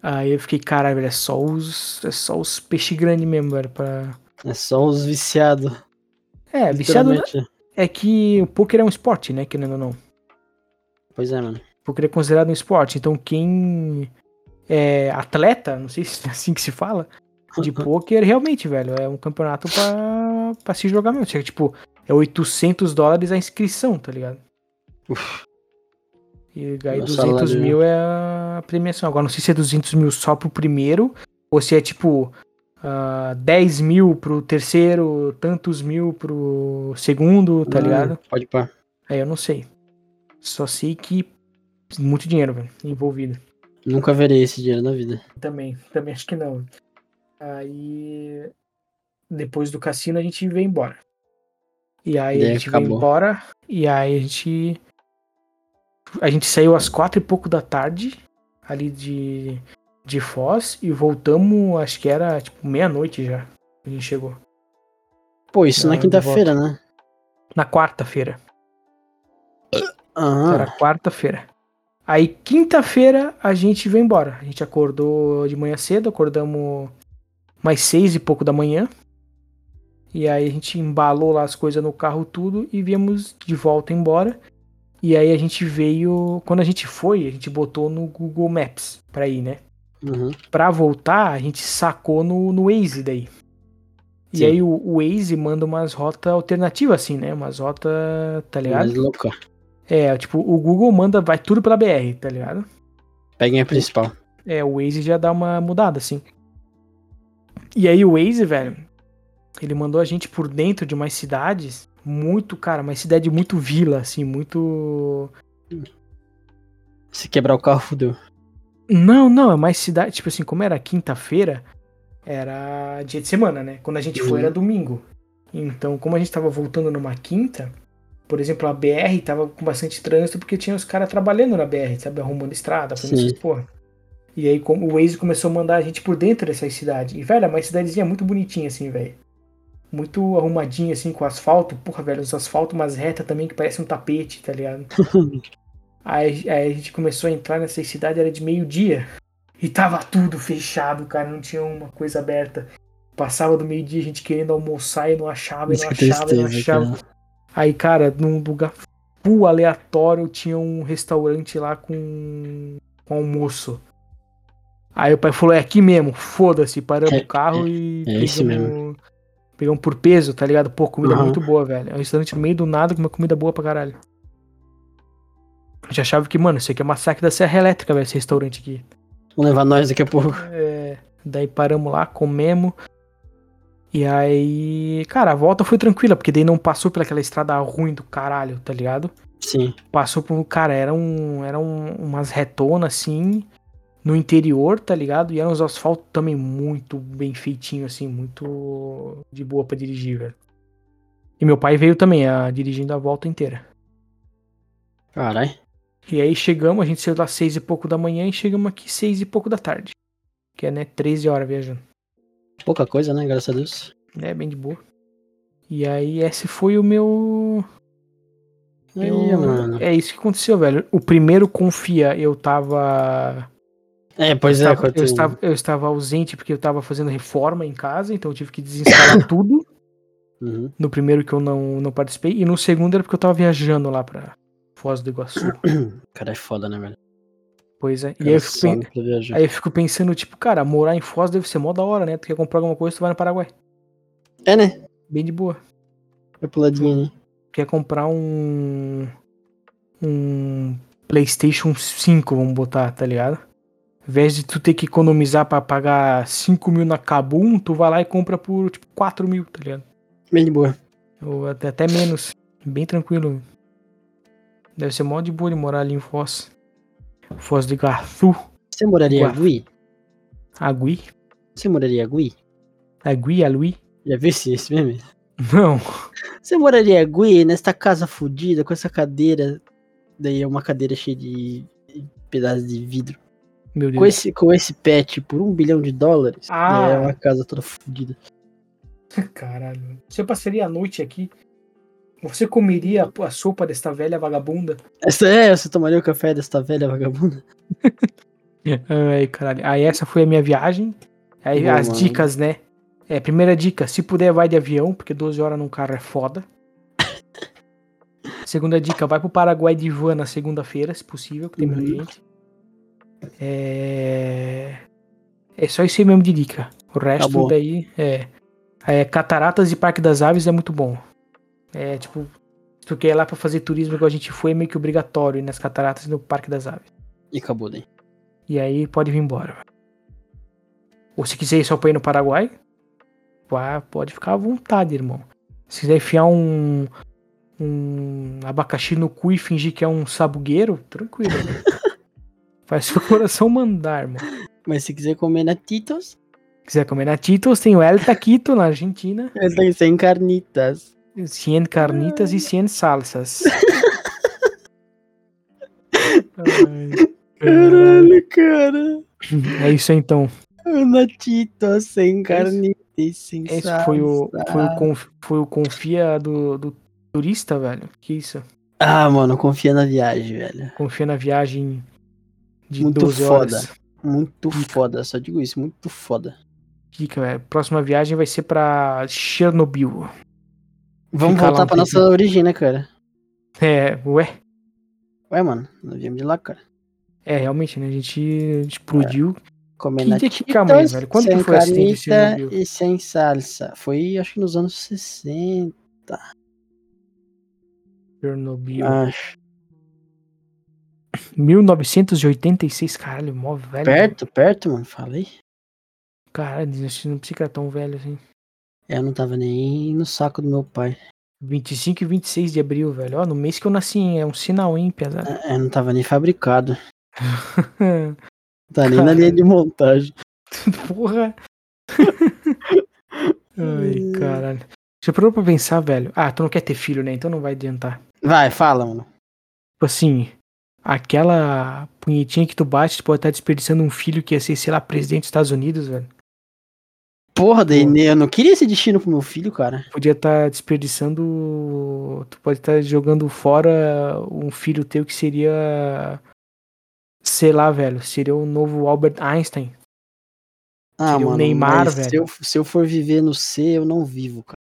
Speaker 1: Aí eu fiquei, caralho, velho, é só os, é só os peixe grande mesmo, velho, pra...
Speaker 2: É só os viciados.
Speaker 1: É, viciado
Speaker 2: Literalmente.
Speaker 1: É que o poker é um esporte, né? Querendo ou não. O
Speaker 2: Pois é, mano.
Speaker 1: poker é considerado um esporte. Então quem é atleta, não sei se é assim que se fala,
Speaker 2: [laughs]
Speaker 1: de poker, realmente, velho, é um campeonato pra, pra se jogar mesmo. Chega, tipo, é 800 dólares a inscrição, tá ligado? E aí
Speaker 2: Meu
Speaker 1: 200
Speaker 2: salário.
Speaker 1: mil é a premiação. Agora não sei se é 200 mil só pro primeiro, ou se é tipo ah, 10 mil pro terceiro, tantos mil pro segundo, tá
Speaker 2: Ah,
Speaker 1: ligado?
Speaker 2: Pode pá.
Speaker 1: É, eu não sei. Só sei que muito dinheiro, velho, envolvido.
Speaker 2: Nunca verei esse dinheiro na vida.
Speaker 1: Também, também acho que não. Aí depois do cassino a gente veio embora. E aí
Speaker 2: Daí
Speaker 1: a gente veio
Speaker 2: acabou.
Speaker 1: embora e aí a gente a gente saiu às quatro e pouco da tarde ali de de Foz e voltamos, acho que era tipo meia-noite já. A gente chegou
Speaker 2: Pô, isso
Speaker 1: Não,
Speaker 2: na quinta-feira, né?
Speaker 1: na quarta-feira. Era
Speaker 2: Aham.
Speaker 1: quarta-feira. Aí, quinta-feira, a gente veio embora. A gente acordou de manhã cedo, acordamos mais seis e pouco da manhã. E aí a gente embalou lá as coisas no carro tudo e viemos de volta embora. E aí a gente veio. Quando a gente foi, a gente botou no Google Maps pra ir, né?
Speaker 2: Uhum.
Speaker 1: Pra voltar, a gente sacou no, no Waze daí. E
Speaker 2: Sim.
Speaker 1: aí o, o Waze manda umas rotas alternativas, assim, né? Umas rotas, tá ligado?
Speaker 2: Mas louca.
Speaker 1: É, tipo, o Google manda, vai tudo pela BR, tá ligado?
Speaker 2: Peguem a principal.
Speaker 1: É, o Waze já dá uma mudada, assim. E aí o Waze, velho, ele mandou a gente por dentro de umas cidades muito, cara, uma cidade muito vila, assim, muito...
Speaker 2: Se quebrar o carro, fudeu.
Speaker 1: Não, não, é mais cidade, tipo assim, como era quinta-feira, era dia de semana, né? Quando a gente foi
Speaker 2: Uhum.
Speaker 1: era domingo. Então, como a gente tava voltando numa quinta, por exemplo, a BR tava com bastante trânsito porque tinha os caras trabalhando na BR, sabe? Arrumando estrada, fazendo
Speaker 2: Sim.
Speaker 1: essas porra. E aí com- o Waze começou a mandar a gente por dentro dessas cidades. E, velho, é uma cidadezinha muito bonitinha, assim, velho. Muito arrumadinha, assim, com asfalto. Porra, velho, uns asfalto, umas retas também que parece um tapete, tá ligado? Aí, aí a gente começou a entrar nessa cidade, era de meio-dia. E tava tudo fechado, cara, não tinha uma coisa aberta. Passava do meio-dia a gente querendo almoçar e não achava, e
Speaker 2: Isso
Speaker 1: não
Speaker 2: que
Speaker 1: achava, e não
Speaker 2: tristeza,
Speaker 1: achava.
Speaker 2: cara.
Speaker 1: Aí, cara, num lugar full aleatório, tinha um restaurante lá com, com almoço. Aí o pai falou, é aqui mesmo, foda-se, paramos
Speaker 2: É-
Speaker 1: o carro e
Speaker 2: é esse mesmo.
Speaker 1: pegamos por peso, tá ligado? Pô, comida
Speaker 2: Aham.
Speaker 1: muito boa, velho. É um restaurante no meio do nada com uma comida boa pra caralho. Eu já achava que, mano, isso aqui é massacre da Serra Elétrica, velho, esse restaurante aqui.
Speaker 2: Vão levar nós daqui a pouco.
Speaker 1: É, daí paramos lá, comemos. E aí, cara, a volta foi tranquila, porque daí não passou pelaquela estrada ruim do caralho, tá ligado?
Speaker 2: Sim.
Speaker 1: Passou por, cara, era um, era um- umas retonas assim no interior, tá ligado? E eram uns asfaltos também muito bem feitinho assim, muito de boa pra dirigir, velho. E meu pai veio também, a, dirigindo a volta inteira.
Speaker 2: Caralho.
Speaker 1: E aí chegamos, a gente saiu lá seis e pouco da manhã e chegamos aqui seis e pouco da tarde. Que é, né, 13 horas viajando.
Speaker 2: Pouca coisa, né? Graças a Deus.
Speaker 1: É, bem de boa. E aí, esse foi o meu.
Speaker 2: Aí,
Speaker 1: meu-
Speaker 2: mano.
Speaker 1: É isso que aconteceu, velho. O primeiro confia, eu tava.
Speaker 2: É, pois
Speaker 1: eu
Speaker 2: é,
Speaker 1: estava, eu,
Speaker 2: Coutinho.
Speaker 1: estava, eu estava ausente porque eu estava fazendo reforma em casa, então eu tive que
Speaker 2: [coughs]
Speaker 1: desinstalar tudo.
Speaker 2: Uhum.
Speaker 1: No primeiro que eu não, não participei. E no segundo era porque eu tava viajando lá pra Foz do Iguaçu.
Speaker 2: Cara, é foda, né, velho?
Speaker 1: Pois é. E
Speaker 2: Cara,
Speaker 1: aí eu, fico,
Speaker 2: some
Speaker 1: pen-
Speaker 2: pra viajar.
Speaker 1: aí eu fico pensando, tipo, cara, morar em Foz deve ser mó da hora, né? Tu quer comprar alguma coisa, tu vai no Paraguai.
Speaker 2: É, né?
Speaker 1: Bem de boa.
Speaker 2: É puladinha, né?
Speaker 1: Quer comprar um. Um. PlayStation 5, vamos botar, tá ligado? Ao invés de tu ter que economizar pra pagar 5 mil na Kabum, tu vai lá e compra por, tipo, 4 mil, tá ligado?
Speaker 2: Bem de boa.
Speaker 1: Ou até, até menos. Bem tranquilo. Deve ser mó de boa de morar ali em Foz. Foz de Iguaçu.
Speaker 2: Você moraria em
Speaker 1: Ué.
Speaker 2: Agui?
Speaker 1: Agui.
Speaker 2: Você moraria em Agui?
Speaker 1: Agui, Alui. [laughs]
Speaker 2: Já viu esse, esse meme?
Speaker 1: Não.
Speaker 2: Você moraria em Agui nesta casa fodida com essa cadeira? Daí é uma cadeira cheia de de pedaços de vidro.
Speaker 1: Meu Deus.
Speaker 2: Com esse, com esse pet por um bilhão de dólares,
Speaker 1: Ah.
Speaker 2: daí é uma casa toda fodida.
Speaker 1: Caralho. Você passaria a noite aqui? Você comeria a- a sopa desta velha vagabunda?
Speaker 2: Essa é, você tomaria o café desta velha vagabunda? [laughs]
Speaker 1: Ai, caralho. Aí essa foi a minha viagem. Aí
Speaker 2: Boa,
Speaker 1: as
Speaker 2: mano.
Speaker 1: dicas, né? É, primeira dica, se puder vai de avião, porque 12 horas num carro é
Speaker 2: [laughs]
Speaker 1: foda. Segunda dica, vai pro Paraguai de van na segunda-feira, se possível, que tem muita
Speaker 2: Uhum.
Speaker 1: gente. É... é só isso aí mesmo de dica. O resto
Speaker 2: bom.
Speaker 1: daí é... é Cataratas e Parque das Aves é muito bom. É tipo, se tu quer ir lá pra fazer turismo igual a gente foi, é meio que obrigatório ir nas cataratas e no Parque das Aves.
Speaker 2: E acabou né? daí.
Speaker 1: E aí pode vir embora. Ou se quiser ir só pra ir no Paraguai, vá, pode ficar à vontade, irmão. Se quiser enfiar um, um abacaxi no cu e fingir que é um sabugueiro, tranquilo. né? Faz seu coração mandar, irmão.
Speaker 2: Mas se quiser comer na Titos,
Speaker 1: Quiser comer na Titos, tem o El Taquito na Argentina.
Speaker 2: eu tenho sem carnitas.
Speaker 1: 100 carnitas e 100 salsas. Ai, caralho.
Speaker 2: Caralho, cara.
Speaker 1: É isso aí, então.
Speaker 2: Ana Titos sem carnitas e sem
Speaker 1: Esse
Speaker 2: salsa.
Speaker 1: É foi o, foi o, conf- foi o confia do, do turista, velho. Que isso?
Speaker 2: Ah, mano, confia na viagem, velho.
Speaker 1: Confia na viagem de
Speaker 2: Muito
Speaker 1: 12 horas.
Speaker 2: Muito foda, só digo isso, muito foda.
Speaker 1: Dica, velho. Próxima viagem vai ser pra Chernobyl. [laughs]
Speaker 2: Vamos
Speaker 1: Fica lá
Speaker 2: voltar
Speaker 1: um
Speaker 2: pra nossa origem, né, cara?
Speaker 1: É, ué.
Speaker 2: Ué, mano, nós viemos de lá, cara.
Speaker 1: É, realmente, né? A gente explodiu.
Speaker 2: Comendo
Speaker 1: Que
Speaker 2: na
Speaker 1: dia que calma aí, velho? Quando
Speaker 2: sem
Speaker 1: que foi o acidente de
Speaker 2: carnita
Speaker 1: Chernobyl?
Speaker 2: e sem salsa. Foi, acho que nos anos 60,
Speaker 1: Chernobyl.
Speaker 2: acho.
Speaker 1: 1986, caralho, mó velho.
Speaker 2: Perto, perto, mano, falei.
Speaker 1: Caralho, não precisa ficar tão velho assim.
Speaker 2: Eu não tava nem no saco do meu pai.
Speaker 1: 25 e 26 de abril, velho. Ó, no mês que eu nasci, hein? É um sinal, hein, pesado.
Speaker 2: Eu não tava nem fabricado.
Speaker 1: [laughs]
Speaker 2: Tá nem na
Speaker 1: Caralho.
Speaker 2: linha de montagem.
Speaker 1: Porra! Ai,
Speaker 2: Hum.
Speaker 1: caralho. Você parou pra pensar, velho? Ah, tu não quer ter filho, né? Então não vai adiantar.
Speaker 2: Vai, fala, mano.
Speaker 1: Tipo assim, aquela punhetinha que tu bate, tu pode estar desperdiçando um filho que ia ser, sei lá, presidente dos Estados Unidos, velho.
Speaker 2: Porra, daí
Speaker 1: Boa.
Speaker 2: né, eu não queria esse destino pro meu filho, cara.
Speaker 1: Podia estar desperdiçando. Tu pode estar jogando fora um filho teu que seria. Sei lá, velho. Seria o novo Albert Einstein.
Speaker 2: Ah,
Speaker 1: Seria o
Speaker 2: mano.
Speaker 1: Neymar,
Speaker 2: mas
Speaker 1: velho.
Speaker 2: Se eu, se eu for viver no C, eu não vivo, cara.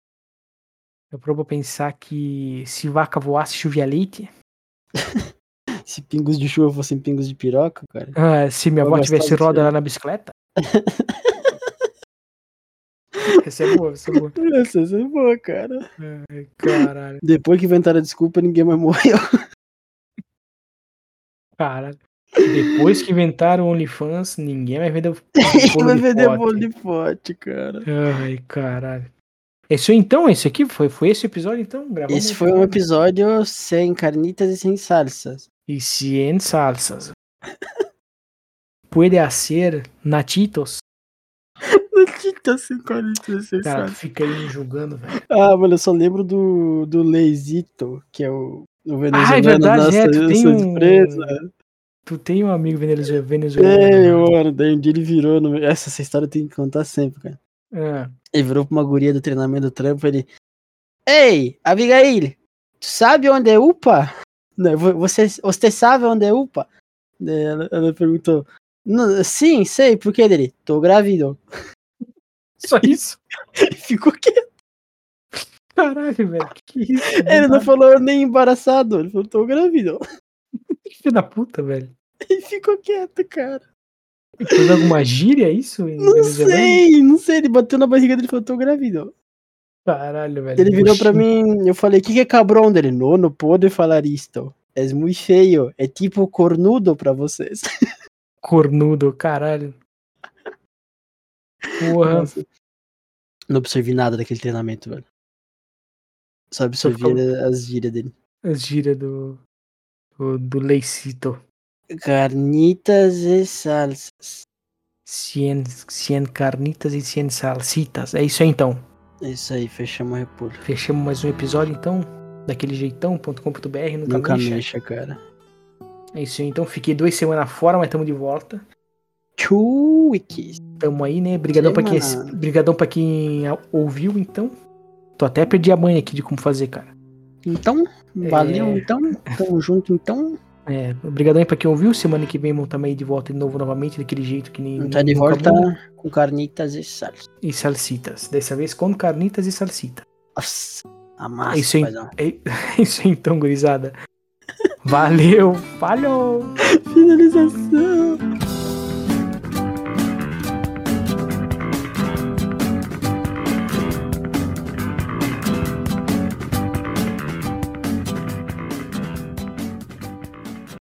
Speaker 1: Eu provo pensar que se vaca voasse, chovia leite.
Speaker 2: Se pingos de chuva fossem pingos de piroca, cara.
Speaker 1: Ah, se minha
Speaker 2: Eu
Speaker 1: avó
Speaker 2: gostava
Speaker 1: tivesse roda
Speaker 2: disso.
Speaker 1: lá na bicicleta. Essa é boa, essa é boa.
Speaker 2: Nossa, isso é boa, cara.
Speaker 1: Ai, Caralho,
Speaker 2: Depois que inventaram a desculpa, ninguém mais [laughs] morreu.
Speaker 1: caralho. Depois que inventaram o OnlyFans, ninguém vai
Speaker 2: [laughs]
Speaker 1: vender
Speaker 2: Quem vai
Speaker 1: bolo de
Speaker 2: vender
Speaker 1: pote.
Speaker 2: bolo de pote, cara.
Speaker 1: Ai, caralho. Esse então, esse aqui foi, foi esse episódio então? Gravamos
Speaker 2: Esse foi um
Speaker 1: episódio.
Speaker 2: episódio sem carnitas e sem salsas.
Speaker 1: E cien salsas. Puede hacer natitos.
Speaker 2: Não tinha sem carnitas e sem
Speaker 1: Cara,
Speaker 2: salsas.
Speaker 1: fica aí me julgando, velho.
Speaker 2: Ah, mano, eu só lembro do, do Leizito, que é o, o venezuelano
Speaker 1: verdade,
Speaker 2: nossa,
Speaker 1: é, tu tem
Speaker 2: nossa
Speaker 1: um-
Speaker 2: empresa.
Speaker 1: Tu tem um amigo venezue- venezuelano?
Speaker 2: Ei, mano, daí um dia ele virou. No... Essa, essa história tem que contar sempre, cara.
Speaker 1: É.
Speaker 2: Ele virou pra uma guria do treinamento do trampo. Ele. Ei, Abigail, tu sabe onde é UPA? [laughs] Não, vo- Você, você sabe onde é UPA? Daí Ela, ela perguntou. "Não, Sim, sei, por que dele? Tô grávido. [laughs]
Speaker 1: Só isso?
Speaker 2: Ele Ficou quieto.
Speaker 1: Caralho, velho. Que é isso?
Speaker 2: Ele não falou nem embaraçado. Ele falou, tô grávido. [laughs]
Speaker 1: Filho da puta, velho.
Speaker 2: Ele ficou quieto, cara.
Speaker 1: Fez alguma gíria é isso? Em
Speaker 2: Não
Speaker 1: venezuelano?
Speaker 2: sei, não sei. Ele bateu na barriga dele e falou, tô grávido.
Speaker 1: Caralho, velho.
Speaker 2: Ele é virou pra
Speaker 1: Oxi.
Speaker 2: mim, eu falei, o que, que é cabrão dele? Não, não pode falar isto. És muito feio. É tipo cornudo pra vocês.
Speaker 1: Cornudo, caralho. Porra.
Speaker 2: Nossa. Não absorvi nada daquele treinamento, velho. Só absorvi
Speaker 1: Você
Speaker 2: as gírias dele.
Speaker 1: As gírias do. Do, do Leicito.
Speaker 2: Carnitas e salsas.
Speaker 1: Cien, cien carnitas e cien salsitas. É isso aí então.
Speaker 2: É isso aí, fechamos o repulho.
Speaker 1: Fechamos mais um episódio então. Daquele jeitão.com.br no
Speaker 2: Nunca
Speaker 1: caminho.
Speaker 2: mexa, cara.
Speaker 1: É isso aí então. Fiquei duas semanas fora, mas tamo de volta.
Speaker 2: Tchuiques.
Speaker 1: Tamo aí, né? Brigadão pra, quem,
Speaker 2: Semana.
Speaker 1: brigadão pra quem a- ouviu, então. Tô até perdi a mãe aqui de como fazer, cara.
Speaker 2: Então, valeu,
Speaker 1: É.
Speaker 2: então. Tamo junto, então.
Speaker 1: É, brigadão aí pra quem ouviu. Semana que vem vamos também de volta de novo, novamente, daquele jeito que nem...
Speaker 2: Tá de
Speaker 1: Hum, nunca
Speaker 2: volta
Speaker 1: muda.
Speaker 2: com carnitas e salsas.
Speaker 1: E salsitas. Dessa vez com carnitas e salsita.
Speaker 2: Nossa, a massa,
Speaker 1: É isso aí.
Speaker 2: paizão.
Speaker 1: É [laughs] é isso aí, então, gurizada. Valeu, falhou!
Speaker 2: Finalização.